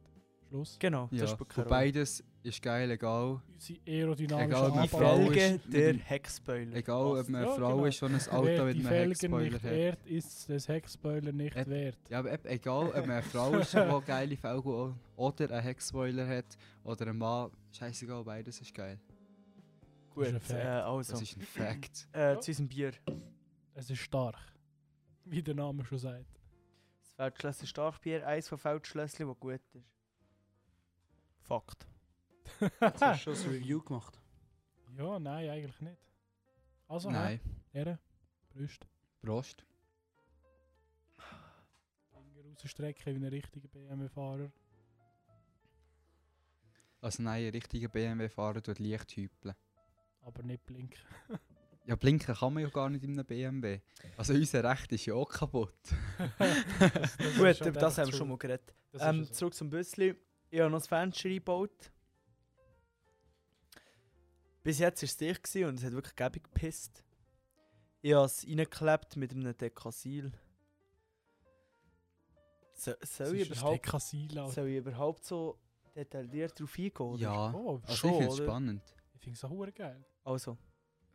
[SPEAKER 3] Schluss.
[SPEAKER 2] Genau,
[SPEAKER 1] Ja.
[SPEAKER 2] das ist bei
[SPEAKER 1] Und
[SPEAKER 2] Karol.
[SPEAKER 1] beides ist geil, egal.
[SPEAKER 3] Unsere aerodynamische
[SPEAKER 1] Egal, ob
[SPEAKER 2] Die
[SPEAKER 1] Die Frau ist
[SPEAKER 2] Felge
[SPEAKER 1] mit
[SPEAKER 2] der
[SPEAKER 1] dem-
[SPEAKER 2] Hexbeuler.
[SPEAKER 1] Egal, ob man eine
[SPEAKER 3] Ja,
[SPEAKER 1] Frau
[SPEAKER 3] genau.
[SPEAKER 1] ist, schon ein Auto
[SPEAKER 3] Wer
[SPEAKER 1] mit
[SPEAKER 3] die
[SPEAKER 1] einem
[SPEAKER 3] Felgen
[SPEAKER 1] Heckspoiler
[SPEAKER 3] nicht
[SPEAKER 1] hat.
[SPEAKER 3] wert, ist das Heckspoiler nicht
[SPEAKER 1] Ep-
[SPEAKER 3] wert.
[SPEAKER 1] Ja, aber eben, egal, ob man eine Frau ist, die geile Felgen o- oder einen Heckspoiler hat oder ein Mann. Scheißegal, beides ist geil.
[SPEAKER 2] Gut,
[SPEAKER 3] Das ist
[SPEAKER 2] äh,
[SPEAKER 3] ein Fact.
[SPEAKER 1] Das
[SPEAKER 2] also.
[SPEAKER 1] ist ein Fact.
[SPEAKER 2] Äh, zu unserem Bier.
[SPEAKER 3] Es ist stark. Wie der Name schon sagt.
[SPEAKER 2] Das Feldschlösser Starkbier, eins von Feldschlössli, das gut ist. Fakt.
[SPEAKER 4] Jetzt hast du schon ein Review gemacht.
[SPEAKER 3] ja, nein, eigentlich nicht. Also,
[SPEAKER 1] Nein.
[SPEAKER 3] Herren, Brüste.
[SPEAKER 1] Prost.
[SPEAKER 3] Finger rausstrecken wie ein richtiger BMW-Fahrer.
[SPEAKER 1] Also nein, ein richtiger BMW-Fahrer tut leicht hüpeln.
[SPEAKER 3] Aber nicht blinken.
[SPEAKER 1] Ja, blinken kann man ja gar nicht in einem BMW. Also unser Recht ist ja auch kaputt.
[SPEAKER 2] Gut, über das haben wir schon mal geredet.
[SPEAKER 3] Das ist
[SPEAKER 2] Ähm,
[SPEAKER 3] so.
[SPEAKER 2] Zurück zum Büssli. Ich habe noch das Fenster eingebaut. Bis jetzt war es dicht gewesen und es hat wirklich gäbig gepisst. Ich habe es reingeklebt mit einem Dekasil. So,
[SPEAKER 3] Das
[SPEAKER 2] soll, ich
[SPEAKER 3] ist ein
[SPEAKER 2] überhaupt,
[SPEAKER 3] Steckasila.
[SPEAKER 2] soll ich überhaupt so detailliert darauf eingehen? oder?
[SPEAKER 1] Ja,
[SPEAKER 3] Oh,
[SPEAKER 1] also
[SPEAKER 2] schon,
[SPEAKER 1] ich finde es
[SPEAKER 2] oder?
[SPEAKER 1] spannend.
[SPEAKER 3] ich finde es auch verdammt geil.
[SPEAKER 2] Also,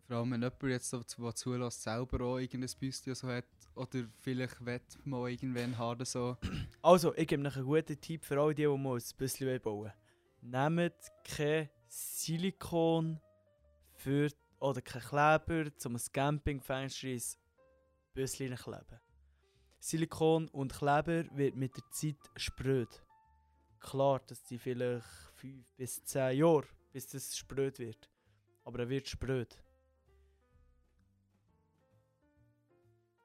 [SPEAKER 1] Vor allem, wenn jemand jetzt, so zu- der zulässt, selber auch irgendein Büstchen so hat oder vielleicht will mal irgendwann haben so.
[SPEAKER 2] also, ich gebe euch einen guten Tipp für alle, die, die mal ein Büssli bauen wollen. Nehmt kein Silikon für, oder kein Kleber, zum ein Campingfenster ins Büssli kleben. Silikon und Kleber wird mit der Zeit spröd. Klar, dass die vielleicht 5 bis 10 Jahre bis das spröd wird. Aber er wird spröd.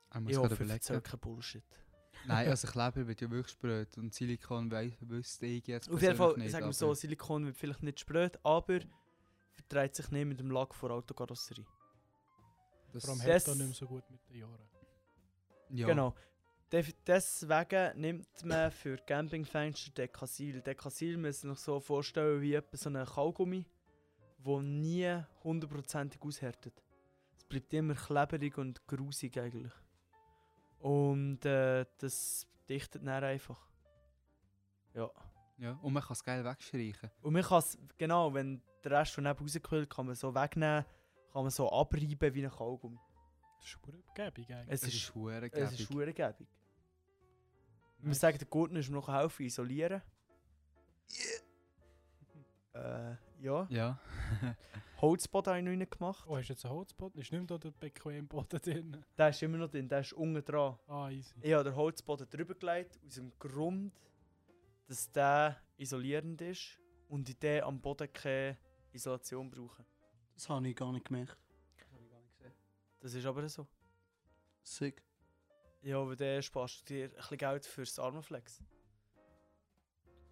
[SPEAKER 1] Er muss
[SPEAKER 2] Ich
[SPEAKER 1] gerade
[SPEAKER 2] hoffe, ich
[SPEAKER 1] überlegen.
[SPEAKER 2] erzähle keinen Bullshit.
[SPEAKER 1] Nein, also Kleber wird ja wirklich spröd und Silikon wei- wüsste ich jetzt
[SPEAKER 2] Auf jeden Fall,
[SPEAKER 1] persönlich nicht,
[SPEAKER 2] sagen wir
[SPEAKER 1] aber-
[SPEAKER 2] so, Silikon wird vielleicht nicht spröd, aber verträgt sich nicht mit dem Lack vor Autokarosserie.
[SPEAKER 1] Das-
[SPEAKER 3] Vor allem
[SPEAKER 2] Das-
[SPEAKER 3] hält er nicht mehr so gut mit den Jahren.
[SPEAKER 1] ja.
[SPEAKER 2] Genau. Def- Deswegen nimmt man für Campingfenster Dekasil. Dekasil muss man sich so vorstellen wie etwa so ein Kaugummi, der nie hundertprozentig aushärtet. Es bleibt immer kleberig und grusig eigentlich. Und äh, das dichtet dann einfach. Ja.
[SPEAKER 1] Ja. Und man kann es geil wegstreichen.
[SPEAKER 2] Und man kann es, genau, wenn der Rest von neben rausquillt, kann man so wegnehmen, kann man so abreiben wie ein Kaugummi.
[SPEAKER 3] Das ist eine Gebung eigentlich.
[SPEAKER 2] Es ist
[SPEAKER 1] schwer
[SPEAKER 2] Es ist
[SPEAKER 1] schwer.
[SPEAKER 2] schwer gäbig. Wir sagen, der Gurtner ist mir noch helfen, isolieren. Äh, ja.
[SPEAKER 1] Ja.
[SPEAKER 2] Holzboden habe ich noch nicht gemacht.
[SPEAKER 3] Oh, hast du jetzt einen Hotspot? Ist nicht mehr da der bequeme Boden drin?
[SPEAKER 2] Der ist immer noch drin, der ist unten dran.
[SPEAKER 3] Ah, easy.
[SPEAKER 2] Ich habe den Holzboden drüber gelegt, aus dem Grund, dass der isolierend ist und ich den am Boden keine Isolation brauche.
[SPEAKER 5] Das habe ich gar nicht gemerkt.
[SPEAKER 2] Das ist aber so.
[SPEAKER 5] Sick.
[SPEAKER 2] Ja, aber dann sparst du dir ein bisschen Geld fürs Armaflex.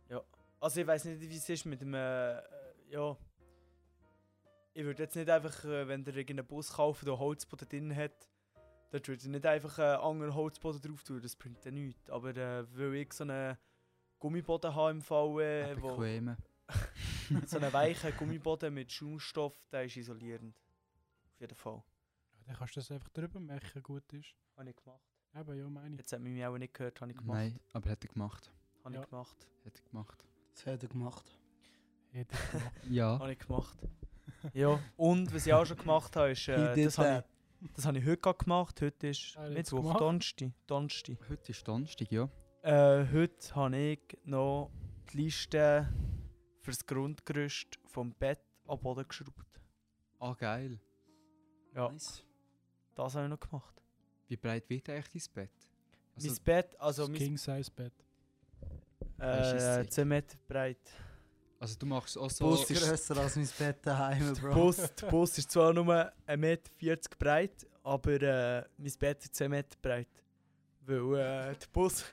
[SPEAKER 2] Ja. Also ich weiß nicht, wie es ist mit dem. Äh, ja. Ich würde jetzt nicht einfach, äh, wenn ihr irgendeinen Bus kauft, der Holzboden drin hat, dann würde ich nicht einfach einen anderen Holzboden drauf tun, das bringt ja nichts. Aber äh, weil ich so einen Gummiboden habe im Fall, äh, wo,
[SPEAKER 1] Bequeme.
[SPEAKER 2] so einen weichen Gummiboden mit Schaumstoff, der ist isolierend. Auf jeden Fall.
[SPEAKER 3] Ja, dann kannst du das einfach drüber machen, gut ist.
[SPEAKER 2] Habe ich gemacht.
[SPEAKER 3] Eben, ja, meine ich.
[SPEAKER 2] Jetzt hat man mich auch nicht gehört, habe ich gemacht.
[SPEAKER 1] Nein, aber hat er gemacht.
[SPEAKER 2] Habe
[SPEAKER 3] Ja.
[SPEAKER 2] ich gemacht.
[SPEAKER 1] Hat er gemacht.
[SPEAKER 5] Das hat er gemacht.
[SPEAKER 3] Hätte ich gemacht.
[SPEAKER 1] Ja.
[SPEAKER 2] Habe ich gemacht. Ja, und was ich auch schon gemacht habe, ist,
[SPEAKER 5] He
[SPEAKER 2] äh,
[SPEAKER 5] did
[SPEAKER 2] das habe
[SPEAKER 5] that.
[SPEAKER 2] ich, das habe ich heute gerade gemacht. Heute ist
[SPEAKER 3] Ah, er hat's
[SPEAKER 2] Mittwoch,
[SPEAKER 3] gemacht.
[SPEAKER 2] Donnerstag. Donnerstag.
[SPEAKER 1] Heute ist Donnerstag, ja.
[SPEAKER 2] Äh, heute habe ich noch die Liste für das Grundgerüst vom Bett am Boden geschraubt.
[SPEAKER 1] Ah, geil.
[SPEAKER 2] Ja,
[SPEAKER 5] Nice.
[SPEAKER 2] das habe ich noch gemacht.
[SPEAKER 1] Wie breit wird eigentlich dein Bett? Also,
[SPEAKER 2] mein Bett, also
[SPEAKER 3] Also das
[SPEAKER 2] mein
[SPEAKER 3] King-Size-Bett.
[SPEAKER 1] Das
[SPEAKER 2] äh,
[SPEAKER 1] ist sick.
[SPEAKER 2] 10 Meter breit.
[SPEAKER 1] also du machst auch so...
[SPEAKER 5] Bus ist grösser als mein Bett daheim,
[SPEAKER 2] Der
[SPEAKER 5] Bro.
[SPEAKER 2] Bus, der Bus ist zwar nur 1,40 Meter breit, aber äh, mein Bett ist 10 Meter breit. Weil äh, der Bus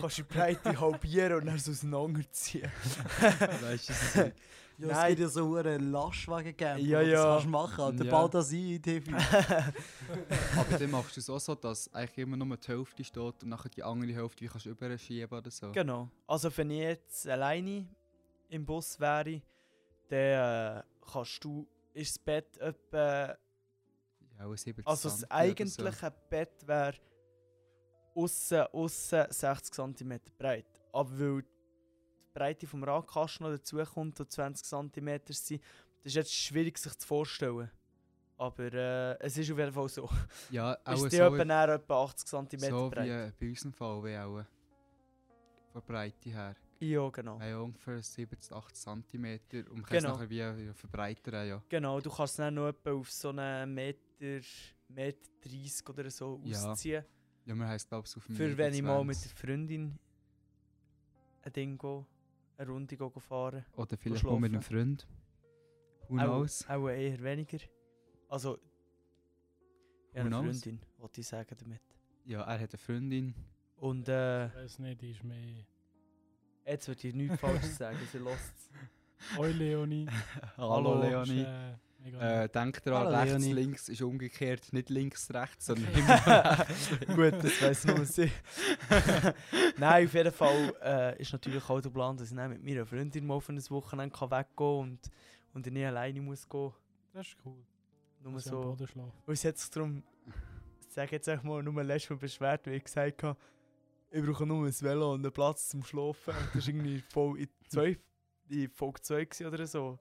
[SPEAKER 2] kannst du die Breite halbieren und dann so auseinanderziehen.
[SPEAKER 1] Weißt du, es ist-
[SPEAKER 5] Ja, es
[SPEAKER 2] Nein.
[SPEAKER 5] gibt ja so einen Lastwagen gegeben,
[SPEAKER 2] Ja,
[SPEAKER 5] ja, ja. das
[SPEAKER 2] ja.
[SPEAKER 5] kannst du machen. Alter.
[SPEAKER 1] Ja.
[SPEAKER 5] Bau das ein, TV.
[SPEAKER 1] aber dann machst du es auch so, dass eigentlich immer nur die Hälfte steht und nachher die andere Hälfte wie kannst du überschieben oder so.
[SPEAKER 2] genau. Also wenn ich jetzt alleine im Bus wäre, dann äh, kannst du, ist das Bett etwa...
[SPEAKER 1] Ja, auch 70
[SPEAKER 2] Also das
[SPEAKER 1] Santi oder
[SPEAKER 2] eigentliche Bett wäre aussen, aussen 60 cm breit. Aber weil die Breite vom Radkasten noch dazukommt und 20 cm sind, das ist jetzt schwierig sich zu vorstellen. Aber äh, es ist auf jeden Fall so.
[SPEAKER 1] So. Ja, auch
[SPEAKER 2] Es
[SPEAKER 1] so,
[SPEAKER 2] ist die etwa, näher etwa 80 cm
[SPEAKER 1] so wie
[SPEAKER 2] breit.
[SPEAKER 1] äh, bei uns im Fall, wie auch. äh, Von Breite her.
[SPEAKER 2] Ja, genau.
[SPEAKER 1] Ja, ungefähr 70, 80 cm und kannst
[SPEAKER 2] Genau.
[SPEAKER 1] nachher wie äh, verbreitern, ja.
[SPEAKER 2] Genau, du kannst es dann noch etwa auf so einen Meter, Meter 30 oder so
[SPEAKER 1] Ja.
[SPEAKER 2] ausziehen.
[SPEAKER 1] Ja, man heisst glaube ich auf dem
[SPEAKER 2] Für wenn ich mal mit der
[SPEAKER 1] 20.
[SPEAKER 2] Freundin ein Ding gehe, eine Runde gehe fahren.
[SPEAKER 1] Oder vielleicht mal mit einem Freund. Who knows?
[SPEAKER 2] Auch, auch eher weniger. Also, ja,
[SPEAKER 1] Who
[SPEAKER 2] eine
[SPEAKER 1] knows?
[SPEAKER 2] Freundin, wollte ich sagen damit.
[SPEAKER 1] Ja, er hat eine Freundin.
[SPEAKER 2] Und äh,
[SPEAKER 3] Ich weiß nicht, die ist mehr.
[SPEAKER 2] jetzt würde ich nichts Falsches sagen, sie lässt es.
[SPEAKER 3] Hoi Leonie.
[SPEAKER 1] Hallo,
[SPEAKER 2] Hallo,
[SPEAKER 1] Leonie.
[SPEAKER 3] Ist, äh, mega
[SPEAKER 1] Äh, denk daran,
[SPEAKER 5] Hallo,
[SPEAKER 1] rechts,
[SPEAKER 5] Leonie.
[SPEAKER 1] links ist umgekehrt, nicht links, rechts, sondern immer rechts.
[SPEAKER 2] Gut, das weiss nur sie. Nein, auf jeden Fall äh, ist natürlich auch der Plan, dass ich dann mit meiner Freundin mal für ein Wochenende kann weggehen kann und, und ich nie alleine muss gehen.
[SPEAKER 3] das ist cool.
[SPEAKER 2] Nur
[SPEAKER 3] Dass ich am
[SPEAKER 2] so.
[SPEAKER 3] Boden schlafen.
[SPEAKER 2] Und es hat sich darum, ich sage jetzt einfach mal, nur letztes Mal beschwert, weil ich gesagt habe, ich brauche nur ein Velo und einen Platz zum Schlafen. Und das war irgendwie voll in, zwei, in Folge 2 gewesen oder so.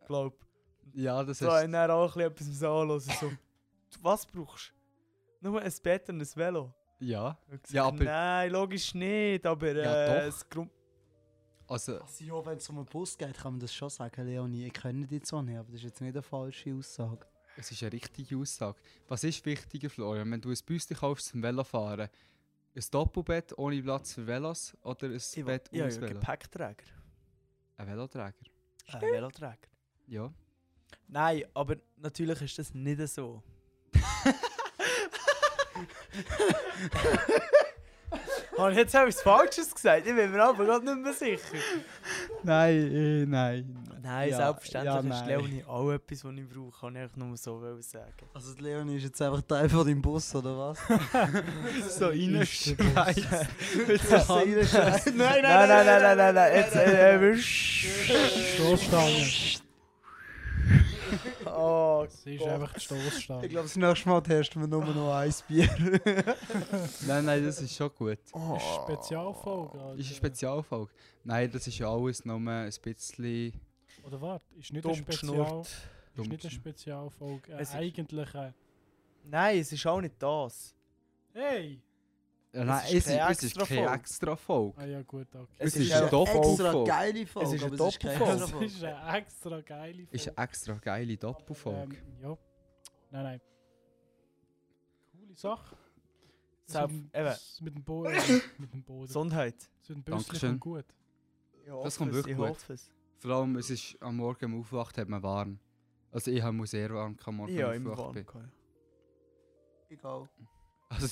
[SPEAKER 2] Ich glaube.
[SPEAKER 1] ja, das
[SPEAKER 2] So, habe
[SPEAKER 1] ist.
[SPEAKER 2] ich dann auch ein bisschen etwas anhören müssen, so, «Du, was brauchst du? Nur ein Bett und ein Velo.
[SPEAKER 1] Ja.
[SPEAKER 2] Und ich gesagt,
[SPEAKER 1] Ja, aber-
[SPEAKER 2] Nein, logisch nicht, aber äh,
[SPEAKER 1] Ja, doch.
[SPEAKER 2] das Grund...
[SPEAKER 1] Also,
[SPEAKER 5] Also ja, wenn es um einen Bus geht, kann man das schon sagen, Leonie. Ich kenne dich zwar nicht, aber das ist jetzt nicht eine falsche Aussage.
[SPEAKER 1] es ist eine richtige Aussage. Was ist wichtiger, Florian, wenn du ein Büste kaufst zum Velofahren? Ein Doppelbett ohne Platz für Velos oder ein
[SPEAKER 2] Ich will
[SPEAKER 1] Bett
[SPEAKER 2] ja,
[SPEAKER 1] ohne
[SPEAKER 2] ja,
[SPEAKER 1] Velo?
[SPEAKER 2] Gepäckträger.
[SPEAKER 1] Ein Veloträger.
[SPEAKER 2] Äh, Veloträger.
[SPEAKER 1] Ja.
[SPEAKER 2] Nein, aber natürlich ist das nicht so. Und jetzt habe ich etwas Falsches gesagt. Ich bin mir aber gerade nicht mehr sicher.
[SPEAKER 1] Nein, äh, nein.
[SPEAKER 2] Nein,
[SPEAKER 1] Ja,
[SPEAKER 2] selbstverständlich
[SPEAKER 1] ja,
[SPEAKER 2] ist
[SPEAKER 1] nein.
[SPEAKER 2] Leonie auch etwas, was ich brauche. Kann ich nur so wollen sagen.
[SPEAKER 4] Also, die Leonie ist jetzt einfach Teil von deinem Bus, oder was?
[SPEAKER 1] So
[SPEAKER 3] Ist
[SPEAKER 1] reinschreien. Mit der
[SPEAKER 4] Das ist ihre
[SPEAKER 1] Hand.
[SPEAKER 4] Scheiße. Nein,
[SPEAKER 2] Nein, nein, nein, nein, nein, nein. Jetzt, äh,
[SPEAKER 4] nein.
[SPEAKER 2] äh,
[SPEAKER 3] Stoßstange.
[SPEAKER 2] oh,
[SPEAKER 3] Es ist einfach die Stoßstange.
[SPEAKER 4] Ich glaube, das nächste Mal testen wir nur noch ein Bier.
[SPEAKER 1] Nein, nein, das ist schon gut.
[SPEAKER 2] Oh,
[SPEAKER 3] Das ist
[SPEAKER 1] Oh.
[SPEAKER 3] eine Spezialfolge. Alter.
[SPEAKER 1] Ist eine Spezialfolge. Nein, das ist ja alles nur ein bisschen.
[SPEAKER 3] Oder warte, ist nicht eine
[SPEAKER 2] dumm
[SPEAKER 3] Spezial...
[SPEAKER 2] geschnurrt.
[SPEAKER 3] Ist nicht eine
[SPEAKER 1] dumm.
[SPEAKER 3] Spezialfolge. Äh,
[SPEAKER 2] Es ist-
[SPEAKER 3] eigentlich eine...
[SPEAKER 2] Nein, es ist auch nicht das.
[SPEAKER 3] Hey!
[SPEAKER 1] Ja, Äh, Nein,
[SPEAKER 2] Es
[SPEAKER 1] es ist,
[SPEAKER 2] ist keine
[SPEAKER 1] es ist keine
[SPEAKER 2] Extra-Folge.
[SPEAKER 1] extra Folge.
[SPEAKER 3] Ah ja, gut, okay.
[SPEAKER 2] Es
[SPEAKER 1] Es
[SPEAKER 2] ist
[SPEAKER 1] ist
[SPEAKER 2] eine
[SPEAKER 1] eine
[SPEAKER 4] extra
[SPEAKER 1] Doppelfolge.
[SPEAKER 4] geile Folge.
[SPEAKER 2] Es ist eine
[SPEAKER 4] aber es keine
[SPEAKER 2] Doppelfolge.
[SPEAKER 3] Das
[SPEAKER 4] Extra-Folge.
[SPEAKER 3] ist eine eh, extra geile Folge.
[SPEAKER 1] Ist eine extra geile Doppelfolge.
[SPEAKER 3] Ähm, ja. Nein, nein. Coole Sache.
[SPEAKER 2] Selbst-
[SPEAKER 3] mit, dem-
[SPEAKER 2] eben.
[SPEAKER 3] das mit dem Boden. mit dem Boden.
[SPEAKER 2] Gesundheit.
[SPEAKER 3] das wird ein bisschen
[SPEAKER 1] Dankeschön.
[SPEAKER 3] kommt gut.
[SPEAKER 2] Ja,
[SPEAKER 1] Das kommt
[SPEAKER 2] ich
[SPEAKER 1] wirklich gut.
[SPEAKER 2] hoffe es.
[SPEAKER 1] Vor allem, es ist am Morgen am Aufwachen hat man warm. Also ich habe- muss sehr warm am Morgen
[SPEAKER 2] Ja,
[SPEAKER 1] am
[SPEAKER 2] im
[SPEAKER 1] aufgewacht
[SPEAKER 2] Warm.
[SPEAKER 1] bin.
[SPEAKER 2] gehabt.
[SPEAKER 4] Egal.
[SPEAKER 1] Also,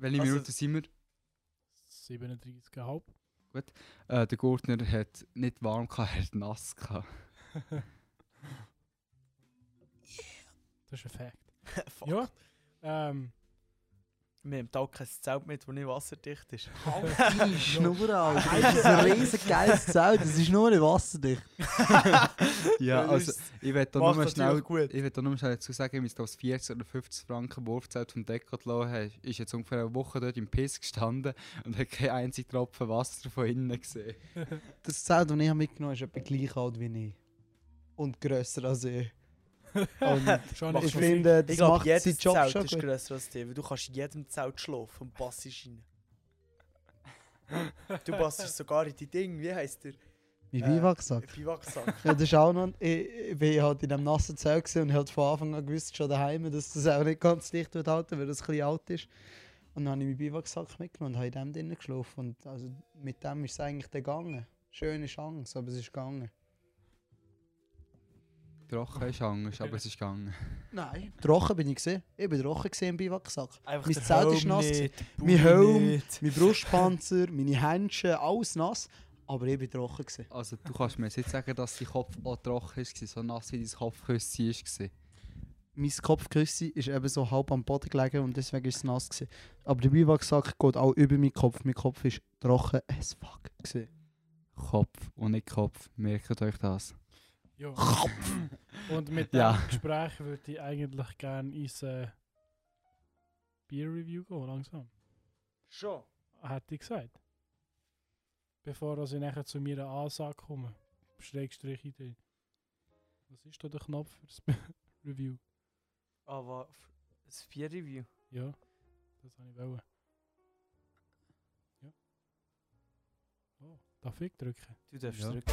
[SPEAKER 1] welche
[SPEAKER 2] Also-
[SPEAKER 1] Minute sind wir?
[SPEAKER 3] 37,5.
[SPEAKER 1] Äh, der Gurtner hat nicht warm gehabt, er hat nass gehabt.
[SPEAKER 3] Das ist ein Fact.
[SPEAKER 2] Fuck.
[SPEAKER 3] Ja. Ähm,
[SPEAKER 2] Wir haben da kein Zelt mit, das nicht wasserdicht ist.
[SPEAKER 4] Deine Schnur, Alter. Das ist ein riesen geiles Zelt. Das ist nur nicht wasserdicht.
[SPEAKER 1] Ja,
[SPEAKER 2] Das
[SPEAKER 1] also
[SPEAKER 2] ist-
[SPEAKER 1] ich will da
[SPEAKER 2] macht
[SPEAKER 1] nur schnell...
[SPEAKER 2] natürlich gut.
[SPEAKER 1] Ich will da nur schnell dazu sagen, ich glaube 40 oder 50 Franken Wurfzelt vom Decathlon hat- ist jetzt ungefähr eine Woche dort im Piss gestanden und hat keinen einzigen Tropfen Wasser von innen gesehen.
[SPEAKER 4] Das Zelt, das ich mitgenommen habe, ist etwa gleich alt wie ich. Und grösser als ich. Und
[SPEAKER 3] schon
[SPEAKER 2] Machst
[SPEAKER 3] nicht
[SPEAKER 4] ich
[SPEAKER 2] du-
[SPEAKER 3] so-
[SPEAKER 4] finde, das
[SPEAKER 2] Ich glaube,
[SPEAKER 4] macht seinen
[SPEAKER 2] jedes
[SPEAKER 4] Job
[SPEAKER 2] Zelt
[SPEAKER 4] schon
[SPEAKER 2] ist
[SPEAKER 4] gut.
[SPEAKER 2] grösser als dir, weil du kannst in jedem Zelt schlafen und passest rein. du passest sogar in die Ding, wie heisst der?
[SPEAKER 4] Wie
[SPEAKER 2] Äh,
[SPEAKER 4] Viva gesagt.
[SPEAKER 2] Biwaksack.
[SPEAKER 4] Ja, das ist auch noch, ich, ich bin halt in dem nassen Zelt gewesen und halt von Anfang an gewusst, schon daheim, dass das auch nicht ganz dicht wird halten, weil das ein bisschen alt ist. Und dann habe ich meinen Biwaksack mitgenommen und habe in dem drinnen geschlafen. Und also mit dem ist es eigentlich dann gegangen. Schöne Chance, aber es ist gegangen.
[SPEAKER 1] Trocken ist Angst, aber es ist gegangen.
[SPEAKER 4] Nein. Trocken bin ich gesehen. Ich bin trocken gesehen im Biwaksack.
[SPEAKER 2] Einfach
[SPEAKER 4] Mein
[SPEAKER 2] der
[SPEAKER 4] Zelt ist
[SPEAKER 2] Helm
[SPEAKER 4] nass
[SPEAKER 2] nicht, die
[SPEAKER 4] Mein
[SPEAKER 2] Bauch
[SPEAKER 4] Helm.
[SPEAKER 2] nicht.
[SPEAKER 4] Mein Brustpanzer, meine Händchen, alles nass. Aber ich bin trocken gewesen.
[SPEAKER 1] Also du kannst mir jetzt nicht sagen, dass dein Kopf auch trocken war, so nass wie dein Kopfküsschen war.
[SPEAKER 4] Mein Kopfkissen ist eben so halb am Boden gelegen und deswegen ist es nass gewesen. Aber der Biwaksack geht auch über meinen Kopf. Mein Kopf ist trocken as fuck gewesen.
[SPEAKER 1] Kopf und nicht Kopf, merkt euch das.
[SPEAKER 3] Ja. Und mit
[SPEAKER 1] Ja.
[SPEAKER 3] dem Gespräch würde ich eigentlich gerne ins äh, Bier-Review gehen, langsam.
[SPEAKER 2] Schon.
[SPEAKER 3] Hätte ich gesagt. Bevor dass ich nachher zu mir Ansage komme. Schrägstrich Idee. Was ist da der Knopf für das Review?
[SPEAKER 2] Aber f- Ah, das Vier-Review.
[SPEAKER 3] Ja, das habe ich wollen. Ja. Oh, darf ich drücken?
[SPEAKER 2] Du darfst
[SPEAKER 1] Ja.
[SPEAKER 2] drücken.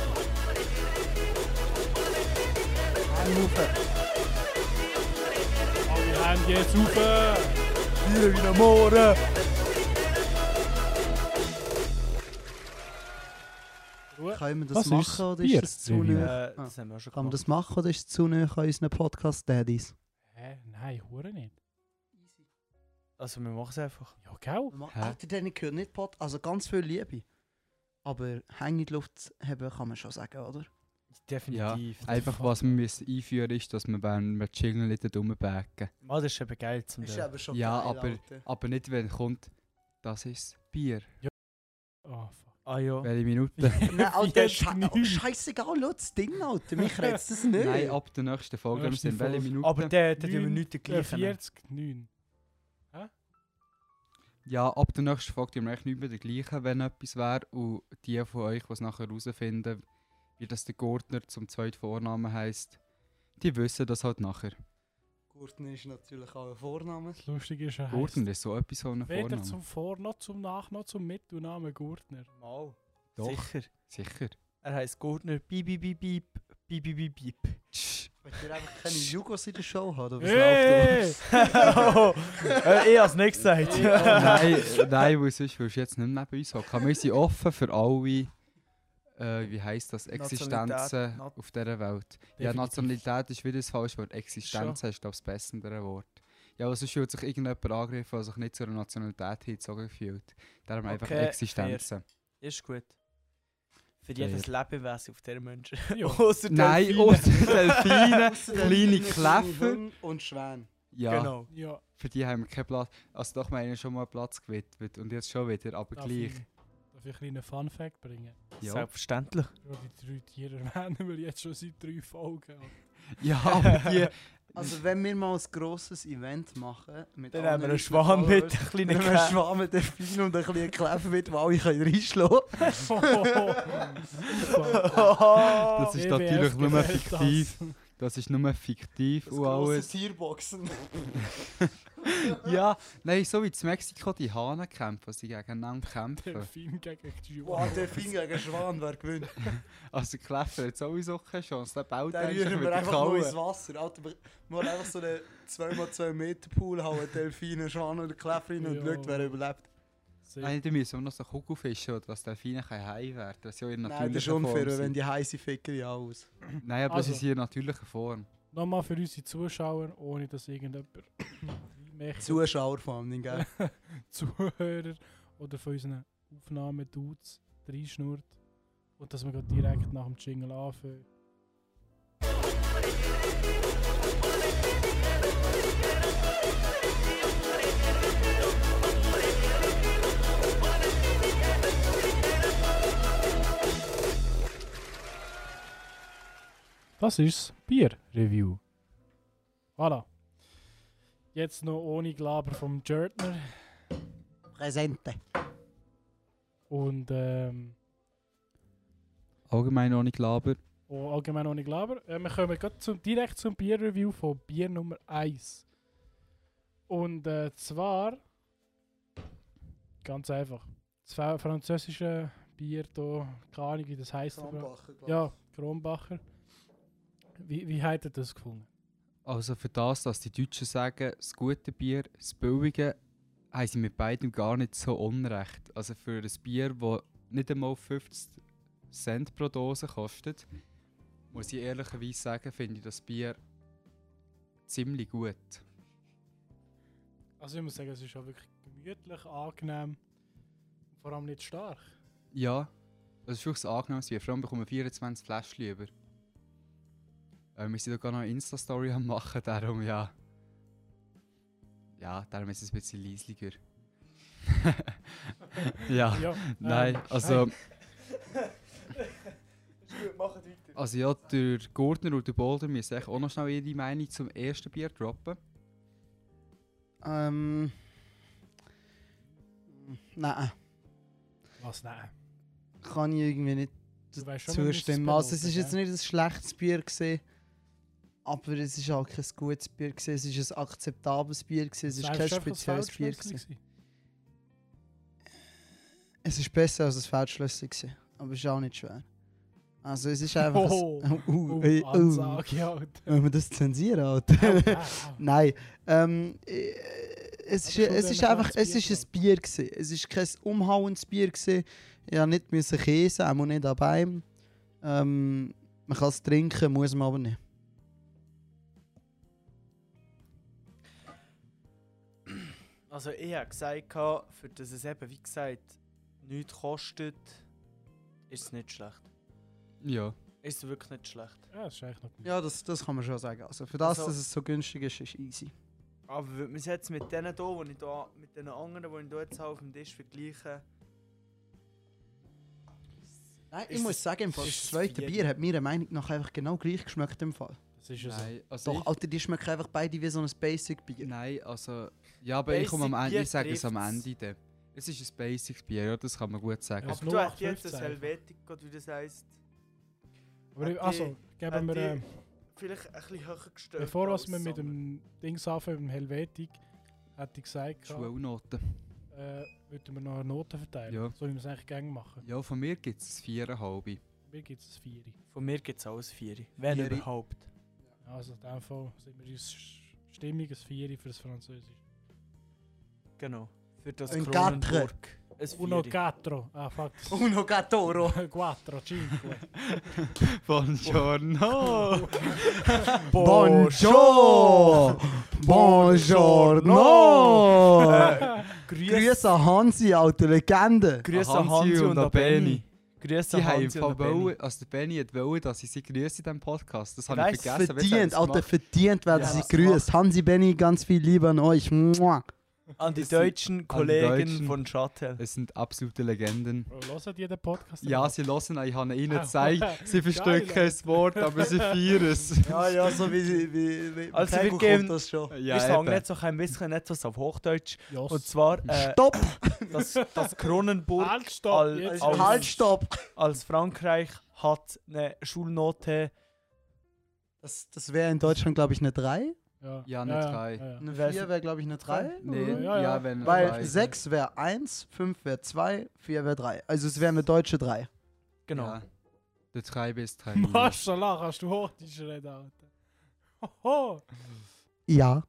[SPEAKER 3] Alle Hände Ah, jetzt äh, rauf!
[SPEAKER 4] Bier wieder morgen!
[SPEAKER 3] Ruhe.
[SPEAKER 4] Können wir das
[SPEAKER 3] Was ist
[SPEAKER 4] machen oder
[SPEAKER 3] Bier?
[SPEAKER 4] ist das zu
[SPEAKER 3] Review.
[SPEAKER 2] Äh,
[SPEAKER 4] nah?
[SPEAKER 2] Das haben wir auch schon
[SPEAKER 4] Kann man
[SPEAKER 2] gemacht.
[SPEAKER 4] das machen oder ist es zu nah an unseren Podcast-Daddies?
[SPEAKER 3] Hä? Nein, hure nicht.
[SPEAKER 2] Also, wir machen es einfach.
[SPEAKER 3] Ja, gell?
[SPEAKER 1] Hä?
[SPEAKER 4] Alter, denen gehört nicht Podcast. Also ganz viel Liebe. Aber hängende Luft haben kann man schon sagen, oder?
[SPEAKER 2] Definitiv. Ja.
[SPEAKER 1] Einfach was wir müssen einführen müssen, ist, dass wir beim beim Jingle nicht rumbacken.
[SPEAKER 2] Mal, Ah, das ist eben geil zum Teil.
[SPEAKER 4] eben schon
[SPEAKER 1] Ja, geil, aber- Aber nicht, wenn kommt, das ist Bier.
[SPEAKER 3] Oh, fuck.
[SPEAKER 2] Ah ja.
[SPEAKER 1] Welche Minute?
[SPEAKER 4] Nein, Alter,
[SPEAKER 3] Jetzt
[SPEAKER 4] sche oh,
[SPEAKER 3] nicht.
[SPEAKER 4] scheißegal, lass das Ding, Alter. Mich redest das nicht.
[SPEAKER 1] Nein, ab der nächsten Folge
[SPEAKER 3] Nächste
[SPEAKER 1] sind welche
[SPEAKER 3] Folge.
[SPEAKER 1] Minute.
[SPEAKER 2] Aber der der tun wir
[SPEAKER 3] Neun,
[SPEAKER 2] nicht den
[SPEAKER 3] Äh,
[SPEAKER 2] gleichen.
[SPEAKER 3] 40, 9.
[SPEAKER 1] ja, ab der nächsten Folge tun wir eigentlich nicht mehr den gleichen, wenn etwas wäre. Und die von euch, die es nachher herausfinden, wie das der Gurtner zum zweiten Vornamen heisst, die wissen das halt nachher.
[SPEAKER 4] Gurtner ist natürlich auch ein Vorname.
[SPEAKER 3] Das Lustige ist, er heisst
[SPEAKER 1] Gurtner ist so etwas von einem
[SPEAKER 3] weder
[SPEAKER 1] Vornamen.
[SPEAKER 3] zum Vor- noch zum Nach- noch zum Mit- und Namen Gurtner.
[SPEAKER 2] Mal.
[SPEAKER 1] Doch.
[SPEAKER 2] Sicher.
[SPEAKER 1] Sicher.
[SPEAKER 2] Er heisst Gurtner. Beep, beep, beep, beep. Beep, beep, beep, beep.
[SPEAKER 4] Wollt ihr einfach keine Jugos in der Show haben? Oder was
[SPEAKER 3] Hey!
[SPEAKER 2] oh, äh, ich hab's nicht gesagt.
[SPEAKER 4] oh,
[SPEAKER 1] nein, nein, weil sonst willst du jetzt nicht mehr neben uns hocken. Wir sind offen für alle äh, wie heißt das,
[SPEAKER 2] Nationalität,
[SPEAKER 1] Existenzen
[SPEAKER 2] Nat-
[SPEAKER 1] auf dieser Welt. Ja,
[SPEAKER 3] Definitiv.
[SPEAKER 1] Nationalität ist wieder das falsche Wort. Existenz ist, glaube ich, das bessere Wort. Ja, aber sonst fühlt sich irgendjemand angegriffen, der sich nicht zu einer Nationalität hingezogen fühlt. Darum einfach
[SPEAKER 2] Okay, fair.
[SPEAKER 1] Existenzen.
[SPEAKER 2] Ist gut. Für jedes Lebewesen auf dieser Menschen.
[SPEAKER 3] Ja.
[SPEAKER 2] Außer
[SPEAKER 1] Nein,
[SPEAKER 2] Delfine.
[SPEAKER 1] außer Delfine, kleine Kläffer.
[SPEAKER 4] Und Schwäne.
[SPEAKER 1] Ja,
[SPEAKER 2] Genau.
[SPEAKER 3] Ja,
[SPEAKER 1] für die haben wir keinen Platz. Also doch, wir haben ihnen schon mal Platz gewidmet und jetzt schon wieder, aber
[SPEAKER 4] Ah,
[SPEAKER 3] darf
[SPEAKER 1] gleich.
[SPEAKER 3] ich, darf ich einen kleinen Fun-Fact bringen?
[SPEAKER 1] Ja,
[SPEAKER 2] Selbstverständlich.
[SPEAKER 3] Ich will die drei Tiere erwähnen, weil jetzt schon seit drei Folgen.
[SPEAKER 1] ja aber die...
[SPEAKER 4] Also wenn wir mal ein grosses Event machen, mit
[SPEAKER 2] Dann
[SPEAKER 4] allen
[SPEAKER 2] haben wir einen
[SPEAKER 4] Leuten,
[SPEAKER 2] Schwan
[SPEAKER 4] allen
[SPEAKER 2] mit, einen
[SPEAKER 4] Leuten,
[SPEAKER 2] kleinen
[SPEAKER 4] Nehmen wir einen
[SPEAKER 2] Kerl.
[SPEAKER 4] Schwan mit Delfin und ein bisschen Kläfer mit, wo alle können reinschlagen Oh,
[SPEAKER 1] Das ist natürlich nur fiktiv. Das ist nur fiktiv und alles.
[SPEAKER 4] Tierboxen.
[SPEAKER 1] Ja, nein, so wie in Mexiko die Hahnen kämpfen, sie gegeneinander kämpfen.
[SPEAKER 3] Delfin gegen Chihuahua.
[SPEAKER 4] Wow, Delfin gegen Schwan, wer gewinnt?
[SPEAKER 1] Also Kleffer hat sowieso keine Chance, der baut
[SPEAKER 4] Dann
[SPEAKER 1] einfach
[SPEAKER 4] rühren
[SPEAKER 1] mit
[SPEAKER 4] wir
[SPEAKER 1] der
[SPEAKER 4] einfach nur
[SPEAKER 1] Kalle.
[SPEAKER 4] ins Wasser. Alter, wir müssen einfach so einen 2x2 Meter Pool haben, Delfine, Schwan oder Kläfer rein und
[SPEAKER 3] Ja.
[SPEAKER 4] schaut, wer überlebt.
[SPEAKER 1] Nein, dann müssen wir noch so Kugelfische oder dass Delfine kein Hai werden. Das ist ja ihre natürliche
[SPEAKER 4] Nein, das ist
[SPEAKER 1] Form.
[SPEAKER 4] unfair,
[SPEAKER 1] sind.
[SPEAKER 4] wenn die heiße Ficker ja aus.
[SPEAKER 1] Nein, aber das ist
[SPEAKER 3] Also.
[SPEAKER 1] ihre natürliche Form.
[SPEAKER 3] Nochmal für unsere Zuschauer, ohne dass irgendjemand reinmacht.
[SPEAKER 4] Zuschauer vor allem, gell?
[SPEAKER 3] Zuhörer oder von unseren Aufnahmen-Dudes reinschnurrt. Und dass wir gerade direkt nach dem Jingle anfangen. Das ist das Bier-Review. Voilà. Jetzt noch ohne Glaber vom Jörtner.
[SPEAKER 4] Präsente.
[SPEAKER 3] Und ähm,
[SPEAKER 1] Allgemein ohne Glaber.
[SPEAKER 3] oh, allgemein ohne Glaber. Äh, wir kommen grad zum, direkt zum Bierreview von Bier Nummer 1. Und äh, zwar ganz einfach. Das fa- französische Bier hier, keine Ahnung wie das heisst. aber- Ja, Kronbacher. Wie, wie habt ihr das gefunden?
[SPEAKER 1] Also für das, dass die Deutschen sagen, das gute Bier, das billige, haben sie mit beidem gar nicht so unrecht. Also für ein Bier, das nicht einmal 50 Cent pro Dose kostet, muss ich ehrlicherweise sagen, finde ich das Bier ziemlich gut.
[SPEAKER 3] Also ich muss sagen, es ist auch wirklich gemütlich, angenehm. Vor allem nicht stark.
[SPEAKER 1] Ja, das ist wirklich ein angenehmes Bier. Vor allem bekommen wir 24 Fläschchen über. Äh, wir sind sogar noch eine Insta-Story am machen, darum ja. Ja, darum ist es ein bisschen leisliger. ja.
[SPEAKER 3] Ja,
[SPEAKER 1] Nein,
[SPEAKER 3] ähm,
[SPEAKER 1] also,
[SPEAKER 2] Machen weiter.
[SPEAKER 1] also ja, der Gurtner und der Boulder müssen eigentlich auch noch schnell ihre Meinung zum ersten Bier droppen.
[SPEAKER 4] Ähm. Nein,
[SPEAKER 3] Was, nein.
[SPEAKER 4] kann ich irgendwie nicht
[SPEAKER 3] Du weißt schon, wir müssen
[SPEAKER 4] zustimmen. Also, es
[SPEAKER 3] beloten,
[SPEAKER 4] ist jetzt
[SPEAKER 3] gell?
[SPEAKER 4] nicht ein schlechtes Bier, gewesen, aber es ist auch kein gutes Bier. Gewesen. Es ist ein akzeptables Bier, gewesen. es ist
[SPEAKER 3] Sagst
[SPEAKER 4] kein
[SPEAKER 3] du einfach, es
[SPEAKER 4] spezielles
[SPEAKER 3] fällt
[SPEAKER 4] Bier.
[SPEAKER 3] schnell
[SPEAKER 4] Gewesen.
[SPEAKER 3] gewesen?
[SPEAKER 4] Es ist besser als das Feldschlösser, gewesen, aber es ist auch nicht schwer. Also, es ist einfach.
[SPEAKER 3] Oh,
[SPEAKER 4] ein, uh,
[SPEAKER 3] Oh,
[SPEAKER 4] äh, uh.
[SPEAKER 3] Ansage, Alter.
[SPEAKER 4] Wenn wir das zensieren, Alter.
[SPEAKER 3] Ah,
[SPEAKER 4] Nein, ähm, äh, es, ist,
[SPEAKER 3] Aber schon
[SPEAKER 4] es ist
[SPEAKER 3] dann
[SPEAKER 4] einfach
[SPEAKER 3] ein
[SPEAKER 4] es
[SPEAKER 3] kleines
[SPEAKER 4] ist ein Bier. Gewesen. Es ist kein umhauendes Bier. Gewesen. Ich musste nicht müssen käsen, auch nicht dabei. Ähm, man kann es trinken, muss man aber nicht.
[SPEAKER 2] Also ich habe gesagt, gehabt, für das es eben, wie gesagt, nichts kostet, ist es nicht schlecht.
[SPEAKER 1] Ja.
[SPEAKER 2] Ist es wirklich nicht schlecht.
[SPEAKER 3] ja, das ist eigentlich noch gut.
[SPEAKER 4] Ja, das, das kann man schon sagen. Also für das,
[SPEAKER 2] Also-
[SPEAKER 4] dass es so günstig ist, ist easy.
[SPEAKER 2] Aber würde man es jetzt mit denen hier, die ich da, mit den anderen, die ich hier jetzt habe auf dem Tisch vergleiche,
[SPEAKER 4] Nein,
[SPEAKER 2] ich
[SPEAKER 4] ich
[SPEAKER 2] Ist muss
[SPEAKER 4] muss
[SPEAKER 2] das-
[SPEAKER 4] sagen,
[SPEAKER 2] im Fall, ist
[SPEAKER 4] das
[SPEAKER 2] das das
[SPEAKER 4] zweite
[SPEAKER 2] Bier-
[SPEAKER 4] Bier hat meiner Meinung nach einfach genau gleich geschmeckt im Fall.
[SPEAKER 3] Das ist ja so.
[SPEAKER 1] Nein, also
[SPEAKER 4] Doch, Alter, die schmecken einfach beide wie so ein Basic
[SPEAKER 1] ich,
[SPEAKER 4] Bier.
[SPEAKER 1] nein, also... Ja, aber ich
[SPEAKER 2] Basic
[SPEAKER 1] komme am Ende,
[SPEAKER 2] Bier
[SPEAKER 1] ich sage es am
[SPEAKER 2] trifft's.
[SPEAKER 1] Ende dann. Es ist ein Basic Bier, ja, das kann man gut sagen.
[SPEAKER 3] Ja. Das
[SPEAKER 2] aber du hast
[SPEAKER 3] 0815
[SPEAKER 2] jetzt ein Helvetik, wie das heisst,
[SPEAKER 3] Aber ich,
[SPEAKER 2] die-
[SPEAKER 3] also, geben wir,
[SPEAKER 2] die-
[SPEAKER 3] äh,
[SPEAKER 2] vielleicht ein bisschen höher gestellt.
[SPEAKER 3] bevor
[SPEAKER 2] als
[SPEAKER 3] was wir mit
[SPEAKER 2] Sommer.
[SPEAKER 3] dem Dings anfangen, mit dem Helvetik, hätte ich gesagt, gehabt,
[SPEAKER 1] Schulnoten.
[SPEAKER 3] äh, würden wir noch eine Note verteilen.
[SPEAKER 1] Ja.
[SPEAKER 3] So wie wir es eigentlich gerne machen.
[SPEAKER 1] Ja, von mir gibt es 4,5.
[SPEAKER 3] Mir gibt es ein Vieri.
[SPEAKER 2] Von mir gibt es auch ein Vieri. Wenn
[SPEAKER 4] Vieri.
[SPEAKER 2] überhaupt.
[SPEAKER 3] Also in dem Fall sind wir uns sch- stimmig ein Vieri für das Französisch.
[SPEAKER 2] Genau. Für das
[SPEAKER 4] Ein
[SPEAKER 2] Kronenburg. Ein Vieri.
[SPEAKER 3] Uno quattro. Ah, fuck.
[SPEAKER 2] Uno Gattoro.
[SPEAKER 3] quattro, cinque.
[SPEAKER 1] Buongiorno!
[SPEAKER 2] Bonjour.
[SPEAKER 4] Buongiorno!
[SPEAKER 2] Äh, Grüß
[SPEAKER 4] Grüße an Hansi, alte Legende!
[SPEAKER 2] Grüße
[SPEAKER 1] An
[SPEAKER 2] an Hansi und an Benni. Grüße
[SPEAKER 1] Die
[SPEAKER 2] an
[SPEAKER 1] haben im
[SPEAKER 2] Hansi
[SPEAKER 1] Fall
[SPEAKER 2] und an Benni.
[SPEAKER 1] wollen, also der Benni hat wollen, dass ich sie grüße in diesem Podcast. Das habe
[SPEAKER 2] Weiss,
[SPEAKER 1] ich vergessen. aber jetzt haben
[SPEAKER 4] Verdient,
[SPEAKER 1] sie es
[SPEAKER 4] Alter,
[SPEAKER 1] gemacht.
[SPEAKER 4] verdient werden
[SPEAKER 2] Ja,
[SPEAKER 4] sie
[SPEAKER 2] was
[SPEAKER 4] grüßt. Hansi Benny, ganz viel Liebe an euch. Mua.
[SPEAKER 2] An die
[SPEAKER 1] Das sind-
[SPEAKER 2] deutschen
[SPEAKER 1] Deutschen.
[SPEAKER 2] Kollegen von Schattel.
[SPEAKER 1] Es sind absolute Legenden.
[SPEAKER 3] Bro, hört ihr den Podcast?
[SPEAKER 1] Ja, sie hören ihn, ich habe ihnen gezeigt. Sie
[SPEAKER 3] Geil.
[SPEAKER 1] verstehen kein Wort, aber sie feiern es.
[SPEAKER 4] Ja, ja, so wie sie. Wie, wie,
[SPEAKER 2] Also,
[SPEAKER 4] Kegel
[SPEAKER 2] wir geben-
[SPEAKER 4] kommt das schon.
[SPEAKER 1] Ja,
[SPEAKER 2] ich sage
[SPEAKER 1] eben.
[SPEAKER 2] nicht so ein bisschen etwas auf Hochdeutsch.
[SPEAKER 3] Jos.
[SPEAKER 2] Und zwar äh,
[SPEAKER 4] Stopp!
[SPEAKER 2] das, das Kronenburg
[SPEAKER 3] Halt, stopp!
[SPEAKER 2] Al-
[SPEAKER 3] jetzt
[SPEAKER 2] Al-
[SPEAKER 3] kommt's.
[SPEAKER 4] Halt, stopp!
[SPEAKER 2] als Frankreich hat eine Schulnote.
[SPEAKER 4] Das, das wäre in Deutschland, glaube ich, eine 3.
[SPEAKER 3] Ja,
[SPEAKER 1] Ja, eine drei.
[SPEAKER 3] ja.
[SPEAKER 4] Eine
[SPEAKER 2] Wär's-
[SPEAKER 4] 4 wäre, glaube ich, eine 3.
[SPEAKER 1] Nee,
[SPEAKER 3] Ja,
[SPEAKER 1] ja,
[SPEAKER 3] ja.
[SPEAKER 1] wenn.
[SPEAKER 4] Weil
[SPEAKER 1] weil-
[SPEAKER 4] 6 wäre 1, 5 wäre 2, 4 wäre 3. Also, es wäre eine deutsche 3.
[SPEAKER 2] Genau.
[SPEAKER 1] Ja. Der Treiber ist Treiber.
[SPEAKER 3] Maschallah, kannst du Hochdeutsch reden, Alter. Hoho!
[SPEAKER 4] Ja.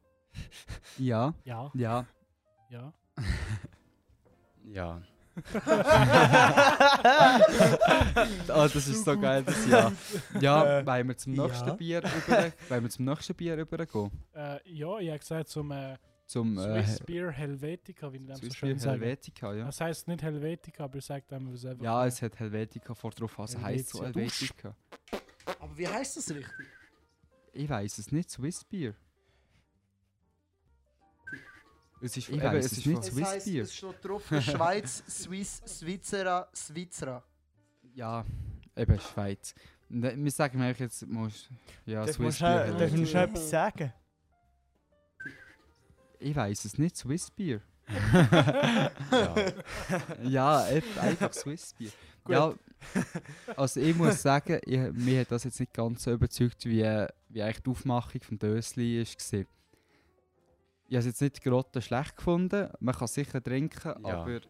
[SPEAKER 1] Ja,
[SPEAKER 3] Ja,
[SPEAKER 1] ja,
[SPEAKER 3] ja.
[SPEAKER 1] ja. Ah, das ist so geil, das Ja. Ja, wollen wir zum
[SPEAKER 4] Ja.
[SPEAKER 1] nächsten Bier über, wollen wir zum nächsten Bier übergehen?
[SPEAKER 3] Äh, ja, ich habe gesagt, zum äh,
[SPEAKER 1] Zum äh,
[SPEAKER 3] Swiss Beer Helvetica, wie die dem so
[SPEAKER 1] Swiss
[SPEAKER 3] schön
[SPEAKER 1] Bier
[SPEAKER 3] sagen.
[SPEAKER 1] Helvetica, ja.
[SPEAKER 3] Das heisst nicht Helvetica, aber ich sage dem, was einfach.
[SPEAKER 1] Ja, es hat Helvetica vor drauf, also heisst so
[SPEAKER 3] Helvetia.
[SPEAKER 1] Helvetica.
[SPEAKER 4] Aber wie heißt das richtig?
[SPEAKER 1] Ich weiß es nicht, Swiss Bier. Es ist,
[SPEAKER 2] Ich
[SPEAKER 1] eben,
[SPEAKER 2] weiss
[SPEAKER 1] es
[SPEAKER 2] es
[SPEAKER 1] ist nicht
[SPEAKER 2] schon.
[SPEAKER 1] Swiss Bier.
[SPEAKER 4] steht drauf: Schweiz, Swiss, Swizera, Swizera.
[SPEAKER 1] Ja, eben Schweiz. Ne, Wir sagen mir jetzt, musst, ja,
[SPEAKER 2] Darf
[SPEAKER 1] Swiss
[SPEAKER 2] musst
[SPEAKER 1] Bier.
[SPEAKER 2] du darf
[SPEAKER 1] Helvetica.
[SPEAKER 2] man schon etwas sagen?
[SPEAKER 1] Ich weiß es nicht, Swiss Bier. ja, ja eb- einfach Swiss Bier. Ja, also ich muss sagen, ich, mich hat das jetzt nicht ganz so überzeugt, wie, äh, wie eigentlich die Aufmachung des Dösli war. Ich habe es jetzt nicht gerade schlecht gefunden. Man kann sicher trinken,
[SPEAKER 2] Ja.
[SPEAKER 1] aber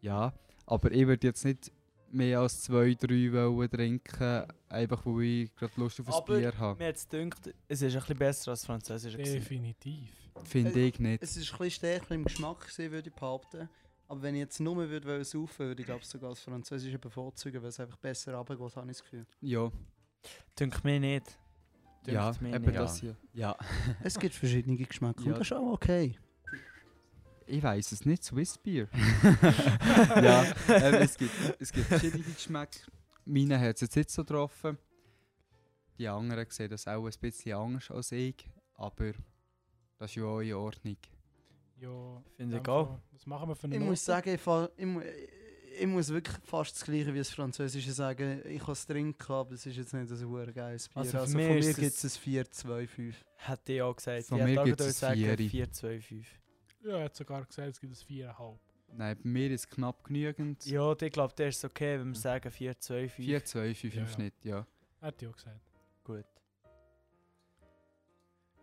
[SPEAKER 1] ja, aber ich würde jetzt nicht mehr als zwei, drei wollen trinken, einfach weil ich gerade Lust auf ein
[SPEAKER 2] Aber
[SPEAKER 1] Bier habe.
[SPEAKER 2] Mir hat es gedacht, es ist ein bisschen besser als Französisch.
[SPEAKER 3] Definitiv.
[SPEAKER 1] Finde
[SPEAKER 2] äh,
[SPEAKER 1] ich nicht.
[SPEAKER 4] Es ist ein bisschen stärker im Geschmack, gewesen, würde ich behaupten. Aber wenn ich jetzt nur mehr würde wollen saufen, würde ich glaube sogar das Französische bevorzugen, weil es einfach besser runtergeht, habe ich das Gefühl.
[SPEAKER 1] Ja,
[SPEAKER 2] Dünkt mir nicht.
[SPEAKER 1] ja,
[SPEAKER 2] Dünkt mir
[SPEAKER 1] eben
[SPEAKER 2] nicht.
[SPEAKER 1] das hier. Ja.
[SPEAKER 4] Es gibt verschiedene Geschmäcker
[SPEAKER 1] Ja.
[SPEAKER 4] und das ist auch okay.
[SPEAKER 1] Ich weiß es nicht, Swiss Beer. ja, ähm, es, gibt, es gibt verschiedene Geschmäcker. Meine hat es jetzt nicht so getroffen. Die anderen sehen das auch ein bisschen anders als ich. Aber das ist ja auch in Ordnung.
[SPEAKER 3] Ja,
[SPEAKER 2] Finde ich
[SPEAKER 3] dem
[SPEAKER 2] auch.
[SPEAKER 3] Fall. Was machen wir für eine
[SPEAKER 4] Ich
[SPEAKER 3] Note?
[SPEAKER 4] muss sagen, ich, fa- ich, mu- ich muss wirklich fast das gleiche wie das Französische sagen. Ich kann es trinken, aber es ist jetzt nicht ein super geiles Bier.
[SPEAKER 2] Also
[SPEAKER 4] Also,
[SPEAKER 2] für
[SPEAKER 4] von
[SPEAKER 2] mich
[SPEAKER 4] mir
[SPEAKER 2] ist
[SPEAKER 4] gibt
[SPEAKER 2] es-
[SPEAKER 4] es ein 4, 2, 5.
[SPEAKER 2] Hätte ich auch gesagt.
[SPEAKER 1] Von
[SPEAKER 2] ich
[SPEAKER 1] mir
[SPEAKER 2] hätte auch
[SPEAKER 1] gibt's
[SPEAKER 2] gerade
[SPEAKER 1] ein
[SPEAKER 2] sagen
[SPEAKER 1] Vieri.
[SPEAKER 2] 4, 2, 5.
[SPEAKER 3] Ja, er hat sogar gesagt, es gibt ein 4,5.
[SPEAKER 1] Nein, bei mir ist es knapp genügend.
[SPEAKER 2] Ja, ich glaube, der ist okay, wenn wir sagen 4, 2, 5.
[SPEAKER 1] 4, 2, 5
[SPEAKER 3] Ja,
[SPEAKER 1] im
[SPEAKER 3] ja.
[SPEAKER 1] Schnitt, ja.
[SPEAKER 3] Hat er auch gesagt.
[SPEAKER 2] Gut.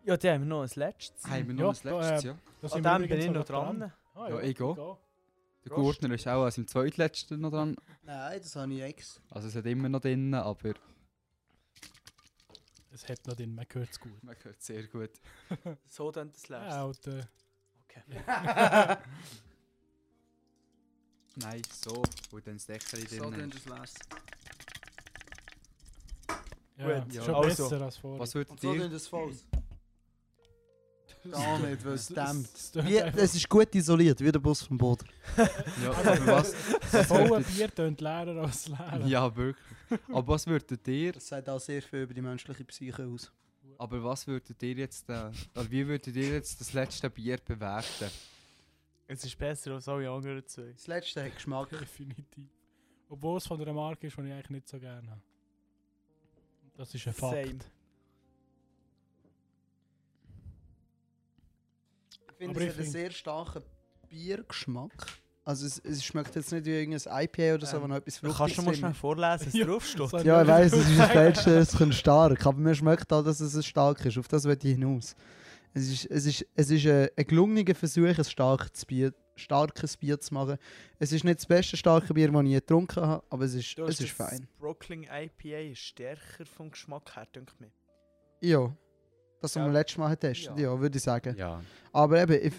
[SPEAKER 2] Ja, dann haben wir noch ein letztes.
[SPEAKER 1] Haben wir
[SPEAKER 3] Ja,
[SPEAKER 1] noch ein
[SPEAKER 3] da,
[SPEAKER 1] letztes, ja?
[SPEAKER 3] Das
[SPEAKER 2] An
[SPEAKER 3] wir
[SPEAKER 2] dem bin
[SPEAKER 3] übrigens
[SPEAKER 2] ich noch
[SPEAKER 3] noch
[SPEAKER 2] dran.
[SPEAKER 3] Ah,
[SPEAKER 1] Ja, ich gehe.
[SPEAKER 3] gehe.
[SPEAKER 1] Der
[SPEAKER 2] Prost.
[SPEAKER 1] Gurtner ist auch als im zweitletzten noch dran.
[SPEAKER 4] Nein, das habe ich ex.
[SPEAKER 1] Also es hat immer noch drinnen, aber
[SPEAKER 3] Es hat noch den, man hört es gut.
[SPEAKER 1] man hört es sehr gut.
[SPEAKER 2] So dann das letzte.
[SPEAKER 3] Ja, Alter.
[SPEAKER 2] Okay.
[SPEAKER 1] Nein, so. Und dann das Deckel
[SPEAKER 4] So
[SPEAKER 1] drinnen.
[SPEAKER 4] könnt ihr es lesen.
[SPEAKER 3] Ja,
[SPEAKER 2] Gut,
[SPEAKER 1] ja.
[SPEAKER 3] schon
[SPEAKER 2] Also.
[SPEAKER 3] besser als vorher.
[SPEAKER 1] Was würdet
[SPEAKER 4] Und so
[SPEAKER 1] ihr...
[SPEAKER 4] könnt ihr es falsch. Gar nicht, weil es dämmt.
[SPEAKER 3] Das tönt
[SPEAKER 4] Wie,
[SPEAKER 3] einfach-
[SPEAKER 4] es ist gut isoliert, wie der Bus vom Boden.
[SPEAKER 1] Ja, aber was... was
[SPEAKER 3] Volle
[SPEAKER 1] würdet-
[SPEAKER 3] Bier tönt leerer als leer.
[SPEAKER 1] Ja, wirklich. Aber was würdet ihr,
[SPEAKER 4] Das sagt auch sehr viel über die menschliche Psyche aus.
[SPEAKER 1] aber was würdet ihr jetzt, äh, oder wie würdet ihr jetzt das letzte Bier bewerten?
[SPEAKER 2] Es ist besser als alle anderen zwei.
[SPEAKER 4] Das letzte hat Geschmack.
[SPEAKER 3] Definitiv. Obwohl es von einer Marke ist, die ich eigentlich nicht so gerne habe. Das ist ein Fakt.
[SPEAKER 2] Same.
[SPEAKER 4] Ich finde,
[SPEAKER 3] Aber
[SPEAKER 4] es
[SPEAKER 3] ich
[SPEAKER 4] hat einen
[SPEAKER 3] find-
[SPEAKER 4] sehr starken Biergeschmack. Also es, es schmeckt jetzt nicht wie irgendein IPA oder so,
[SPEAKER 2] Ähm,
[SPEAKER 4] aber noch etwas
[SPEAKER 2] Kannst du mal
[SPEAKER 4] drin
[SPEAKER 2] schnell vorlesen, was
[SPEAKER 3] Ja.
[SPEAKER 2] draufsteht?
[SPEAKER 3] So-
[SPEAKER 4] Ja, ich weiss, es ist das Fälschste, es kommt stark. Aber mir schmeckt auch, dass es stark ist. Auf das will ich hinaus. Es ist, es ist, es ist ein, ein gelungener Versuch, ein starkes Bier, starkes Bier zu machen. Es ist nicht das beste starke Bier, das ich je getrunken habe, aber es ist,
[SPEAKER 2] Du
[SPEAKER 4] es
[SPEAKER 2] hast
[SPEAKER 4] ist
[SPEAKER 2] das
[SPEAKER 4] fein.
[SPEAKER 2] Brockling IPA ist stärker vom Geschmack her, denke ich mir.
[SPEAKER 4] Ja. Das, was
[SPEAKER 2] Ja.
[SPEAKER 4] wir letztes Mal getestet ja.
[SPEAKER 1] Ja.
[SPEAKER 4] ja, würde ich sagen.
[SPEAKER 1] Ja.
[SPEAKER 4] Aber eben, ich,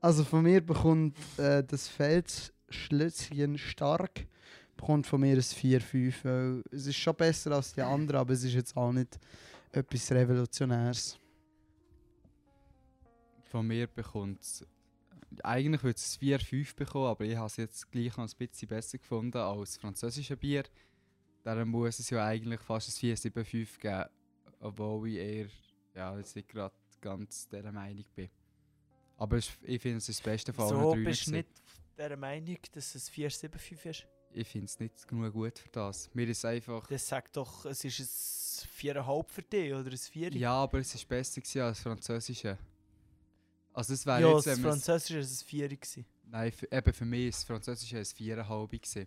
[SPEAKER 5] Also von mir bekommt äh, das Feldschlösschen stark bekommt von mir ein 4-5. weil Es ist schon besser als die anderen, aber es ist jetzt auch nicht etwas Revolutionäres.
[SPEAKER 1] Von mir bekommt es. Eigentlich würde es 4-5 bekommen, aber ich habe es jetzt gleich noch ein bisschen besser gefunden als französische Bier. Darum muss es ja eigentlich fast ein 4-7-5 geben, obwohl ich eher ja, jetzt nicht gerade ganz dieser Meinung bin. Aber es- ich finde, es ist das Beste von
[SPEAKER 2] So
[SPEAKER 1] allen drei.
[SPEAKER 2] bist du nicht der Meinung, dass es 475 ist?
[SPEAKER 1] Ich finde es nicht genug gut für das. Mir ist einfach.
[SPEAKER 2] Das sagt doch, es ist ein 4,5 für dich oder ein 4.
[SPEAKER 1] Ja, aber es war besser gewesen als das französische. Also, es wäre
[SPEAKER 2] Ja,
[SPEAKER 1] jetzt,
[SPEAKER 2] das
[SPEAKER 1] wenn man.
[SPEAKER 2] Französische war ein 4. gewesen.
[SPEAKER 1] Nein, für, eben für mich ist das Französische ein Viererhalbe gewesen.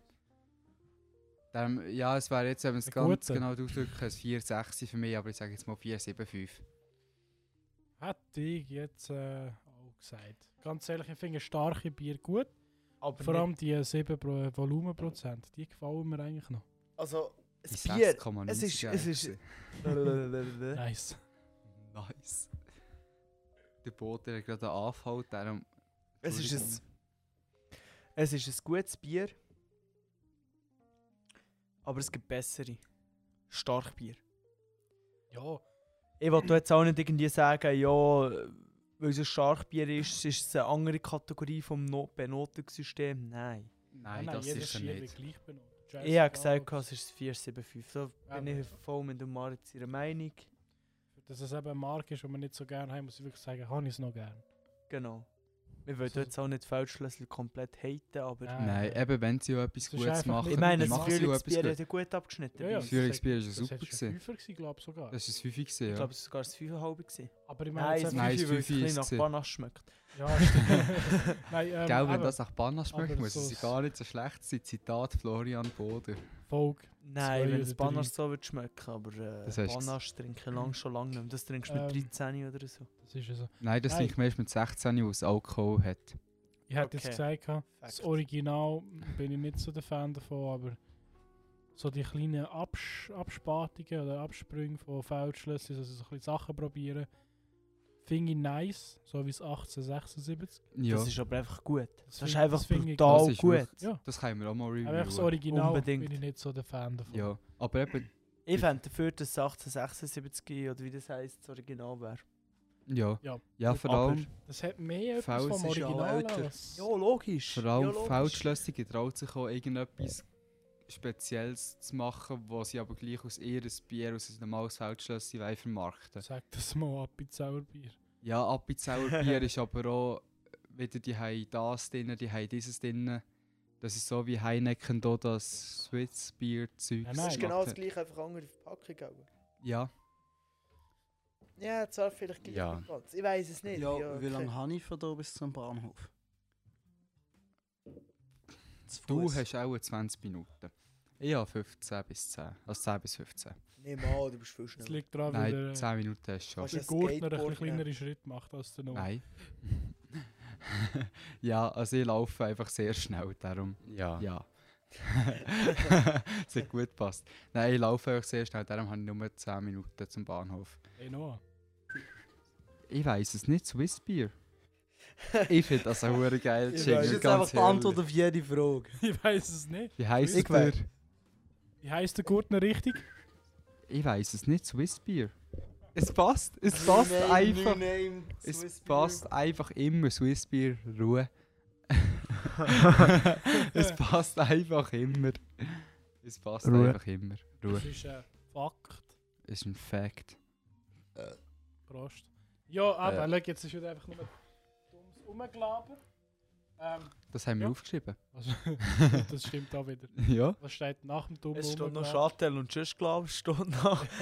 [SPEAKER 1] Darum, ja, es wäre jetzt, wenn man es
[SPEAKER 3] Ein
[SPEAKER 1] ganz
[SPEAKER 3] guter.
[SPEAKER 1] genau ausdrücken, ein 4-6 für mich, aber ich sage jetzt mal 4-7-5.
[SPEAKER 3] Hätte ich jetzt äh, auch gesagt. Ganz ehrlich, ich finde starke Bier gut.
[SPEAKER 2] Aber
[SPEAKER 3] Vor allem die 7 Pro äh, Volumenprozent, die gefallen mir eigentlich noch.
[SPEAKER 2] nicht, also, ein
[SPEAKER 1] Ich
[SPEAKER 2] Bier.
[SPEAKER 1] 6,90
[SPEAKER 2] es ist- es ist-
[SPEAKER 1] gewesen.
[SPEAKER 2] Blablabla.
[SPEAKER 3] Nice.
[SPEAKER 1] Nice. Der Bote hat gerade einen Anfall, darum...
[SPEAKER 2] es, ist
[SPEAKER 1] Entschuldigung.
[SPEAKER 2] ein, es ist ein gutes Bier. Aber es gibt bessere. Starkbier.
[SPEAKER 3] Ja,
[SPEAKER 2] Ich will jetzt auch nicht irgendwie sagen, ja, weil es ein Starkbier ist, ist es eine andere Kategorie vom no Benotungssystem. Ah, Nein.
[SPEAKER 1] Nein, das ist er
[SPEAKER 3] Schiebe
[SPEAKER 1] nicht.
[SPEAKER 3] gleich benutzt.
[SPEAKER 2] Ich habe
[SPEAKER 3] Scheissegal,
[SPEAKER 2] gesagt, es ist 475. Da
[SPEAKER 3] Ja,
[SPEAKER 2] bin ich voll mit dem Maritz ihrer Meinung.
[SPEAKER 3] Dass es eben eine Marke ist, die wir nicht so gerne haben, muss ich wirklich sagen, habe ich es noch gerne.
[SPEAKER 2] Genau. Wir wollen
[SPEAKER 3] So-
[SPEAKER 2] jetzt auch nicht Feldschlössel komplett haten, aber
[SPEAKER 3] Nein.
[SPEAKER 1] Nein, eben, wenn sie ja etwas
[SPEAKER 3] Es ist
[SPEAKER 1] Gutes
[SPEAKER 3] einfach
[SPEAKER 1] machen,
[SPEAKER 3] nicht-
[SPEAKER 2] ich meine,
[SPEAKER 1] dann
[SPEAKER 2] das
[SPEAKER 1] machen sie ja etwas
[SPEAKER 2] Frühlingsbier hat
[SPEAKER 1] Gutes.
[SPEAKER 2] ja gut abgeschnitten. bei uns.
[SPEAKER 1] ja. Frühlingsbier ist ja
[SPEAKER 3] das
[SPEAKER 1] super
[SPEAKER 3] hättest du
[SPEAKER 1] gewesen.
[SPEAKER 3] ein Fünfer, glaube ich sogar.
[SPEAKER 1] Das war ein 5 gewesen, ja.
[SPEAKER 2] Ich glaube, es war sogar das 5,5 gewesen.
[SPEAKER 3] Aber ich meine,
[SPEAKER 2] Nein,
[SPEAKER 3] jetzt
[SPEAKER 2] das
[SPEAKER 1] Nein,
[SPEAKER 3] einfach-
[SPEAKER 1] es
[SPEAKER 2] 5 weil es
[SPEAKER 1] war
[SPEAKER 2] ein bisschen
[SPEAKER 1] 5
[SPEAKER 2] nach
[SPEAKER 1] gewesen.
[SPEAKER 2] Panache schmeckt.
[SPEAKER 3] ja, stimmt. Nein, ähm,
[SPEAKER 1] Gell, wenn
[SPEAKER 3] eben,
[SPEAKER 1] das nach Banas schmeckt,
[SPEAKER 3] Aber
[SPEAKER 1] muss es
[SPEAKER 3] so-
[SPEAKER 1] gar nicht so schlecht sein. Zitat Florian Boder.
[SPEAKER 3] Folge.
[SPEAKER 2] Nein, wenn
[SPEAKER 3] oder
[SPEAKER 2] es
[SPEAKER 3] drei.
[SPEAKER 2] Panache so würde schmecken, aber äh,
[SPEAKER 1] Das hast du
[SPEAKER 2] Panache trinke ich lang, schon lange nicht mehr. Das trinkst du
[SPEAKER 3] Ähm.
[SPEAKER 2] mit 13 oder so.
[SPEAKER 3] Das ist ja so.
[SPEAKER 1] Nein, das
[SPEAKER 3] Nein.
[SPEAKER 1] liegt mir erst mit 16 aus, Alkohol hat.
[SPEAKER 3] Ich hätte
[SPEAKER 2] Okay.
[SPEAKER 3] jetzt gesagt, gehabt, das Original bin ich nicht so der Fan davon, aber so die kleinen Absch Abspatungen oder Absprünge von Feldschlösschen, also so ein bisschen Sachen probieren, finde ich nice, so wie es 1876.
[SPEAKER 1] Ja,
[SPEAKER 2] Das ist aber einfach gut. Das,
[SPEAKER 3] find-
[SPEAKER 2] ist einfach
[SPEAKER 3] das find ich-
[SPEAKER 2] brutal
[SPEAKER 1] Das ist
[SPEAKER 2] gut.
[SPEAKER 1] wirklich-
[SPEAKER 3] Ja,
[SPEAKER 1] das können wir auch mal
[SPEAKER 3] aber einfach das
[SPEAKER 1] reviewen.
[SPEAKER 3] Original
[SPEAKER 2] Unbedingt.
[SPEAKER 3] bin ich nicht so der Fan davon.
[SPEAKER 1] Ja, aber eben,
[SPEAKER 2] Ich fände dafür, dass es 1876 oder wie das heisst, das Original wäre.
[SPEAKER 1] ja.
[SPEAKER 3] Ja.
[SPEAKER 1] Ja, vor
[SPEAKER 2] Aber-
[SPEAKER 1] allem,
[SPEAKER 3] Das hat mehr etwas
[SPEAKER 1] Fels
[SPEAKER 3] vom
[SPEAKER 1] ist ja auch
[SPEAKER 3] Original.
[SPEAKER 1] älter.
[SPEAKER 3] als-
[SPEAKER 2] Ja, logisch.
[SPEAKER 1] vor
[SPEAKER 2] ja,
[SPEAKER 1] allem
[SPEAKER 2] logisch.
[SPEAKER 1] Feldschlösser traut sich auch irgendetwas Spezielles zu machen, was sie aber gleich aus ihrem Bier, aus einem normales Feldschlösser wollen vermarkten.
[SPEAKER 3] Sag das mal ab in Sauerbier.
[SPEAKER 1] Ja, Appenzeller Bier ist aber auch wieder, die haben das drin, die haben dieses drin. Das ist so wie Heineken da das Swiss Bier Zeug.
[SPEAKER 3] Nein, nein. Das ist
[SPEAKER 1] gemacht hat.
[SPEAKER 2] genau gleiche, einfach andere Verpackung. aber.
[SPEAKER 1] Ja,
[SPEAKER 2] Ja, zwar vielleicht
[SPEAKER 1] gleich Ja.
[SPEAKER 2] ganz. Ich weiß es nicht.
[SPEAKER 5] Ja, wie lange habe ich von hier bis zum Bahnhof? Zu
[SPEAKER 1] du
[SPEAKER 5] Fuss.
[SPEAKER 1] hast auch 20 Minuten. Ich habe 15 bis 10. Also 10 bis 15.
[SPEAKER 2] Nimm an, du bist viel
[SPEAKER 3] Es liegt daran, Ah, weil äh,
[SPEAKER 1] Nein,
[SPEAKER 3] der,
[SPEAKER 1] 10 Minuten hast du schon.
[SPEAKER 2] Kannst du
[SPEAKER 3] der
[SPEAKER 2] ein
[SPEAKER 3] Gurtner einen
[SPEAKER 2] Skateboard
[SPEAKER 3] kleineren
[SPEAKER 2] nehmen?
[SPEAKER 3] Schritt macht als der Noah.
[SPEAKER 1] Nein. ja, also ich laufe einfach sehr schnell, darum. Ja. Ja. es hat gut gepasst. Nein, ich laufe einfach sehr schnell, darum habe ich nur 10 Minuten zum Bahnhof.
[SPEAKER 3] Hey Noah,
[SPEAKER 1] Ich weiß es nicht, Swiss Beer. Ich finde das ein hure geil.
[SPEAKER 2] Ich
[SPEAKER 1] Jingle,
[SPEAKER 5] Das ist jetzt
[SPEAKER 1] ganz
[SPEAKER 5] einfach die Antwort
[SPEAKER 1] ehrlich.
[SPEAKER 5] auf jede Frage.
[SPEAKER 3] ich weiß es nicht.
[SPEAKER 1] Wie heisst
[SPEAKER 5] Ich
[SPEAKER 1] es Bier?
[SPEAKER 5] weiß.
[SPEAKER 3] Wie heisst der Gurtner richtig?
[SPEAKER 1] Ich weiß es nicht, Swiss Beer. Es passt, es passt einfach. Es passt einfach immer Swiss Beer Ruhe. es passt einfach immer. Es passt
[SPEAKER 5] Ruhe.
[SPEAKER 1] einfach immer. Ruhe.
[SPEAKER 3] Das ist ein Fakt.
[SPEAKER 1] Ist ein Fact.
[SPEAKER 3] Prost. Ja, aber
[SPEAKER 1] Äh.
[SPEAKER 3] schau, jetzt ist wieder einfach nur dummes Rumgelaber. Ähm,
[SPEAKER 1] Das haben wir
[SPEAKER 3] Ja.
[SPEAKER 1] aufgeschrieben.
[SPEAKER 3] also, das stimmt auch wieder.
[SPEAKER 1] Ja.
[SPEAKER 3] Was steht nach dem dummen
[SPEAKER 2] Es steht noch
[SPEAKER 3] Rumgelaber?
[SPEAKER 2] Schatel und Tschüss, glaube ich, steht noch.
[SPEAKER 3] Ja,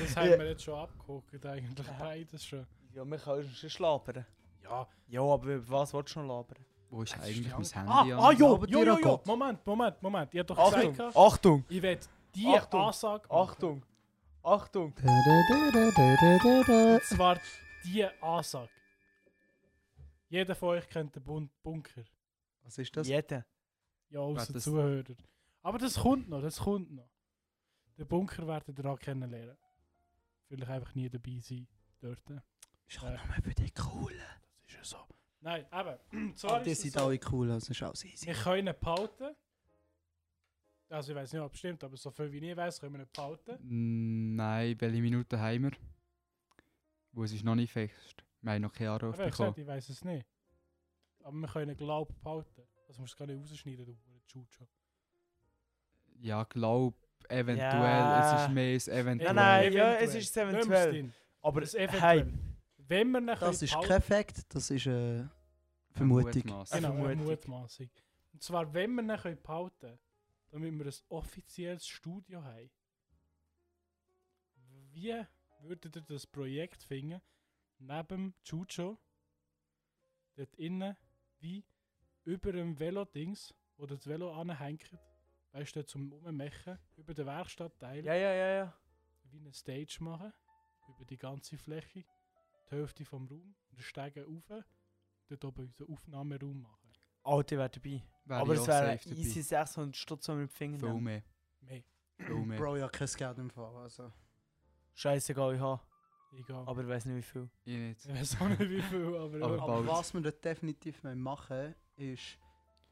[SPEAKER 3] Das haben wir jetzt schon abgeguckt, eigentlich beides schon.
[SPEAKER 2] ja, wir können schon Tschüss labern.
[SPEAKER 3] Ja,
[SPEAKER 2] Ja, aber über was willst du noch labern?
[SPEAKER 1] Wo ist
[SPEAKER 3] Das ist
[SPEAKER 1] eigentlich
[SPEAKER 3] ja-
[SPEAKER 1] mein Handy
[SPEAKER 3] ah,
[SPEAKER 1] an?
[SPEAKER 3] ah jo,
[SPEAKER 5] Aber
[SPEAKER 3] jo,
[SPEAKER 5] dir
[SPEAKER 3] jo,
[SPEAKER 5] auch
[SPEAKER 3] jo,
[SPEAKER 5] Gott.
[SPEAKER 3] Moment, Moment, Moment. Ich hab doch
[SPEAKER 2] oh Achtung,
[SPEAKER 3] gesagt,
[SPEAKER 2] Achtung,
[SPEAKER 3] ich will die
[SPEAKER 2] Achtung,
[SPEAKER 3] Ansage machen.
[SPEAKER 2] Achtung, Achtung.
[SPEAKER 3] Und zwar die Ansage. Jeder von euch kennt den Bun- Bunker.
[SPEAKER 5] Was ist das?
[SPEAKER 2] Jeder.
[SPEAKER 3] Ja, aus
[SPEAKER 1] das-
[SPEAKER 3] Zuhörer. Aber das kommt noch, das kommt noch. Den Bunker werdet ihr auch kennenlernen. Vielleicht einfach nie dabei sein dort.
[SPEAKER 5] Ist auch nochmal für dich cool.
[SPEAKER 3] Das ist ja so. Nein, eben. Zwar
[SPEAKER 5] Aber die
[SPEAKER 3] ist es
[SPEAKER 5] sind
[SPEAKER 3] so,
[SPEAKER 5] alle cool, also ist alles easy.
[SPEAKER 3] wir können ihn behalten. Also ich weiß nicht, ob es stimmt, aber so viel wie ich weiß, können wir ihn behalten.
[SPEAKER 1] Nein, welche Minute haben wir? Wo es ist noch nicht fest. Wir haben noch keinen Anruf
[SPEAKER 3] Aber ich
[SPEAKER 1] bekommen.
[SPEAKER 3] gesagt, ich weiß es nicht. Aber wir können ihn glaub behalten. Das musst du gar nicht rausschneiden, du Chucho.
[SPEAKER 1] Ja, glaub, eventuell.
[SPEAKER 2] Ja.
[SPEAKER 1] Es ist mehr als eventuell.
[SPEAKER 2] Nein, nein, ja,
[SPEAKER 3] Eventuell.
[SPEAKER 2] es ist eventuell. Aber
[SPEAKER 3] Das
[SPEAKER 2] das
[SPEAKER 3] eventuell.
[SPEAKER 2] eventuell.
[SPEAKER 3] Wenn wir ihn können
[SPEAKER 5] Das ist
[SPEAKER 3] behalten-
[SPEAKER 5] kein Fakt, das ist äh, eine Vermutung.
[SPEAKER 1] Mutmaß.
[SPEAKER 3] Genau, eine
[SPEAKER 2] Vermutung.
[SPEAKER 3] Mutmaßung. Und zwar, wenn wir ihn können behalten damit wir ein offizielles Studio haben. Wie würdet ihr das Projekt finden, neben Chucho, dort innen, wie über dem Velo-Dings, wo das Velo anhängt, weißt du, zum Ummachen, über den Werkstattteil,
[SPEAKER 2] Ja, ja, ja, ja.
[SPEAKER 3] wie eine Stage machen, über die ganze Fläche, die Hälfte vom Raum, und dann steigen rauf, dort oben unseren Aufnahmeraum machen.
[SPEAKER 2] Alte wäre dabei.
[SPEAKER 1] Wäre
[SPEAKER 2] aber
[SPEAKER 1] ich
[SPEAKER 2] es
[SPEAKER 1] auch
[SPEAKER 2] wäre
[SPEAKER 1] safe dabei.
[SPEAKER 2] easy 600 Stutz, wenn wir mit Finger
[SPEAKER 1] Viel
[SPEAKER 2] nehmen.
[SPEAKER 1] mehr.
[SPEAKER 3] Mehr.
[SPEAKER 1] Viel mehr.
[SPEAKER 5] Bro, ja, kein Geld im Fall. Also.
[SPEAKER 2] Scheißegal, ich habe.
[SPEAKER 3] Egal.
[SPEAKER 2] Aber ich weiß nicht wie viel.
[SPEAKER 1] Ich nicht.
[SPEAKER 3] Ich weiß auch nicht wie viel, aber,
[SPEAKER 1] Aber
[SPEAKER 3] ja.
[SPEAKER 1] Bald.
[SPEAKER 5] Aber was wir dort definitiv machen müssen, ist,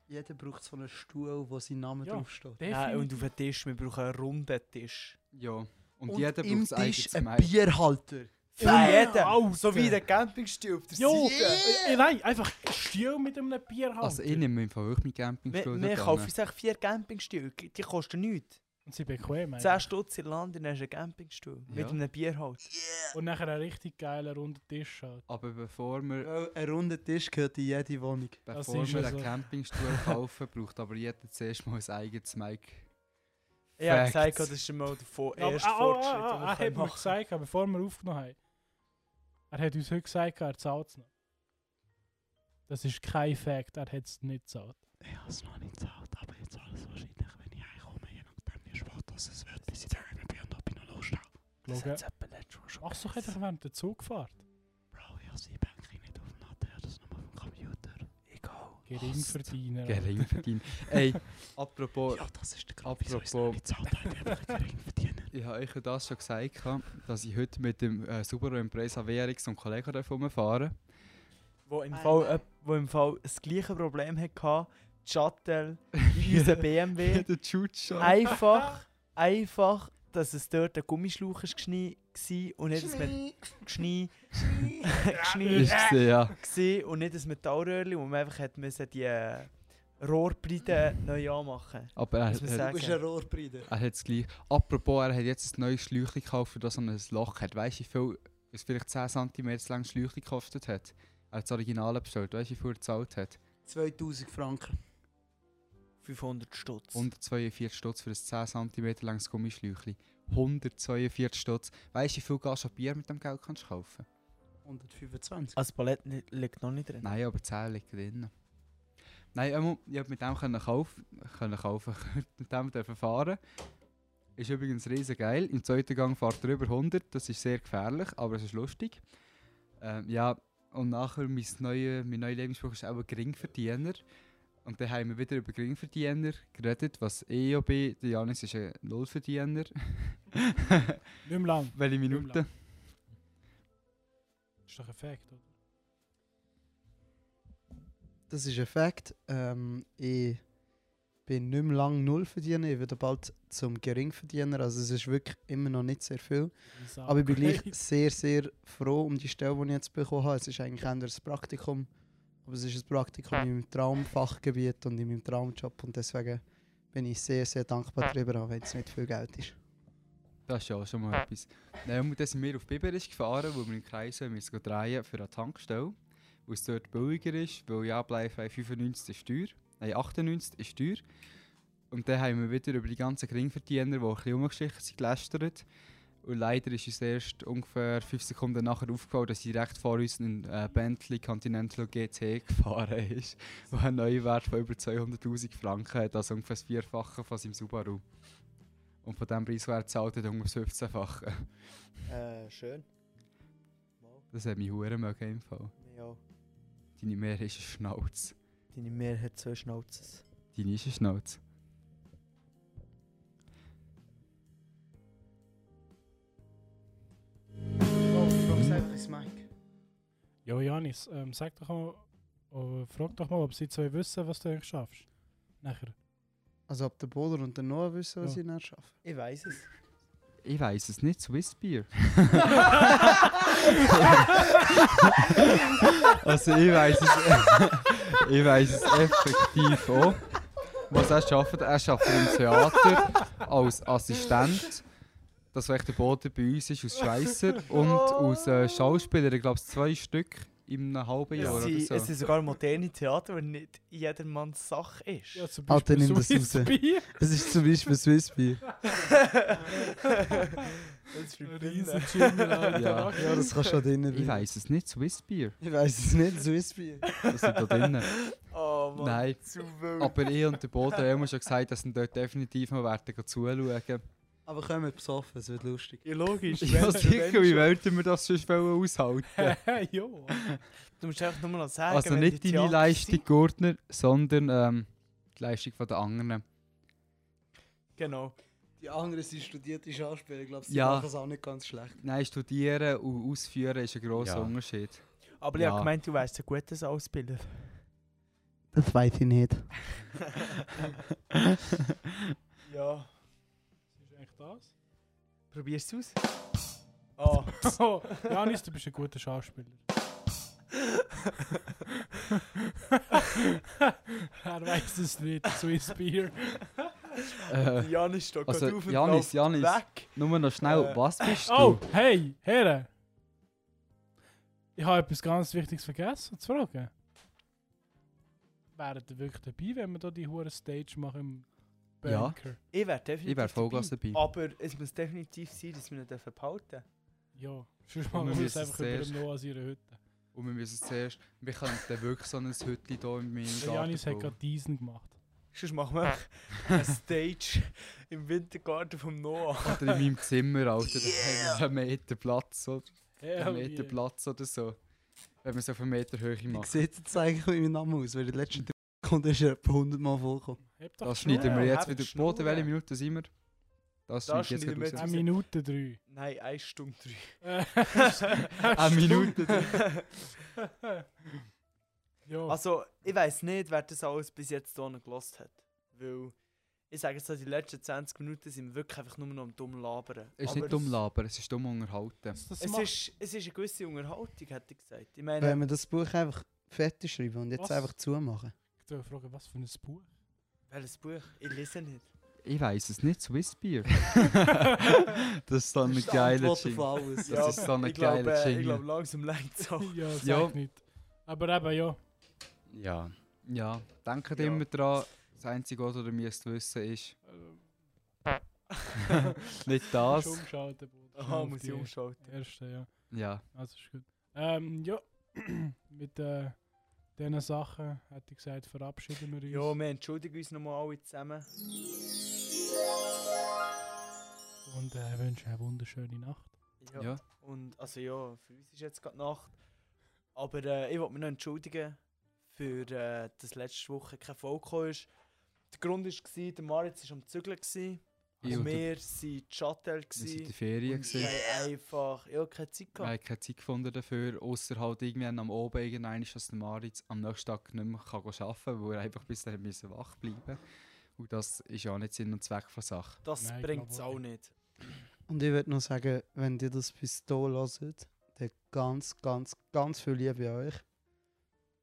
[SPEAKER 5] jeder braucht so einen Stuhl, wo sein Name
[SPEAKER 3] Ja.
[SPEAKER 5] draufsteht.
[SPEAKER 2] Nein, und auf den Tisch. Wir brauchen einen runden Tisch.
[SPEAKER 1] Ja. Und,
[SPEAKER 5] Und
[SPEAKER 1] jeder
[SPEAKER 5] im
[SPEAKER 1] braucht eigentlich
[SPEAKER 5] Tisch
[SPEAKER 1] zum
[SPEAKER 5] ein
[SPEAKER 1] Ei-
[SPEAKER 5] Bierhalter.
[SPEAKER 2] Für jeden! So wie der Campingstuhl auf der
[SPEAKER 3] Jo,
[SPEAKER 2] Seite.
[SPEAKER 3] äh, äh, nein, einfach Stiel mit einem halt. Bierhalter.
[SPEAKER 1] Also, ich nehme im Fall wirklich meinen
[SPEAKER 2] Wir,
[SPEAKER 1] Campingstuhl.
[SPEAKER 2] wir
[SPEAKER 1] dort
[SPEAKER 2] kaufen
[SPEAKER 1] hin.
[SPEAKER 2] uns echt vier Campingstühle. Die kosten nichts.
[SPEAKER 3] Und sie bequem, ey.
[SPEAKER 2] 10 Stutz in Land, dann hast du einen Campingstuhl.
[SPEAKER 1] Ja.
[SPEAKER 2] Mit einem Bierhals.
[SPEAKER 3] Und nachher einen richtig geilen runden Tisch halt.
[SPEAKER 1] Aber bevor wir,
[SPEAKER 5] Bro, ein runder Tisch gehört in jede Wohnung.
[SPEAKER 1] bevor
[SPEAKER 3] ist
[SPEAKER 1] wir
[SPEAKER 3] ja
[SPEAKER 1] einen
[SPEAKER 3] so.
[SPEAKER 1] Campingstuhl kaufen, braucht aber jeder zuerst mal ein eigenes Mic.
[SPEAKER 2] Ich habe
[SPEAKER 1] Facts.
[SPEAKER 2] gesagt, das ist einmal der Vor
[SPEAKER 3] Aber-
[SPEAKER 2] erste
[SPEAKER 3] ah, ah,
[SPEAKER 2] Fortschritt,
[SPEAKER 3] ah, ah,
[SPEAKER 2] den wir
[SPEAKER 3] Er hat
[SPEAKER 2] können
[SPEAKER 3] mir
[SPEAKER 2] machen
[SPEAKER 3] gesagt, bevor wir aufgenommen haben, er hat uns heute gesagt, er zahlt es noch. Das ist kein Fact, er hat es nicht gezahlt.
[SPEAKER 5] Ich habe es noch nicht gezahlt, aber jetzt alles wahrscheinlich, wenn ich heimkomme, je nachdem wie spät das es wird, bis ich daheim bin und ob ich noch Lust habe.
[SPEAKER 3] Schau,
[SPEAKER 5] hat's etwa letztes Mal schon
[SPEAKER 3] Mach's doch
[SPEAKER 5] gegessen.
[SPEAKER 3] einfach während der Zugfahrt.
[SPEAKER 5] Bro, ich habe sieben Bänke nicht auf dem Natter, ich habe das nur auf dem Computer. Egal.
[SPEAKER 3] Geringverdiener.
[SPEAKER 1] Gering verdienen. Ey, apropos,
[SPEAKER 5] Ja, Ah, das ist der Grund, wieso ich es
[SPEAKER 1] Apropos-
[SPEAKER 5] noch nicht gezahlt habe, ich bin einfach ein Geringverdiener.
[SPEAKER 1] ich habe euch ja das schon gesagt, gehabt, dass ich heute mit dem äh, Subaru Impreza WRX und Kollegen darf rumfahren
[SPEAKER 2] Wo im,
[SPEAKER 5] Nein,
[SPEAKER 2] Fall,
[SPEAKER 5] nein.
[SPEAKER 2] äh, wo im Fall das gleiche Problem hatte, die Shuttle, in unserem BMW.
[SPEAKER 1] Der Jutsch.
[SPEAKER 2] einfach, einfach, dass es dort ein Gummischlauch ist geschnee- gsi und nicht, dass wir geschnee, geschnee
[SPEAKER 1] Ist gesehen, ja.
[SPEAKER 2] gsi und nicht das Metallröhrchen, wo man einfach hat müssen die äh, Rohrbreite neu anmachen.
[SPEAKER 1] Aber er,
[SPEAKER 2] Muss man
[SPEAKER 1] er,
[SPEAKER 2] sagen.
[SPEAKER 5] Äh, Du bist ein Rohrbreiter.
[SPEAKER 1] er hat es gleich. Apropos, er hat jetzt ein neues Schläuchchen gekauft, für das er ein Loch hat. Weißt du, wie viel es vielleicht 10 cm lang Schläuchchen gekostet hat? Er hat das Original bestellt. Weißt du, wie viel er gezahlt hat?
[SPEAKER 5] 2000 Franken.
[SPEAKER 2] 500 Stutz.
[SPEAKER 1] 142 Stutz für ein 10 cm langes Gummischläuchchen. 142 Stutz. Weißt du, wie viel Gas an Bier mit dem Geld kannst du kaufen?
[SPEAKER 5] 125.
[SPEAKER 2] Also das Palett ni- liegt noch nicht drin.
[SPEAKER 1] Nein, aber 10 liegt drin. Nein, ähm, ich habe mit dem können kaufen, können kaufen, mit dem dürfen fahren. Ist übrigens riesen geil. Im zweiten Gang fährt er über 100. Das ist sehr gefährlich, aber es ist lustig. Ähm, ja, und nachher mein neuer mein neuer Lebensspruch ist auch Geringverdiener. Und dann haben wir wieder über Geringverdiener geredet, was ich ja bin. Der Janis ist ein Nullverdiener.
[SPEAKER 3] Nicht mehr lang.
[SPEAKER 1] Welche Minute?
[SPEAKER 3] lang. Das ist doch ein Fact, oder?
[SPEAKER 5] Das ist ein Fakt. Ähm, ich bin nicht mehr lange Nullverdiener, ich werde bald zum Geringverdiener, also es ist wirklich immer noch nicht sehr viel.
[SPEAKER 3] Wieso?
[SPEAKER 5] Aber ich bin gleich
[SPEAKER 3] Okay.
[SPEAKER 5] sehr, sehr froh um die Stelle, die ich jetzt bekommen habe. Es ist eigentlich eher ein Praktikum, aber es ist ein Praktikum in meinem Traumfachgebiet und in meinem Traumjob und deswegen bin ich sehr, sehr dankbar darüber, auch wenn es nicht viel Geld ist.
[SPEAKER 1] Das ist ja auch schon mal etwas. Nein, und dann sind wir auf Biberisch gefahren, wo wir im Kreis haben, wir müssen drehen für eine Tankstelle, wo es dort billiger ist, weil ja, bleibt 95 ist teuer, nein, 98 ist teuer. Und dann haben wir wieder über die ganzen Geringverdiener, die ein bisschen umgeschichtet sind, gelästert. Und leider ist uns erst ungefähr 5 Sekunden nachher aufgefallen, dass sie direkt vor uns ein äh, Bentley Continental GT gefahren ist, der einen Neuwert von über 200'000 Franken hat, also ungefähr das Vierfache von seinem Subaru. Und von diesem Preis wäre zahlt er ungefähr das 15-fache.
[SPEAKER 5] Äh, schön.
[SPEAKER 1] Das hat mich hure mögen im Fall.
[SPEAKER 5] Ja.
[SPEAKER 1] Deine Meere ist ein Schnauz.
[SPEAKER 2] Deine Mehr hat zwei Schnauzes.
[SPEAKER 1] Deine ist ein Schnauz.
[SPEAKER 5] Oh, ich frage einfach ins Mike.
[SPEAKER 3] Ja, Janis, ähm, sag doch mal, Oh, frag doch mal, ob sie zwei wissen, was du eigentlich schaffst. Nachher.
[SPEAKER 4] Also ob der Boden und der Noah wissen, was
[SPEAKER 3] Ja.
[SPEAKER 4] ich nicht schaffe.
[SPEAKER 2] Ich weiß es.
[SPEAKER 1] Ich weiß es nicht, Swiss Beer. also ich weiß es. ich weiß es effektiv auch. Was er schafft, er schafft im Theater als Assistent. Das war echt der Boden bei uns ist aus Schweizer und aus äh, Schauspielern, ich glaube zwei Stück in einem halben
[SPEAKER 2] Es,
[SPEAKER 1] Jahr oder
[SPEAKER 2] sind,
[SPEAKER 1] so.
[SPEAKER 2] es sind sogar moderne Theater, wo nicht jedermanns Sache ist.
[SPEAKER 3] Ja, zum
[SPEAKER 1] Halt
[SPEAKER 4] Alter,
[SPEAKER 3] Beispiel
[SPEAKER 4] nimm das
[SPEAKER 3] Swiss
[SPEAKER 4] raus.
[SPEAKER 3] Beer.
[SPEAKER 4] Es ist zum Beispiel Swiss Beer.
[SPEAKER 2] das bleibt drin.
[SPEAKER 3] Riesen Jingle, Alter.
[SPEAKER 1] Ja.
[SPEAKER 4] Ja, das kannst du auch drinnen
[SPEAKER 1] Ich
[SPEAKER 4] drin.
[SPEAKER 1] weiß es nicht, Swiss Beer.
[SPEAKER 4] Ich weiß es nicht, Swiss Beer.
[SPEAKER 1] Das sind da drinnen.
[SPEAKER 2] Oh Mann,
[SPEAKER 1] Nein.
[SPEAKER 2] zu wild.
[SPEAKER 1] Aber ich und der Boden haben schon gesagt, dass wir dort definitiv mal werden gehen zuschauen.
[SPEAKER 4] Aber kommen wir besoffen, es wird lustig.
[SPEAKER 2] Ja, logisch.
[SPEAKER 1] Ja,
[SPEAKER 2] wenn schon,
[SPEAKER 1] sicher,
[SPEAKER 2] wenn
[SPEAKER 1] wie
[SPEAKER 2] schon.
[SPEAKER 1] wollten wir das sonst wollen aushalten?
[SPEAKER 3] jo.
[SPEAKER 2] Du musst einfach nur noch sagen,
[SPEAKER 1] Also
[SPEAKER 2] wenn
[SPEAKER 1] nicht
[SPEAKER 2] die
[SPEAKER 1] deine
[SPEAKER 2] Theater
[SPEAKER 1] Leistung,
[SPEAKER 2] sind.
[SPEAKER 1] Gurtner, sondern ähm, die Leistung von der anderen.
[SPEAKER 2] Genau.
[SPEAKER 4] Die anderen sind studierte Schauspieler, glaubst du, die
[SPEAKER 1] Ja.
[SPEAKER 4] machen es auch nicht ganz schlecht.
[SPEAKER 1] Nein, studieren und ausführen ist ein grosser
[SPEAKER 2] Ja.
[SPEAKER 1] Unterschied.
[SPEAKER 2] Aber
[SPEAKER 1] Ja.
[SPEAKER 2] ich habe gemeint, du wärst ein guter Schauspieler.
[SPEAKER 4] Das weiß ich nicht.
[SPEAKER 2] Ja.
[SPEAKER 3] Ist eigentlich das?
[SPEAKER 2] Probierst du es? Oh.
[SPEAKER 3] Oh, Janis, du bist ein guter Schauspieler. er weiß es nicht, Swiss Beer.
[SPEAKER 1] Äh,
[SPEAKER 2] Janis steht
[SPEAKER 1] also,
[SPEAKER 2] gerade auf und
[SPEAKER 1] Janis,
[SPEAKER 2] läuft
[SPEAKER 1] Janis.
[SPEAKER 2] weg.
[SPEAKER 1] nur noch schnell,
[SPEAKER 2] Äh.
[SPEAKER 1] was bist du?
[SPEAKER 3] Oh, hey, Herren! Ich habe etwas ganz Wichtiges vergessen zu fragen. Wären ihr wirklich dabei, wenn wir da die hure Stage machen im
[SPEAKER 1] Ja.
[SPEAKER 3] Bunker?
[SPEAKER 2] Ich wäre definitiv
[SPEAKER 1] Ich wäre Vollgas dabei.
[SPEAKER 2] Aber es muss definitiv sein, dass wir ihn dürfen behalten
[SPEAKER 3] Ja. ja. Sonst
[SPEAKER 1] Und wir
[SPEAKER 3] machen wir es
[SPEAKER 1] müssen
[SPEAKER 3] einfach
[SPEAKER 1] sehr-
[SPEAKER 3] über dem Noah an ihrer Hütte.
[SPEAKER 1] Und wir müssen zuerst, wir können dann wirklich so ein Hütchen hier in meinem
[SPEAKER 3] Der
[SPEAKER 1] Garten
[SPEAKER 3] Janis hat gerade
[SPEAKER 1] bauen.
[SPEAKER 3] diesen gemacht.
[SPEAKER 2] Sonst machen wir eine Stage im Wintergarten vom Noah.
[SPEAKER 1] Oder in meinem Zimmer, Alter, da haben wir einen Meter Platz, oder, einen Meter
[SPEAKER 3] Hell
[SPEAKER 1] Platz oder so. Wenn wir es auf einen Meter Höhe
[SPEAKER 4] Wie
[SPEAKER 1] machen.
[SPEAKER 4] sieht es eigentlich mit meinem Namen aus? Weil die letzten drei Sekunden ist er etwa 100 Mal vorgekommen.
[SPEAKER 3] yeah. Hab doch
[SPEAKER 1] Das
[SPEAKER 3] die
[SPEAKER 1] schneiden wir
[SPEAKER 3] Schnur.
[SPEAKER 1] jetzt
[SPEAKER 2] habt
[SPEAKER 1] wieder.
[SPEAKER 2] die
[SPEAKER 1] Boden,
[SPEAKER 2] Schnur.
[SPEAKER 1] welche Minute sind wir? Das
[SPEAKER 2] Das
[SPEAKER 1] schneide ich jetzt
[SPEAKER 2] schneiden wir
[SPEAKER 1] wieder raus.
[SPEAKER 3] Eine Minute drei.
[SPEAKER 2] Nein, eine Stunde drei.
[SPEAKER 3] Äh,
[SPEAKER 1] Eine Minute.
[SPEAKER 3] ja.
[SPEAKER 2] Also, ich weiß nicht, wer das alles bis jetzt hier noch gelost hat. Weil, ich sage jetzt so, die letzten 20 Minuten sind wir wirklich einfach nur noch am dumm labern.
[SPEAKER 1] Es ist
[SPEAKER 2] Aber
[SPEAKER 1] nicht dumm labern, es ist dumm unterhalten.
[SPEAKER 3] das, das
[SPEAKER 2] Es
[SPEAKER 3] macht-
[SPEAKER 2] ist, es ist eine gewisse Unterhaltung, hätte ich gesagt. Ich meine,
[SPEAKER 4] Wenn wir das Buch einfach fertig schreiben und jetzt
[SPEAKER 3] Was?
[SPEAKER 4] einfach zumachen.
[SPEAKER 3] Ich soll fragen, was für ein Buch?
[SPEAKER 2] welches Buch? Ich lese nicht.
[SPEAKER 1] Ich weiß es nicht, Swiss Beer. das ist so ein
[SPEAKER 4] Das ist die
[SPEAKER 1] geiler
[SPEAKER 4] Antwort auf
[SPEAKER 1] Jingle.
[SPEAKER 4] alles.
[SPEAKER 1] Das ist so ein
[SPEAKER 2] ich glaube,
[SPEAKER 1] geiler
[SPEAKER 2] äh, ich
[SPEAKER 1] Jingle.
[SPEAKER 2] glaube, langsam lenkt es auch.
[SPEAKER 3] ja, sag
[SPEAKER 1] Ja.
[SPEAKER 3] nicht. Aber eben, ja.
[SPEAKER 1] Ja. Ja, denkt
[SPEAKER 2] Ja.
[SPEAKER 1] immer dran, das Einzige, was ihr müsst wissen ist. nicht
[SPEAKER 3] Musst
[SPEAKER 1] das.
[SPEAKER 3] umschalten, Bruder.
[SPEAKER 2] Aha,
[SPEAKER 3] Auf
[SPEAKER 2] muss
[SPEAKER 3] die
[SPEAKER 2] ich umschalten.
[SPEAKER 3] Erste, ja.
[SPEAKER 1] Ja.
[SPEAKER 3] Also ist gut. Ähm, ja. Mit äh, diesen Sachen, hätte ich gesagt, verabschieden wir uns.
[SPEAKER 2] Ja, wir entschuldigen uns nochmal alle zusammen.
[SPEAKER 3] Und äh, wünschen eine wunderschöne Nacht.
[SPEAKER 1] Ja.
[SPEAKER 2] Und also ja, für uns ist jetzt gerade Nacht. Aber äh, ich wollte mich noch entschuldigen für äh, dass letzte Woche keine Folge gekommen ist. Der Grund war, der Maritz war am Zügeln. gewesen.
[SPEAKER 1] Ich
[SPEAKER 2] und
[SPEAKER 1] und du-
[SPEAKER 2] wir waren in Chattel.
[SPEAKER 1] wir sind in der Ferien.
[SPEAKER 2] Und wir
[SPEAKER 1] gewesen.
[SPEAKER 2] haben einfach ja, keine Zeit
[SPEAKER 1] Wir
[SPEAKER 2] gehabt.
[SPEAKER 1] haben keine Zeit gefunden dafür, außer halt irgendwann am Abend irgendwann, dass der Maritz am nächsten Tag nicht mehr kann gehen arbeiten kann, weil er einfach bis dahin müssen wach bleiben musste. Und das ist ja nicht Sinn und Zweck der Sache.
[SPEAKER 2] Das
[SPEAKER 3] Nein, ich
[SPEAKER 2] bringt es
[SPEAKER 3] glaub auch
[SPEAKER 2] auch nicht.
[SPEAKER 4] Und ich würde noch sagen, wenn ihr das bis hier hört, dann ganz, ganz, ganz viel Liebe an euch.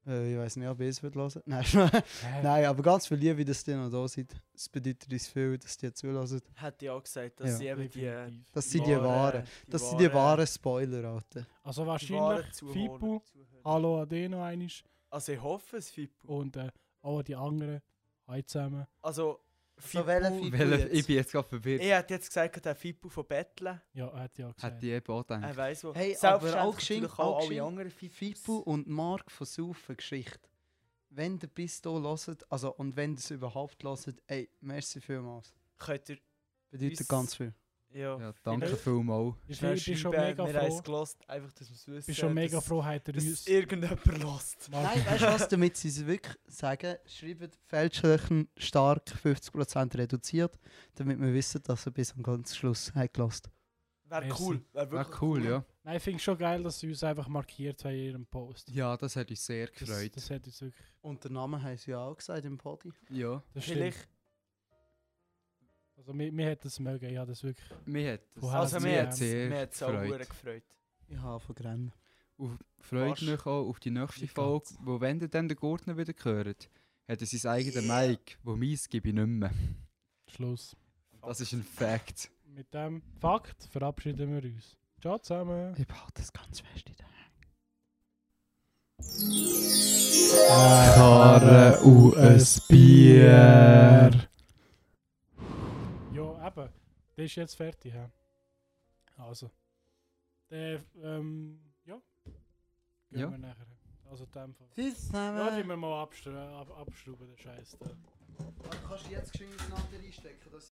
[SPEAKER 4] Äh, ich weiß nicht, ob ihr es hören Nein, Nein, aber ganz viel Liebe, dass ihr noch da seid. Es bedeutet uns viel, dass ihr zulässt.
[SPEAKER 2] Hätte ich auch gesagt, dass
[SPEAKER 4] Ja.
[SPEAKER 2] sie eben die. äh,
[SPEAKER 3] Definitiv.
[SPEAKER 4] Dass sie die wahren, dass sie die wahren Spoiler halten.
[SPEAKER 3] Also
[SPEAKER 2] die wahren
[SPEAKER 3] wahrscheinlich,
[SPEAKER 2] Zuhörer,
[SPEAKER 3] Fipu,
[SPEAKER 2] Zuhörer.
[SPEAKER 3] hallo an den noch einmal.
[SPEAKER 2] Also ich hoffe es, Fipu.
[SPEAKER 3] Und äh, auch an die anderen. Hi zusammen.
[SPEAKER 2] Also, Fipu.
[SPEAKER 4] welche Fipu?
[SPEAKER 1] Weil ich
[SPEAKER 4] jetzt.
[SPEAKER 1] bin jetzt gerade verwirrt.
[SPEAKER 2] ich hätte jetzt gesagt, der Fipu von Betteln.
[SPEAKER 3] Ja, er hat ja auch gesagt.
[SPEAKER 1] Hätte ich eben auch gedacht.
[SPEAKER 2] Er weiss wo.
[SPEAKER 4] Hey,
[SPEAKER 2] Selbstverständlich
[SPEAKER 4] aber auch geschenkt,
[SPEAKER 2] natürlich auch
[SPEAKER 4] auch
[SPEAKER 2] alle
[SPEAKER 4] geschenkt.
[SPEAKER 2] anderen Fipus.
[SPEAKER 4] Fipu und Mark von Saufen Geschichte. Wenn ihr bis hier hört, also und wenn ihr es überhaupt hört, ey, merci vielmals.
[SPEAKER 2] Könnt ihr...
[SPEAKER 4] Bedeutet
[SPEAKER 2] Bis-
[SPEAKER 4] ganz viel.
[SPEAKER 1] Ja,
[SPEAKER 2] Ja. Hey.
[SPEAKER 1] danke vielmals.
[SPEAKER 3] Ich
[SPEAKER 2] Schnell
[SPEAKER 3] bin bin eh, schon
[SPEAKER 2] schreiben,
[SPEAKER 3] mega
[SPEAKER 2] Wir haben es
[SPEAKER 3] froh.
[SPEAKER 2] gelost, einfach, dass wir es wissen.
[SPEAKER 3] Ich bin schon mega
[SPEAKER 2] dass-
[SPEAKER 3] froh, hat er
[SPEAKER 2] Dass es
[SPEAKER 3] uns.
[SPEAKER 2] irgendjemand lost.
[SPEAKER 3] Mark-
[SPEAKER 4] Nein, weißt du was, damit sie es wirklich sagen, schreibt Feldschlöchen stark 50% reduziert, damit wir wissen, dass er bis am ganz Schluss hat gelost.
[SPEAKER 2] Wäre
[SPEAKER 3] Merci.
[SPEAKER 2] cool.
[SPEAKER 1] Wäre
[SPEAKER 2] Wäre wirklich
[SPEAKER 1] cool, ja.
[SPEAKER 3] Nein, ich finde es schon geil, dass sie uns einfach markiert haben in ihrem Post.
[SPEAKER 1] Ja, das hat uns sehr
[SPEAKER 3] Das,
[SPEAKER 1] gefreut.
[SPEAKER 3] das hat uns wirklich.
[SPEAKER 4] Und den Namen haben sie ja auch gesagt im Body.
[SPEAKER 1] ja,
[SPEAKER 3] Das stimmt.
[SPEAKER 2] Vielleicht,
[SPEAKER 3] Also, mir, mir hat das mögen. Ja, das wirklich.
[SPEAKER 1] mir hat das
[SPEAKER 3] Woher
[SPEAKER 2] also
[SPEAKER 3] hat's
[SPEAKER 2] mir
[SPEAKER 3] mich
[SPEAKER 2] hat es
[SPEAKER 1] sehr
[SPEAKER 2] auch
[SPEAKER 1] gefreut.
[SPEAKER 2] verdammt gefreut.
[SPEAKER 4] Ich habe vergrenzt.
[SPEAKER 1] Freut
[SPEAKER 2] Fast.
[SPEAKER 1] mich auch auf die nächste
[SPEAKER 3] Wie
[SPEAKER 1] Folge,
[SPEAKER 3] geht's?
[SPEAKER 1] wo wenn ihr dann den Gurtner wieder hört, hat er sein eigenes Mic, wo meins gebe ich nicht mehr.
[SPEAKER 3] Schluss.
[SPEAKER 1] Das ist ein Fact.
[SPEAKER 3] Mit dem Fakt verabschieden wir uns. Ciao zusammen.
[SPEAKER 4] Ich behalte das ganz fest in der
[SPEAKER 1] Karre und ein Bier.
[SPEAKER 3] Ja, eben. Der ist jetzt fertig. hä? Also. Der, ähm, ja. Gehen
[SPEAKER 1] Ja.
[SPEAKER 3] wir nachher. Also, in dem Fall.
[SPEAKER 4] Tschüss
[SPEAKER 3] Ja, die
[SPEAKER 4] zusammen.
[SPEAKER 3] wir mal abstru- ab abschrauben, den Scheiß. da.
[SPEAKER 4] Kannst du jetzt geschwind miteinander einstecken? dass